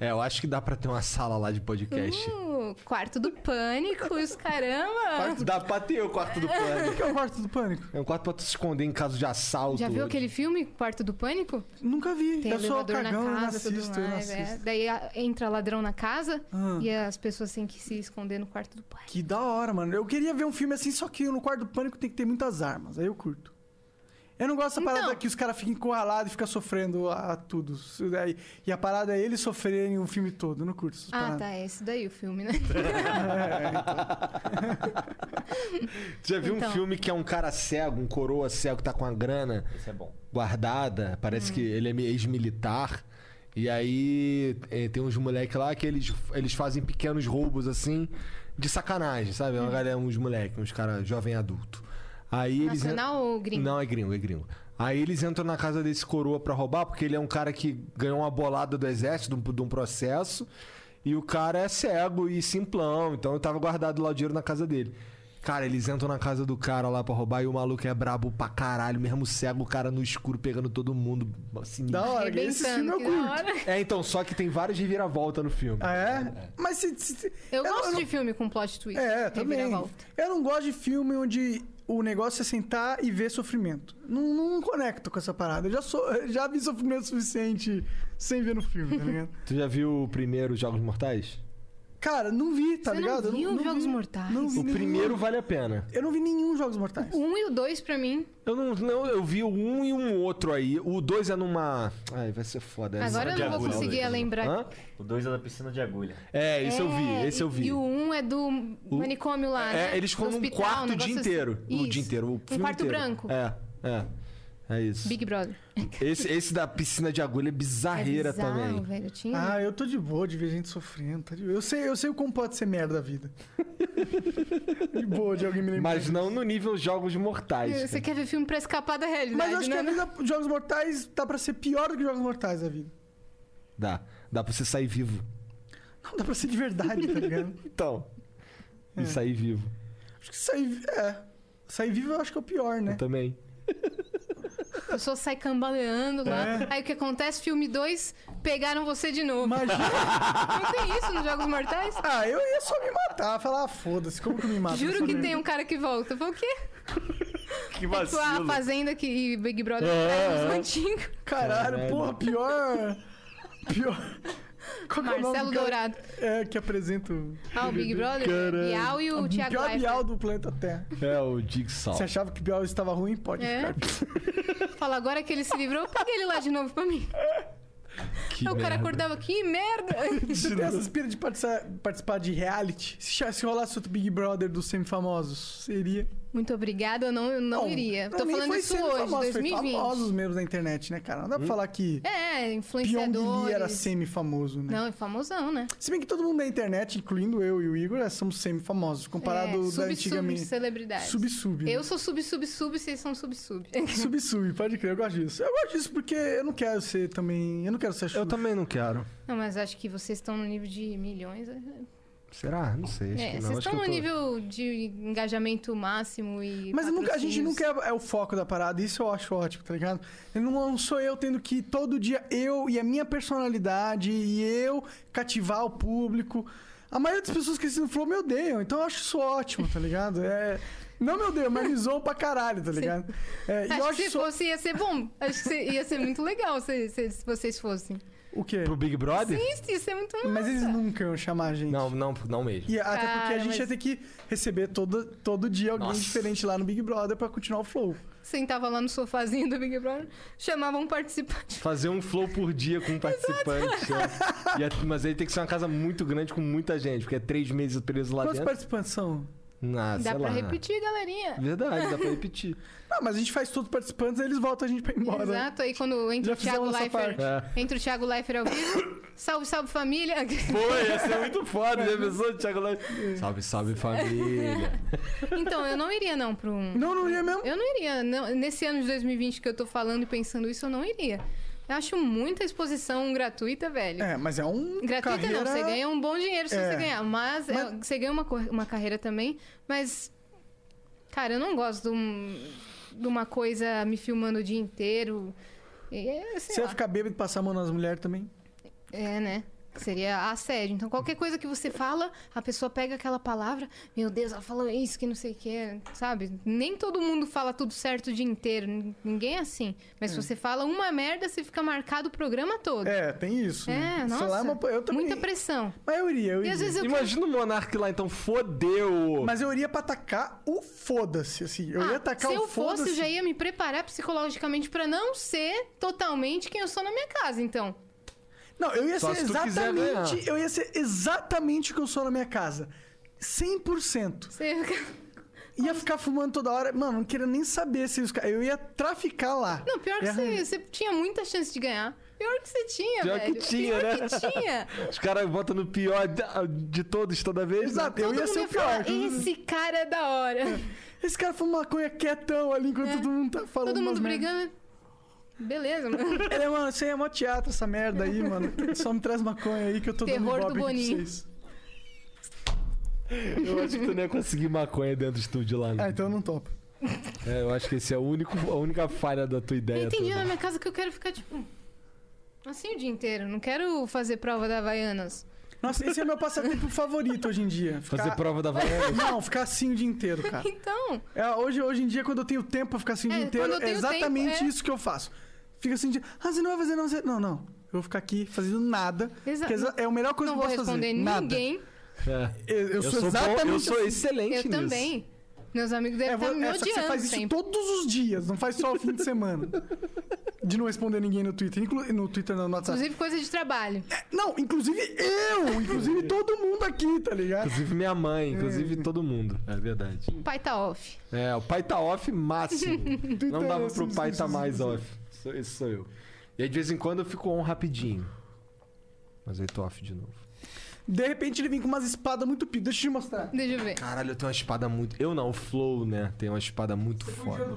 S2: É, eu acho que dá pra ter uma sala lá de podcast.
S3: Uh, o quarto do pânico, os caramba.
S2: Quarto da patê, o quarto
S3: Hum.
S2: do pânico. O
S1: que é o quarto do pânico?
S2: É um quarto pra tu se esconder em caso de assalto.
S3: Já viu aquele filme, Quarto do Pânico?
S1: Nunca vi.
S3: Tem
S1: Eu sou
S3: elevador na
S1: cagão, eu não
S3: casa, tudo
S1: assisto, eu não
S3: mais, é.
S1: assisto.
S3: Daí a- entra ladrão na casa
S1: Ah.
S3: e as pessoas têm que se esconder no quarto do pânico.
S1: Que da hora, mano. Eu queria ver um filme assim, só que no quarto do pânico tem que ter muitas armas. Aí eu curto. Eu não gosto da parada
S3: Então.
S1: que os caras ficam encurralados e ficam sofrendo a, a tudo. Isso daí- E a parada é eles sofrerem o filme todo. Eu não curto essas
S3: Ah,
S1: paradas.
S3: tá, é esse daí o filme, né?
S2: Já viu
S3: Então.
S2: um filme que é um cara cego, um coroa cego que tá com a grana
S9: Esse é bom.
S2: guardada? Parece que ele é ex-militar. E aí eh, tem uns moleques lá que eles, eles fazem pequenos roubos assim, de sacanagem, sabe? É Uma galera, uns moleques, uns caras jovem adulto. Aí eles en-
S3: Nacional ou gringo?
S2: Não, é gringo, é gringo. Aí eles entram na casa desse coroa pra roubar, porque ele é um cara que ganhou uma bolada do exército, de um, de um processo. E o cara é cego e simplão, então tava guardado lá o dinheiro na casa dele. Cara, eles entram na casa do cara lá pra roubar e o maluco é brabo pra caralho, mesmo cego, o cara no escuro pegando todo mundo. Assim,
S1: Da hora, esse filme eu
S3: Arrebentando, que da
S1: curto.
S2: É, então, só que tem várias reviravoltas no filme.
S1: Ah, é? Mas se. se-
S3: Eu,
S1: não-
S3: gosto
S1: não-
S3: de filme com plot twist.
S1: É, também.
S3: reviravolta.
S1: Eu não gosto de filme onde o negócio é sentar e ver sofrimento. Não, não conecto com essa parada. Eu já, sou, eu já vi sofrimento suficiente sem ver no filme, tá ligado?
S2: Tu já viu o primeiro Jogos Mortais?
S1: Cara, não vi, tá
S3: Você não
S1: ligado? Eu
S3: viu Jogos
S1: vi-
S3: Mortais?
S1: Não vi
S2: O
S1: nenhum.
S2: primeiro vale a pena.
S1: Eu não vi nenhum Jogos Mortais.
S3: O um e o dois pra mim.
S2: Eu não, não, eu vi o um e um outro aí. O dois é numa. Ai, vai ser foda. É essa.
S3: Agora eu não vou conseguir lembrar.
S2: Hã?
S9: O 2 é da piscina de agulha.
S2: É, esse eu vi,
S3: É,
S2: esse eu vi.
S3: E o um é do manicômio lá,
S2: É,
S3: né?
S2: eles ficam
S3: Do
S2: num
S3: hospital,
S2: quarto o
S3: um
S2: dia
S3: negócio
S2: inteiro.
S3: assim.
S2: O
S3: Isso.
S2: dia inteiro. O
S3: um
S2: filme
S3: quarto
S2: inteiro.
S3: branco.
S2: É, é. É isso.
S3: Big Brother.
S2: Esse, esse da piscina de agulha é bizarreira
S3: é bizarro,
S2: também.
S3: velho. Tinha...
S1: Ah, eu tô de boa de ver gente sofrendo. tá de- Eu sei, eu sei como pode ser merda a vida. de boa de alguém me lembrar.
S2: Mas não no nível Jogos Mortais.
S3: Você quer ver filme pra escapar da realidade,
S1: Mas eu acho que é
S3: né?
S1: a vida de Jogos Mortais dá pra ser pior do que Jogos Mortais a vida.
S2: Dá. Dá pra você sair vivo.
S1: Não dá pra ser de verdade, tá ligado?
S2: Então.
S3: É.
S2: E sair vivo.
S1: Acho que sair. vi- É. Sair vivo eu acho que é o pior, né?
S2: Eu também.
S3: A pessoa sai cambaleando lá.
S1: É.
S3: Aí o que acontece? Filme 2, pegaram você de novo. Não tem isso nos Jogos Mortais?
S1: Ah, eu ia só me matar, falar, ah, foda-se, como que eu me mato?
S3: Juro que tem um cara que volta. Eu falo, o quê?
S9: Que
S3: É tipo a Fazenda que e Big Brother
S1: É,
S3: é,
S1: é.
S3: os antigos.
S1: Caralho,
S3: Caralho.
S1: porra, pior. Pior. Qual que é o nome do
S3: Marcelo
S1: cara
S3: Dourado.
S1: É, que apresenta o.
S3: Ah, o Big Brother? Bial e o Thiago
S1: Bial
S3: Leifert.
S1: Bial do planeta Terra.
S2: É o Jigsaw.
S1: Você achava que Bial estava ruim? Pode
S3: É.
S1: ficar.
S3: Fala, agora que ele se livrou, pega ele lá de novo pra mim.
S2: Que
S3: Aí o cara
S2: merda.
S3: acordava, que merda!
S1: Você tem essa aspira de participar, participar de reality? Se, cha- se rolasse outro Big Brother dos semifamosos, seria.
S3: Muito obrigada, eu não, eu não, iria.
S1: pra
S3: Tô
S1: mim
S3: falando
S1: foi
S3: isso
S1: semi-
S3: hoje,
S1: famosos, Foi
S3: 2020.
S1: famosos mesmo da internet, né, cara? Não dá pra falar que
S3: É,
S1: Pyong Lee era
S3: influenciadores.
S1: semi-famoso, né?
S3: Não, é famosão, né?
S1: Se bem que todo mundo da internet, incluindo eu e o Igor, é, somos semi-famosos, comparado
S3: é,
S1: da
S3: sub,
S1: antiga
S3: sub,
S1: minha.
S3: celebridade.
S1: Sub-sub, né?
S3: Eu sou sub, sub, sub, vocês são sub, sub.
S1: Sub-sub, pode crer, eu gosto disso. Eu gosto disso porque eu não quero ser também. Eu não quero ser
S2: Eu também não quero.
S3: Não, mas acho que vocês estão no nível de milhões. né?
S2: Será? Não sei. Acho
S3: É,
S2: que não.
S3: vocês
S2: Acho
S3: estão
S2: que eu
S3: no
S2: tô-
S3: nível de engajamento máximo e.
S1: Mas nunca- a gente
S3: patrocínios.
S1: nunca é, é o foco da parada, isso eu acho ótimo, tá ligado? Eu Não, não sou eu tendo que todo dia eu e a minha personalidade e eu cativar o público. A maioria das pessoas que assistem falou me odeiam, então eu acho isso ótimo, tá ligado? É. Não me odeiam, mas me zoam pra caralho, tá ligado? É, e eu
S3: Acho
S1: acho
S3: que se
S1: isso-
S3: fosse, ia ser bom. Acho que se- ia ser muito legal se, se- se vocês fossem.
S1: O quê?
S2: Pro Big Brother?
S3: Sim, isso ia ser muito massa.
S1: Mas eles nunca iam chamar a gente.
S2: Não, não, não mesmo.
S1: E até
S3: Cara,
S1: porque a gente
S3: Tá, mas-
S1: ia ter que receber todo, todo dia alguém
S2: Nossa.
S1: diferente lá no Big Brother pra continuar o flow.
S3: Sentava lá no sofazinho do Big Brother, chamava um participante.
S2: Fazer um flow por dia com um participante. né? E a- mas aí tem que ser uma casa muito grande com muita gente, porque é três meses preso lá
S1: Quantos
S2: dentro.
S1: participantes são?
S2: Ah,
S3: Dá
S2: sei lá.
S3: pra repetir, galerinha.
S2: Verdade, dá pra repetir.
S1: Não, mas a gente faz todos os participantes, aí eles voltam a gente pra ir embora.
S3: Exato, aí quando
S1: Já
S3: entra o Thiago
S1: fizemos essa
S3: Leifert.
S2: parte.
S3: Entra o Thiago Leifert ao vivo. salve, salve família.
S2: Pô, ia ser muito foda, né, pessoa? Thiago Leifert. Salve, salve, família.
S3: Então, eu não iria não pra um.
S1: Não, não iria mesmo?
S3: Eu não iria. não. Nesse ano de 2020 que eu tô falando e pensando isso, eu não iria. Eu acho muita exposição gratuita, velho.
S1: É, mas é um.
S3: Gratuita
S1: carreira...
S3: não, você ganha um bom dinheiro se
S1: É.
S3: você ganhar. Mas, é, você ganha uma, cor- uma carreira também, mas. Cara, eu não gosto de, um- de uma coisa me filmando o dia inteiro. É, sei
S1: Você
S3: lá.
S1: ia ficar bêbado e passar a mão nas mulheres também?
S3: É, né? que seria assédio. Então, qualquer coisa que você fala, a pessoa pega aquela palavra, meu Deus, ela falou isso que não sei o que, sabe? Nem todo mundo fala tudo certo o dia inteiro, n- ninguém é assim. Mas
S1: É.
S3: se você fala uma merda, você fica marcado o programa todo.
S1: É, tem isso.
S3: É,
S1: né?
S3: nossa,
S1: Sei lá, mas eu também...
S3: muita pressão.
S1: Mas eu iria, eu
S3: E
S1: iria.
S3: às vezes eu
S1: Imagina
S2: o Monark lá, então fodeu.
S1: Mas eu iria pra atacar o foda-se, assim. Eu ia
S3: Ah,
S1: atacar
S3: se
S1: o
S3: eu fosse,
S1: foda-se.
S3: eu já ia me preparar psicologicamente pra não ser totalmente quem eu sou na minha casa, então.
S1: Não, eu ia
S3: Só
S1: ser
S3: se tu quiser
S1: exatamente.
S3: ganhar.
S1: Eu ia ser exatamente o que eu sou na minha casa. 100%. Ia ficar fumando toda hora. Mano, não queria nem saber se os caras. Eu ia traficar lá.
S3: Não, pior que
S1: Ia
S3: você, você tinha muita chance de ganhar. Pior que você tinha,
S2: Pior
S3: velho.
S2: que tinha,
S3: Pior
S2: né?
S3: que tinha.
S2: Os caras botam no pior de, de todos toda vez. né? Exato,
S3: Todo mundo ia falar, esse cara é da hora.
S1: Esse cara foi uma maconha quietão ali enquanto todo mundo tá falando.
S3: É. Todo mundo
S1: umas merda.
S3: brigando. Beleza, mano.
S1: Ele, mano, isso aí é mó teatro, essa merda aí, mano. Só me traz maconha aí que eu tô
S3: Terror
S1: dando ibope aqui
S3: do
S1: pra
S3: Boninho.
S1: vocês.
S2: Eu acho que tu nem ia conseguir maconha dentro do estúdio lá. não.
S1: Ah, então eu não topo.
S2: É, eu acho que esse é o único, a única falha da tua
S1: É,
S2: ideia.
S3: Eu entendi né?
S2: toda.
S3: na minha casa que eu quero ficar, tipo. Assim o dia inteiro. Não quero fazer prova da Havaianas.
S1: Nossa, esse é meu passatempo favorito hoje em dia.
S2: Fazer prova da Havaianas?
S1: Não, ficar assim o dia inteiro, cara.
S3: Então.
S1: É, hoje, hoje em dia, quando eu tenho tempo pra ficar assim o
S3: É,
S1: dia inteiro,
S3: quando eu
S1: é
S3: tenho
S1: exatamente
S3: tempo, é.
S1: isso que eu faço. Fica assim, de, ah, você não vai fazer, não, você... não, não. Eu vou ficar aqui fazendo nada.
S3: Exa-
S1: que é exa- é a melhor coisa
S3: não
S1: que eu
S3: vou
S1: posso fazer.
S3: responder ninguém.
S2: Nada.
S1: Eu, eu sou, exatamente assim.
S3: Eu também. Meus amigos devem
S1: É, vo-
S3: estar tá me
S1: é, só que
S3: odiando
S1: você faz isso
S3: sempre.
S1: todos os dias, não faz só o fim de semana. De não responder ninguém no Twitter. Inclu- no Twitter, não, no WhatsApp.
S3: Inclusive coisa de trabalho.
S1: Não, inclusive eu, inclusive todo mundo aqui, tá ligado?
S2: Inclusive minha mãe, inclusive todo mundo. É verdade.
S3: O pai tá off.
S2: É, o pai tá off máximo. Não dava pro
S3: Sim,
S2: pai
S3: sim,
S2: tá
S3: sim,
S2: mais
S3: sim.
S2: off. Sou- Esse sou eu. E aí de vez em quando eu fico on rapidinho. Mas aí tô off de novo.
S1: De repente ele vem com umas espadas muito pica. Deixa eu te mostrar.
S3: Deixa eu ver.
S2: Caralho, eu tenho uma espada muito. Eu não, o Flow, né? Tem uma espada muito foda.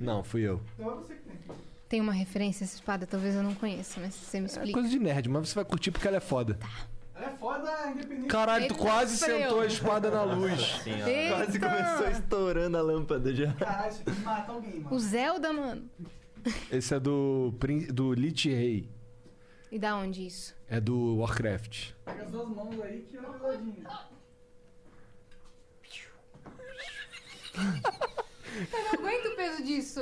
S2: Não, fui eu.
S1: Então é
S3: Tem uma referência a essa espada, talvez eu não conheça, mas você
S2: É
S3: me explica.
S2: coisa de nerd, mas você vai curtir porque ela é foda.
S3: Tá.
S1: Ela é foda, independente.
S2: Caralho, tu quase
S1: Eita,
S2: sentou a
S1: freio.
S2: espada na luz.
S3: Eita.
S9: Quase começou estourando a lâmpada já.
S1: Caralho, isso aqui mata alguém, mano.
S3: O Zelda, mano.
S2: Esse é do, prin- do Lich Rei.
S3: E da onde isso?
S2: É do Warcraft.
S1: Pega as duas mãos aí que é pesadinha.
S3: Eu não aguento o peso disso.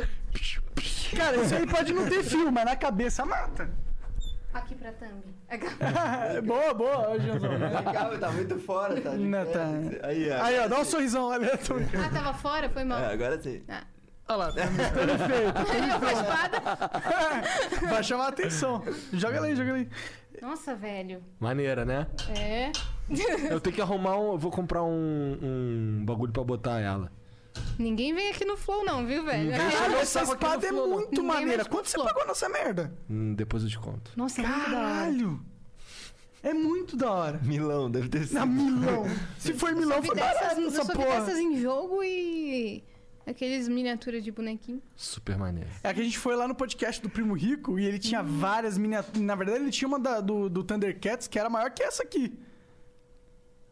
S1: Cara, isso aí pode não ter fio, mas na cabeça mata.
S3: Aqui pra thumb. É
S1: boa, boa, Janzão.
S9: Legal, tá muito fora, tá?
S1: Não, tá.
S9: Aí, ó.
S1: Aí, ó, dá um sorrisão aleatório.
S3: Ah, tava fora? Foi mal.
S9: É, agora sim.
S3: Ah.
S1: Olha lá, tá perfeito.
S3: Ele com a espada.
S1: Vai chamar a atenção. Joga ela aí, joga ela aí.
S3: Nossa, velho.
S2: Maneira, né?
S3: É.
S2: Eu tenho que arrumar um. Eu vou comprar um, um bagulho pra botar ela.
S3: Ninguém vem aqui no Flow, não, viu, velho?
S2: Ninguém
S3: Aquela-
S1: Caralho, essa espada é muito
S3: Ninguém
S1: maneira.
S3: mexe com
S1: Quanto você pagou nessa merda?
S2: Hum, depois eu te conto.
S3: Nossa, é muito da hora.
S1: Caralho. É muito da hora.
S9: Milão, deve ter sido.
S1: Na Milão. Se foi Milão,
S3: Eu vi
S1: foi barato
S3: dessas- eu
S1: essa
S3: só vi
S1: porra.
S3: dessas em jogo e. Aqueles miniaturas de bonequinho.
S2: Super maneiro.
S1: É que a gente foi lá no podcast do Primo Rico e ele tinha
S3: Uhum.
S1: várias miniaturas. Na verdade, ele tinha uma da- do, do Thundercats que era maior que essa aqui.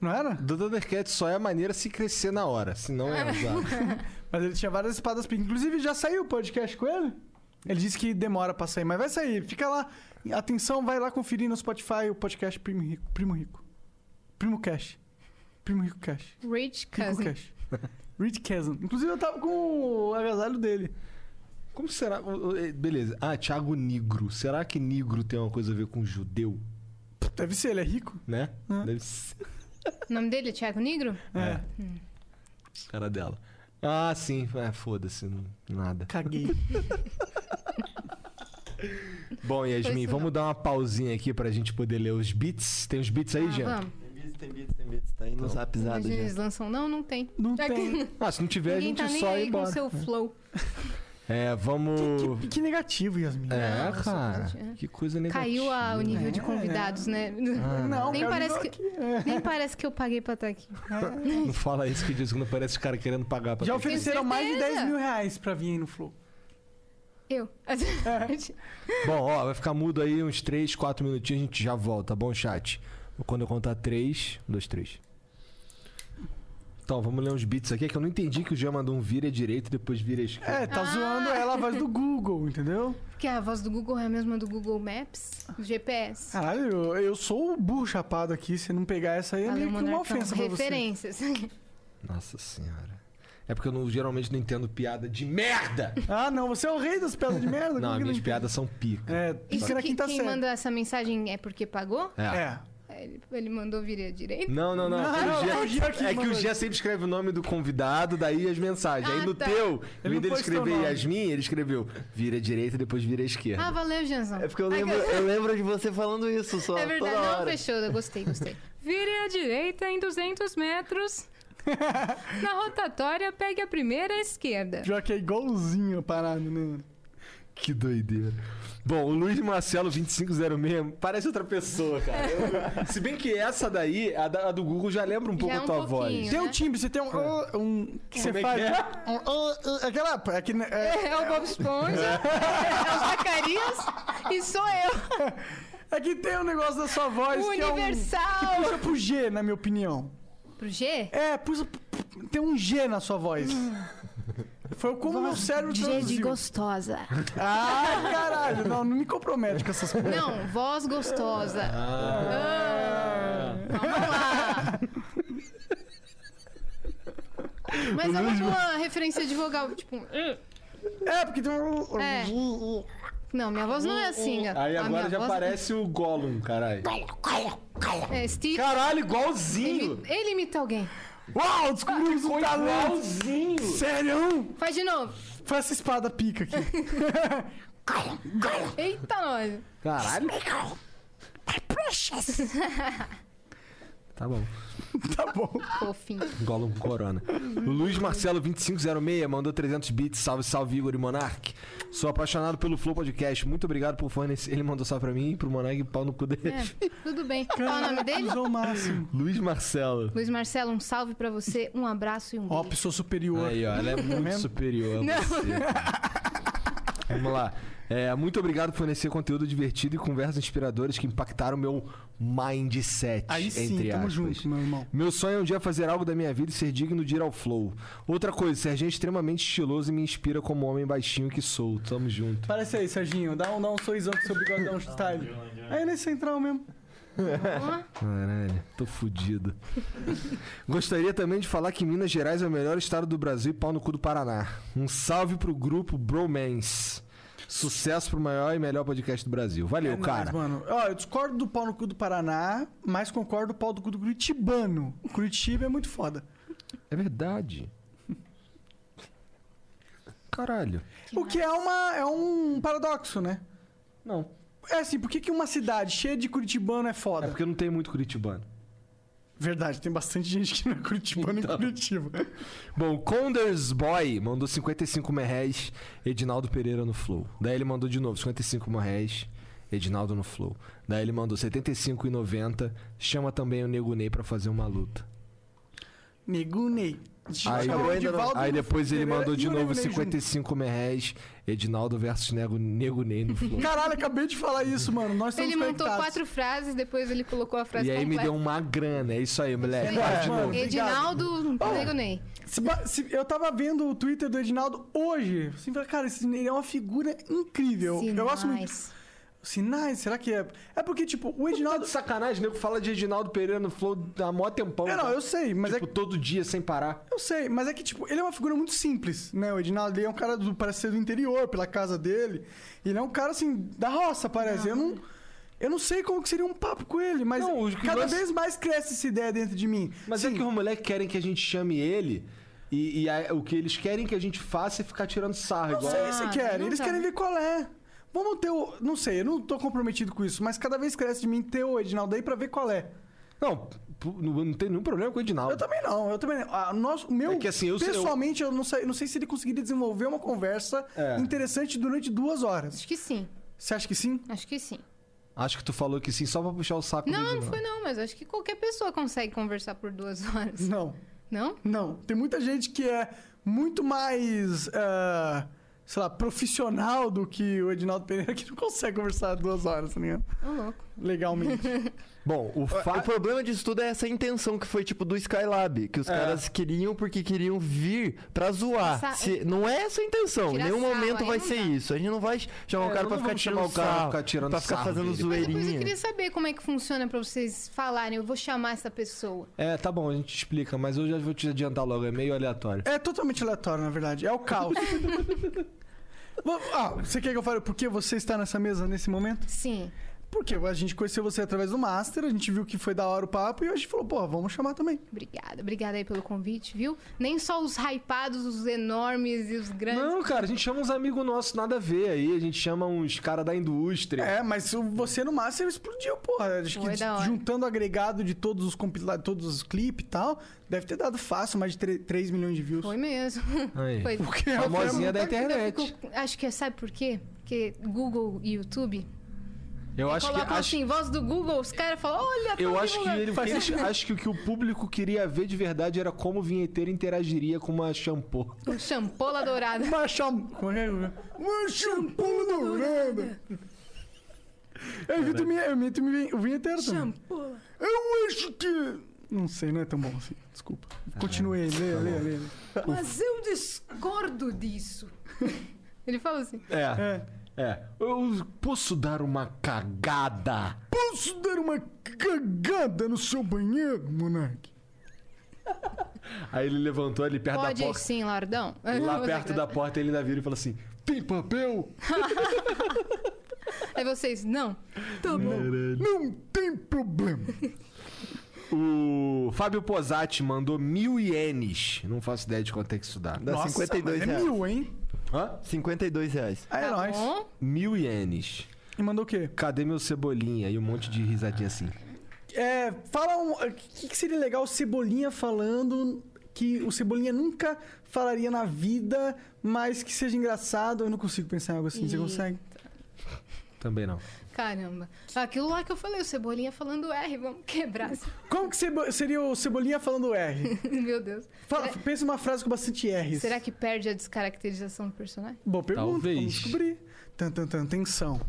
S1: Não era?
S2: Do Thundercat só é maneira se crescer na hora, se não é usado.
S1: Mas ele tinha várias espadas pica. Inclusive, já saiu o podcast com ele? Ele disse que demora pra sair, mas vai sair. Fica lá. Atenção, vai lá conferir no Spotify o podcast Primo Rico. Primo Rico. Primo Cash. Primo Rico Cash.
S3: Rich
S1: Rico
S3: Cousin.
S1: Cash. Rich Cousin. Inclusive, eu tava com o agasalho dele.
S2: Como será? o- o- eh, Beleza. Ah, Thiago Negro. Será que Negro tem uma coisa a ver com judeu?
S1: Deve ser, ele é rico.
S2: Né?
S3: Hum.
S2: Deve ser.
S3: O nome dele é Thiago Negro?
S2: É. Cara dela. Ah, sim. É, foda-se. não- Nada.
S1: Caguei.
S2: Bom,
S9: Foi
S2: Yasmin,
S9: isso,
S2: vamos
S9: não.
S2: dar uma pausinha aqui pra gente poder ler os beats. Tem os beats aí,
S3: Ah,
S2: Jean?
S3: vamos.
S9: Tem bits, tem bits, tem bits. Tá indo no
S3: Mas
S9: zapzado
S3: eles
S9: já.
S3: lançam? Não, não tem.
S1: Não
S3: tem.
S2: Ah, se não tiver,
S3: Ninguém
S2: a
S3: tá
S2: gente
S3: nem
S2: só
S3: aí
S2: ir embora.
S3: com o seu flow.
S2: É, vamos.
S1: Que negativo, Yasmin.
S2: É,
S3: Nossa,
S2: cara.
S3: gente, é.
S2: Que coisa negativa.
S3: Caiu a- o nível de convidados, né?
S1: Não,
S3: nem
S1: cara,
S3: parece,
S1: não é.
S3: que, nem parece que eu paguei pra estar aqui.
S2: Não fala isso que diz que não parece os caras querendo pagar pra
S1: Já
S2: ter-
S1: ofereceram
S3: Tenho
S1: mais de
S3: certeza.
S1: 10 mil reais pra vir aí no Flow.
S3: Eu.
S2: Bom, ó, vai ficar mudo aí uns 3, 4 minutinhos, a gente já volta, tá bom, chat? Quando eu contar 3, 2, 3. Então, vamos ler uns bits aqui, que eu não entendi que o Jean mandou um vira direito e depois vira esquerda.
S1: É,
S3: Ah.
S1: tá zoando ela a voz do Google, entendeu?
S3: Porque a voz do Google é a mesma do Google Maps, do GPS.
S1: Caralho, eu, eu sou o burro chapado aqui. Se não pegar essa aí, é meio que uma
S3: Monarcão,
S1: ofensa pra você.
S3: Referências.
S1: É.
S2: Nossa senhora. É porque eu não- geralmente não entendo piada de merda!
S1: Ah, não, você é o rei das piadas de merda.
S2: Não,
S1: como
S2: as
S1: que
S2: minhas piadas são pica.
S1: É,
S3: Isso
S2: Só-
S3: que, quem manda né? essa mensagem é porque pagou?
S2: É.
S3: Ele, ele mandou vir à direita?
S2: Não, não, não. é que o Gia-
S3: é o Gia
S2: é que o
S3: mandou.
S2: Gia sempre escreve o nome do convidado, daí as mensagens. aí
S3: Ah,
S2: no
S3: tá.
S2: teu,
S3: Ele
S2: em vez dele
S3: não pôs teu
S2: escrever
S3: nome.
S2: Yasmin, ele escreveu vira direita e depois vira esquerda.
S3: Ah, valeu, Janzão.
S9: É porque eu lembro, eu lembro de você falando isso só
S3: É verdade,
S9: toda
S3: não,
S9: hora.
S3: fechou, eu gostei, gostei. Vire à direita em 200 metros. Na rotatória, pegue a primeira à esquerda.
S1: Pior que é igualzinho a parada, né? mano?
S2: Que doideira. Bom, o Luiz Marcelo 2506 parece outra pessoa, cara. Eu- se bem que essa daí, a, da- a do Google, já lembra um
S3: é
S2: pouco a tua voz.
S1: Tem um timbre, você tem um. ah, um que você
S2: Como é
S1: faz.
S2: que é?
S1: um, ah, ah, aquela. aquele-
S3: É o Bob Esponja, é o Zacarias e sou eu.
S1: É que tem um negócio da sua voz que é
S3: Universal.
S1: um, que puxa pro G, na minha opinião.
S3: Pro G?
S1: É, puxa, tem um G na sua voz. Foi como meu cérebro
S3: G de um.
S1: traduziu.
S3: gostosa.
S1: Ah, caralho. Não, não me compromete com essas coisas.
S3: Não, voz gostosa. Então, Ah, Mas é uma boa referência de vogal, tipo...
S1: É, porque tem um...
S3: É. Não, minha voz não é assim. a-
S2: Aí
S3: a
S2: agora
S3: minha
S2: já
S3: voz-
S2: parece o Gollum, caralho.
S3: É, Steve...
S2: Caralho, igualzinho!
S3: Ele, ele imita alguém.
S1: Uau, descobrimos um talento.
S3: é
S1: Sério?
S3: Faz de novo.
S1: Faz essa espada pica aqui.
S3: Eita, nós.
S2: Caralho. Tá bom.
S1: tá bom.
S3: Fofinho.
S2: Gollum com um corona. O Luiz Marcelo 2506 mandou 300 bits. Salve, salve, Igor e Monark. Sou apaixonado pelo Flow Podcast. Muito obrigado por fornecer. Ele mandou só pra mim e pro Monark pau no cu dele.
S3: É, tudo bem. Qual é o nome dele?
S1: Usou o máximo.
S2: Luiz Marcelo.
S3: Luiz Marcelo, um salve pra você, um abraço e um
S1: Ó,
S3: beijo.
S1: pessoa superior.
S2: Aí, ó, ela é muito
S1: Tá vendo?
S2: superior. a
S3: Não.
S2: você. Vamos lá. É, muito obrigado por fornecer conteúdo divertido e conversas inspiradoras que impactaram meu mindset.
S1: Aí sim,
S2: entre
S1: tamo
S2: aspas.
S1: junto, meu irmão.
S2: Meu sonho é um dia fazer algo da minha vida e ser digno de ir ao flow. Outra coisa, Serginho é extremamente estiloso e me inspira como homem baixinho que sou. Tamo junto.
S1: Parece aí, Serginho. Dá um, dá um sorrisão com seu bigodão style. Aí nesse central mesmo.
S2: Caralho, tô fudido. Gostaria também de falar que Minas Gerais é o melhor estado do Brasil e pau no cu do Paraná. Um salve pro grupo Bromance. Sucesso pro maior e melhor podcast do Brasil. Valeu,
S1: É nóis,
S2: cara.
S1: mano. Ó, eu discordo do pau no cu do Paraná, mas concordo do pau do cu do Curitibano. Curitiba é muito foda.
S2: É verdade. Caralho.
S1: o que é, uma, é um paradoxo, né?
S2: Não.
S1: É assim, por que, que uma cidade cheia de curitibano é foda?
S2: É porque não tem muito curitibano.
S1: Verdade, tem bastante gente que não é curitibano
S2: Então.
S1: em Curitiba.
S2: Bom, Conders Boy mandou 55 merréis, Edinaldo Pereira no Flow. Daí ele mandou de novo 55 merréis, Edinaldo no Flow. Daí ele mandou 75 e 90, chama também o Nego Ney pra fazer uma luta.
S1: Negunei.
S2: Aí,
S1: Acabou ainda não.
S2: aí depois ele
S1: Pereira
S2: mandou de
S1: e o
S2: novo
S1: Negunei junto.
S2: 55 merréis, Edinaldo versus Nego, Nego Ney no Flow.
S1: Caralho, acabei de falar isso, mano. Nós estamos
S3: Ele montou
S1: conectados.
S3: quatro frases, depois ele colocou a frase
S2: E aí me
S3: completa.
S2: deu um uma grana, é isso aí, moleque.
S1: É,
S2: Vai de
S1: mano.
S2: novo.
S3: Edinaldo, Nego Ney.
S1: Se ba- se- eu tava vendo o Twitter do Edinaldo hoje. Assim, falei, cara, esse, ele é uma figura incrível. Eu gosto muito.
S3: Sinais.
S1: Sinais, será que é? É porque, tipo, o Edinaldo.
S2: Sacanagem, nego fala de Edinaldo Pereira no Flow há mó tempão.
S1: É, não, eu sei, mas
S2: tipo,
S1: é.
S2: todo dia sem parar.
S1: Eu sei, mas é que, tipo, ele é uma figura muito simples, né? O Edinaldo ele é um cara do. Parece ser do interior, pela casa dele. Ele é um cara, assim, da roça, parece. Eu não. Eu não sei como que seria um papo com ele, mas
S2: Não, o que
S1: cada
S2: nós-
S1: vez mais cresce essa ideia dentro de mim.
S2: Mas é
S1: Sim.
S2: que os moleques querem que a gente chame ele. E, e aí, o que eles querem que a gente faça é ficar tirando sarro.
S1: Não
S2: igual.
S1: sei se
S3: Ah,
S1: querem,
S3: não
S1: eles
S3: tá.
S1: querem ver qual é. Vamos ter o. Não sei, eu não tô comprometido com isso, mas cada vez cresce de mim ter o Edinaldo aí pra ver qual é.
S2: Não, p- não, não tem nenhum problema com o Edinaldo.
S1: Eu também não, eu também não. Ah, nós- o meu,
S2: É que assim, eu-
S1: pessoalmente, eu, não, sei, não sei se ele conseguiria desenvolver uma conversa
S2: É.
S1: interessante durante duas horas.
S3: Acho que sim,
S1: Você acha que sim?
S3: acho que sim.
S2: Acho que tu falou que sim, só pra puxar o saco do
S3: Não, não
S2: Edinaldo.
S3: foi não, mas acho que qualquer pessoa consegue conversar por duas horas.
S1: Não,
S3: Não?
S1: não. Tem muita gente que é muito mais, ah, sei lá, profissional do que o Edinaldo Pereira que não consegue conversar duas horas, tá ligado?
S3: Ô, louco.
S1: Legalmente.
S2: Bom, o,
S9: o problema disso tudo é essa intenção que foi tipo do Skylab, que os
S2: É.
S9: caras queriam porque queriam vir pra zoar.
S3: Essa-
S9: Se- não é essa a intenção. Em
S3: Tirar
S9: nenhum
S3: sarro,
S9: momento
S3: aí
S9: vai
S3: não
S9: ser
S3: dá.
S9: isso. A gente não vai chamar
S2: É,
S9: o cara
S2: não
S9: pra ficar
S2: vamos
S9: chamar o
S2: tirando sarro,
S9: carro,
S2: ficar tirando
S9: pra ficar
S2: sarro
S9: fazendo
S2: dele. Mas
S3: Depois eu
S9: zoeirinha.
S3: queria saber como é que funciona pra vocês falarem. Eu vou chamar essa pessoa.
S2: É, tá bom, a gente explica, mas eu já vou te adiantar logo, é meio aleatório.
S1: É totalmente aleatório, na verdade. É o caos. Vam- ah, você quer que eu fale por que você está nessa mesa nesse momento?
S3: Sim.
S1: Porque a gente conheceu você através do Master, a gente viu que foi da hora o papo e a gente falou, pô, vamos chamar também.
S3: Obrigada, obrigada aí pelo convite, viu? Nem só os hypados, os enormes e os grandes.
S2: Não, cara, a gente chama uns amigos nossos nada a ver aí, a gente chama uns caras da indústria.
S1: É, mas o- você no Master explodiu, porra. Acho
S3: Foi
S1: que
S3: da hora.
S1: juntando o agregado de todos os compilados, todos os clipes e tal, deve ter dado fácil mais de 3 milhões de views.
S3: Foi mesmo.
S2: Aí.
S3: Foi.
S1: Porque é
S2: Famosinha da
S3: Eu
S2: internet.
S3: fico- acho que é- sabe por quê? Porque Google e YouTube
S2: Eu acho que
S3: colocam
S2: acho-
S3: assim, voz do Google, os caras falam, olha, tá
S2: eu acho que
S3: divulgando.
S2: ele eles- acho que o que o público queria ver de verdade era como o vinheteiro interagiria com uma shampoo.
S3: Um champola dourada.
S1: Uma cham... Uma shampoo dourada. Eu imito, minha, eu imito minha- o vinheteiro também.
S3: Champola.
S1: Eu acho que... Não sei, não é tão bom assim. Desculpa.
S2: Ah,
S1: Continue aí,
S2: tá
S1: lê, lê, lê.
S3: Mas eu discordo disso. ele fala assim.
S2: É. É. Eu posso dar uma cagada.
S1: Posso dar uma cagada no seu banheiro, moleque?
S2: Aí ele levantou ali perto
S3: Pode
S2: da
S3: ir
S2: porta.
S3: sim, Lardão.
S2: Lá
S3: tá-
S2: perto da porta ele ainda vira e fala assim: Tem papel?
S3: Aí vocês, não. Tá bom.
S1: Não tem problema.
S2: O Fábio Posati mandou mil ienes. Não faço ideia de quanto é que isso dá.
S9: Dá 52
S1: mas é
S9: reais.
S1: mil, hein?
S2: Hã?
S9: 52 reais.
S1: Aí é nóis.
S3: Tá Bom,
S2: Mil ienes.
S1: E mandou o quê?
S2: Cadê meu cebolinha? E um monte de risadinha assim.
S1: É, fala um. O que, que seria legal o Cebolinha falando que o Cebolinha nunca falaria na vida, mas que seja engraçado? Eu não consigo pensar em algo assim. Você
S3: Ih.
S1: consegue?
S2: Também não.
S3: caramba. Aquilo lá que eu falei, o Cebolinha falando R, vamos quebrar.
S1: Como que Cebo- seria o Cebolinha falando R?
S3: Meu Deus.
S1: Fala, pensa uma frase com bastante R.
S3: Será que perde a descaracterização do personagem?
S1: Boa pergunta,
S2: Talvez.
S1: vamos descobrir. Tan, tan, tan, tensão.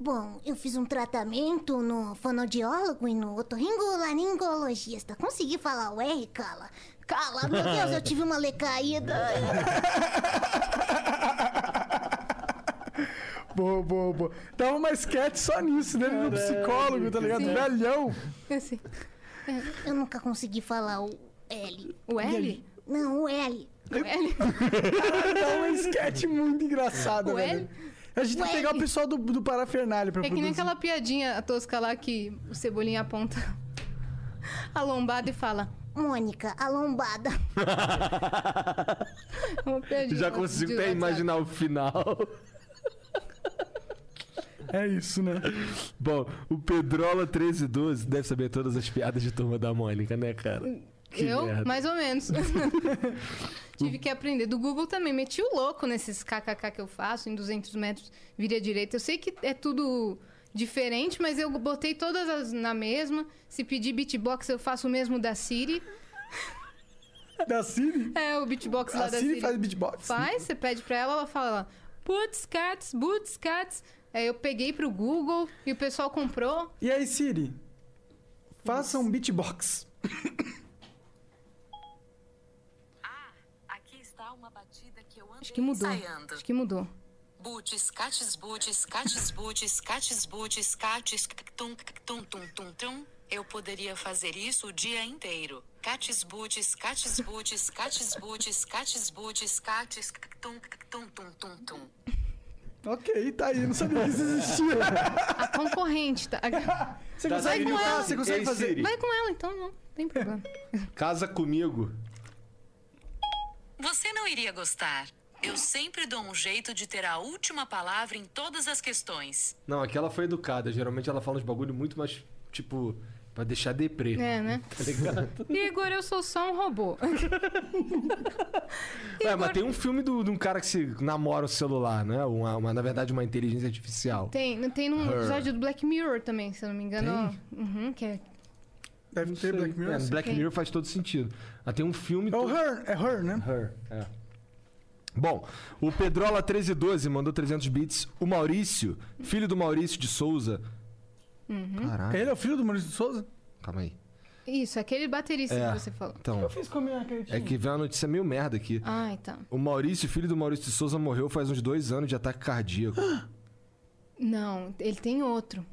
S4: Bom, eu fiz um tratamento no fonoaudiólogo e no otorringolaringologista. Consegui falar o R, cala? Cala, meu Deus, eu tive uma lecaída.
S1: Boa, boa, boa. Dava uma sketch só nisso, dele no psicólogo, tá ligado?
S3: Sim.
S1: Velhão.
S3: Assim,
S4: Eu nunca consegui falar o L.
S3: o L?
S4: Não, o L.
S3: O L? É
S1: Dava uma sketch muito engraçada,
S3: Ué?
S1: velho. A gente tem que
S3: Ué?
S1: pegar o pessoal do, do Parafernália pra
S3: É que nem
S1: produzir.
S3: aquela piadinha tosca lá que o Cebolinha aponta a lombada e fala.
S4: Mônica, a lombada.
S3: É uma piadinha
S2: Já
S3: de
S2: consigo até
S3: WhatsApp.
S2: imaginar o final.
S1: É isso, né?
S2: Bom, o Pedrola 1312 deve saber todas as piadas de turma da Mônica, né, cara? Que
S3: Eu?
S2: merda.
S3: Mais ou menos. Tive que aprender. Do Google também. Meti o louco nesses kkk que eu faço, em 200 metros, vira direita. Eu sei que é tudo diferente, mas eu botei todas as na mesma. Se pedir beatbox, eu faço o mesmo da Siri.
S1: Da Siri?
S3: É, o beatbox lá
S1: A
S3: da
S1: Siri
S3: Siri.
S1: faz beatbox?
S2: né?
S3: Faz, você pede pra ela, ela fala Boots Cats, Boots Cats. Aí eu peguei pro Google e o pessoal comprou.
S1: E aí, Siri? Faça um beatbox.
S11: Ah, aqui está uma batida que eu andei
S3: Acho que mudou.
S11: ensaiando.
S3: Acho que mudou.
S11: Butes, cates, butes, cates, butes, cates, butes, cates, tum, tum, tum, tum, tum. Eu poderia fazer isso o dia inteiro. Cates, butes, cates, butes, cates, butes, cates, butes, cates, tum, tum, tum, tum, tum.
S1: Ok, tá aí. Não sabia que isso existia.
S3: A concorrente tá.
S1: Você
S2: Da
S1: consegue
S2: Siri,
S1: imitar?
S2: fala,
S1: tá, Você consegue
S2: Ei,
S1: fazer?
S2: Siri,
S3: Vai com ela, então não tem problema.
S2: Casa comigo.
S11: Você não iria gostar. Eu sempre dou um jeito de ter a última palavra em todas as questões.
S2: Não, aquela foi educada. Geralmente ela fala uns bagulho muito mais, tipo, pra deixar deprê.
S3: É, né?
S2: Tá ligado?
S3: Igor, eu sou só um robô.
S2: Ué, mas tem um filme do- de um cara que se namora o celular, né? Uma, uma, na verdade, uma inteligência artificial.
S3: Tem, tem num
S2: Her.
S3: episódio do Black Mirror também, se eu não me engano. Uhum, que é
S1: Deve ter Black Mirror.
S2: É,
S1: assim.
S2: Black
S3: Tem.
S2: Mirror faz todo sentido. Ah, tem um filme.
S1: É o Her, é Her, né?
S2: Her, é. Bom, o Pedrola1312 mandou 300 bits. O Maurício, filho do Maurício de Souza,
S3: Uhum.
S1: Ele é o filho do Maurício de Souza?
S2: Calma aí.
S3: Isso, aquele baterista
S2: É,
S3: que você falou.
S2: Então,
S1: com a minha
S2: é que vem uma notícia meio merda aqui.
S3: Ah, então.
S2: O Maurício, filho do Maurício de Souza, morreu faz uns dois anos de ataque cardíaco.
S3: Não, ele tem outro.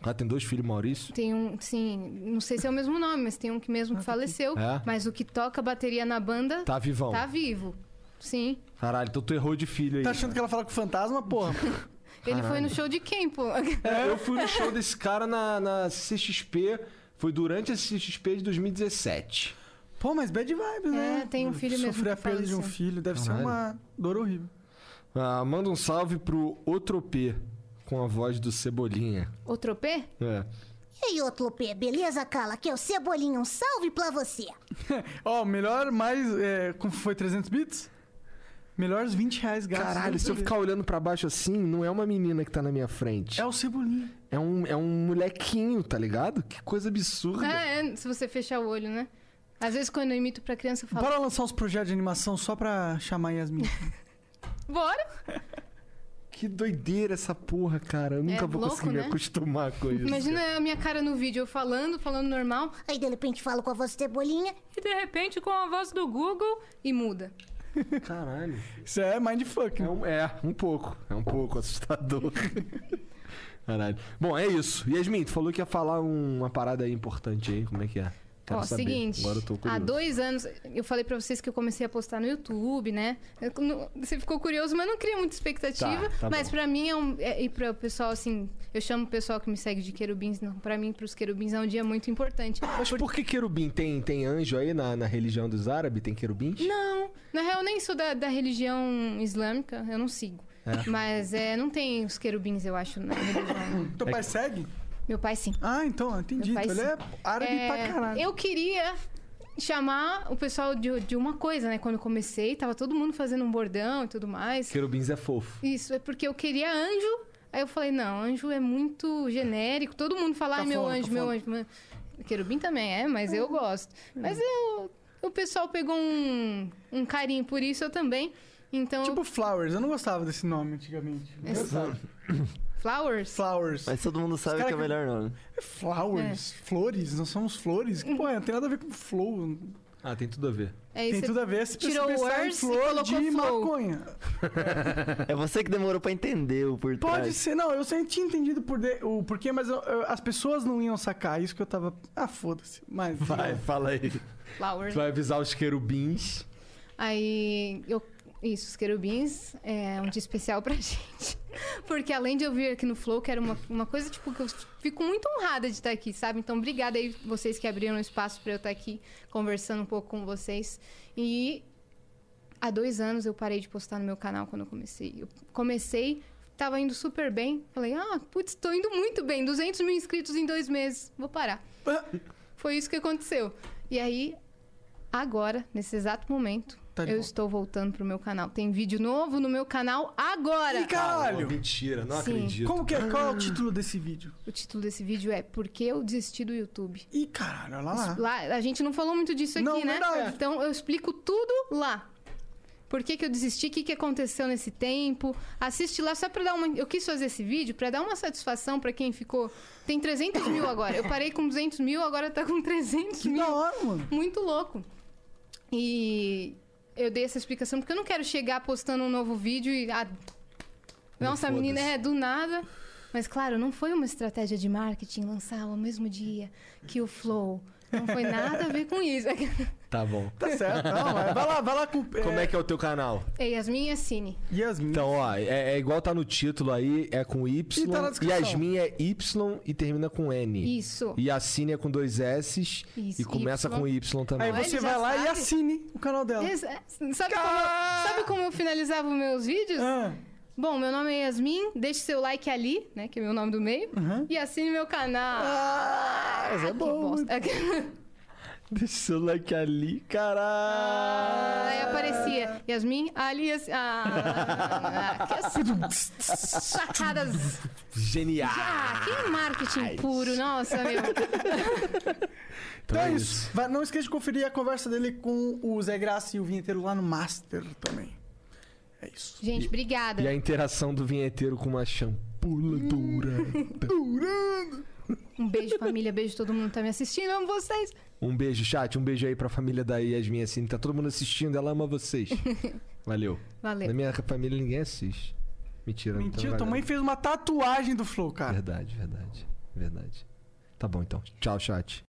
S2: O cara tem dois filhos, Maurício.
S3: Tem um, sim, não sei se é o mesmo nome, mas tem um que mesmo que faleceu.
S2: É?
S3: Mas o que toca bateria na banda.
S2: Tá vivão.
S3: Tá vivo. Sim.
S2: Caralho, então tu errou de filho aí.
S1: Tá achando que ela fala com fantasma, porra?
S3: Ele foi
S2: Caralho.
S3: no show de quem, pô?
S2: É, eu fui no show desse cara na, na CXP. Foi durante a CXP de 2017.
S1: Pô, mas bad vibes, né?
S3: É, tem um filho mesmo
S1: Sofrer a
S3: que
S1: perda de um
S3: faleceu.
S1: filho deve ser
S2: Caralho.
S1: uma dor horrível.
S2: Ah, manda um salve pro Otropê, com a voz do Cebolinha.
S3: Outro P?
S2: É.
S4: E aí, Otlopê, beleza, Cala? Aqui é o Cebolinha, um salve pra você.
S1: Ó, melhor mais. É, como foi 300 bits? Melhores 20 reais gastos.
S2: Caralho, se eu ficar olhando pra baixo assim, não é uma menina que tá na minha frente.
S1: É o Cebolinha.
S2: É um, é um molequinho, tá ligado? Que coisa absurda.
S3: Ah, é, se você fechar o olho, né? Às vezes quando eu imito pra criança, eu falo.
S1: Bora lançar uns projetos de animação só pra chamar Yasmin.
S3: Bora!
S2: Que doideira essa porra, cara. Eu nunca vou
S3: louco,
S2: conseguir
S3: né?
S2: me acostumar com isso.
S3: Imagina a minha cara no vídeo, eu falando, falando normal,
S4: Aí, de repente, falo com a voz do Cebolinha.
S3: e de repente com a voz do Google e muda.
S2: Caralho.
S1: Isso é mindfuck.
S2: É um, é, um pouco. É um pouco assustador. Caralho. Bom, é isso. Yasmin, tu falou que ia falar um- uma parada aí importante aí. Como é que é? Quero
S3: Ó,
S2: saber.
S3: seguinte,
S2: Agora eu tô
S3: há
S2: curioso.
S3: dois anos, eu falei pra vocês que eu comecei a postar no YouTube, né? Eu não- Você ficou curioso, mas não cria muita expectativa.
S12: Tá, tá
S3: mas
S12: bom.
S3: pra mim é um. é- e pra o pessoal, assim, eu chamo o pessoal que me segue de querubins, não. Pra mim, pros querubins é um dia muito importante.
S2: Mas por que querubim? Tem, tem anjo aí na, na religião dos árabes? Tem querubins?
S3: Não, na real eu nem sou da, da religião islâmica, eu não sigo.
S2: É.
S3: Mas é, não tem os querubins, eu acho, na religião.
S1: Teu pai segue?
S3: Meu pai sim.
S1: Ah, então, entendi.
S3: Meu pai,
S1: Então ele é
S3: sim.
S1: árabe
S3: É,
S1: pra caralho.
S3: Eu queria chamar o pessoal de, de uma coisa, né? Quando eu comecei, tava todo mundo fazendo um bordão e tudo mais.
S2: Querubins é fofo.
S3: Isso, é porque eu queria anjo. Aí eu falei, não, anjo é muito genérico. Todo mundo fala,
S1: Tá
S3: ai, meu
S12: Cafona,
S3: anjo, meu
S12: cafona.
S3: anjo, meu Querubim também é, mas eu gosto. Mas eu, o pessoal pegou um, um carinho por isso, eu também. Então,
S1: Tipo Flowers, eu não gostava desse nome antigamente. Não
S3: Esse-
S1: gostava.
S3: Flowers?
S1: Flowers.
S9: Mas todo mundo sabe
S1: Os
S9: que
S1: cara
S9: é o melhor nome.
S3: É.
S1: Flowers? Flores? Nós somos flores? Que, Pô, não tem nada a ver com flow.
S2: Ah, tem tudo a ver.
S3: É, e
S1: tem
S3: você
S1: tudo a ver se
S3: tirou
S1: você
S3: o
S1: pensar em
S3: words e
S1: flor
S3: colocou
S1: de
S3: flow.
S1: maconha.
S9: É você que demorou pra entender o por trás.
S1: Pode ser, não, eu sempre tinha entendido por de- o porquê, mas eu- eu- as pessoas não iam sacar isso que eu tava. Ah, foda-se. Mas. é.
S2: Vai, fala aí.
S3: Flowers.
S2: Tu vai avisar os querubins.
S3: Aí eu. Isso, os querubins é um dia especial pra gente. Porque além de eu vir aqui no Flow, que era uma, uma coisa, tipo, que eu fico muito honrada de estar aqui, sabe? Então, obrigada aí vocês que abriram espaço pra eu estar aqui conversando um pouco com vocês. E há dois anos eu parei de postar no meu canal quando eu comecei. Eu comecei, tava indo super bem. Falei, ah, putz, tô indo muito bem. 200 mil inscritos em dois meses. Vou parar.
S1: Ah,
S3: Foi isso que aconteceu. E aí, agora, nesse exato momento,
S2: Tá
S3: eu
S2: de volta.
S3: estou voltando pro meu canal. Tem vídeo novo no meu canal agora!
S1: Ih, caralho!
S2: mentira, não
S3: Sim.
S2: Ah, acredito.
S1: Como que é? Qual é o título desse vídeo?
S3: O título desse vídeo é Por que eu desisti do YouTube?
S1: Ih, caralho, olha
S2: Ah.
S1: lá.
S3: a gente não falou muito disso aqui,
S1: Não,
S3: né?
S2: É.
S1: verdade.
S3: Então eu explico tudo lá. Por que, que eu desisti? O que, que aconteceu nesse tempo? Assiste lá só pra dar uma. Eu quis fazer esse vídeo pra dar uma satisfação pra quem ficou. Tem 300 mil agora. Eu parei com 200 mil, agora tá com 300 mil.
S1: Da hora, mano.
S3: Muito louco. E eu dei essa explicação porque eu não quero chegar postando um novo vídeo e. Ah, nossa, a menina
S12: foda-se.
S3: é do nada. Mas claro, não foi uma estratégia de marketing lançar ao mesmo dia que o Flow. Não foi nada a ver com isso.
S2: Tá bom.
S1: Tá certo, não, vai vai lá, vai lá com.
S2: Como é que é o teu canal?
S3: É Yasmin Yassine.
S1: Yasmin.
S2: Então, ó, é, é igual tá no título aí, é com Y.
S3: E tá na descrição.
S2: Yasmin é Y e termina com N.
S3: Isso.
S2: E assine é com dois S
S3: Isso,
S2: e começa
S3: Y.
S2: com Y também.
S1: Aí você vai lá e assine o canal
S2: Ah.
S1: dela.
S3: Exa- Sabe como, eu- sabe como eu finalizava os meus vídeos?
S1: Ah.
S2: Ah.
S3: Bom, meu nome é Yasmin, deixe seu like ali, né? Que é o meu nome do meio. E assine meu canal. Ah,
S2: mas é
S3: que
S2: bom.
S3: bosta.
S2: Deixa o seu like ali, caralho.
S3: Aí aparecia Yasmin ali. Yas- Ah, que as- sacadas.
S2: Genial. Então é
S3: Ah, que marketing puro, nossa, meu.
S1: Então é isso. Vai- não esqueça de conferir a conversa dele com o Zé Graça e o Vinheteiro lá no Master também. É isso.
S3: Gente, obrigada.
S2: E a interação do vinheteiro com uma champanhe.
S1: Pula dourada.
S3: Um beijo, família. Beijo todo mundo que tá me assistindo. Amo vocês.
S2: Um beijo, chat. Um beijo aí pra família da Yasmin assim. Tá todo mundo assistindo, ela ama vocês. Valeu.
S3: Valeu.
S2: Na minha família ninguém assiste. Mentira, não tô
S1: Mentira, tua
S2: valendo.
S1: mãe fez uma tatuagem do Flow, cara.
S2: Verdade, verdade. Verdade. Tá bom então. Tchau, chat.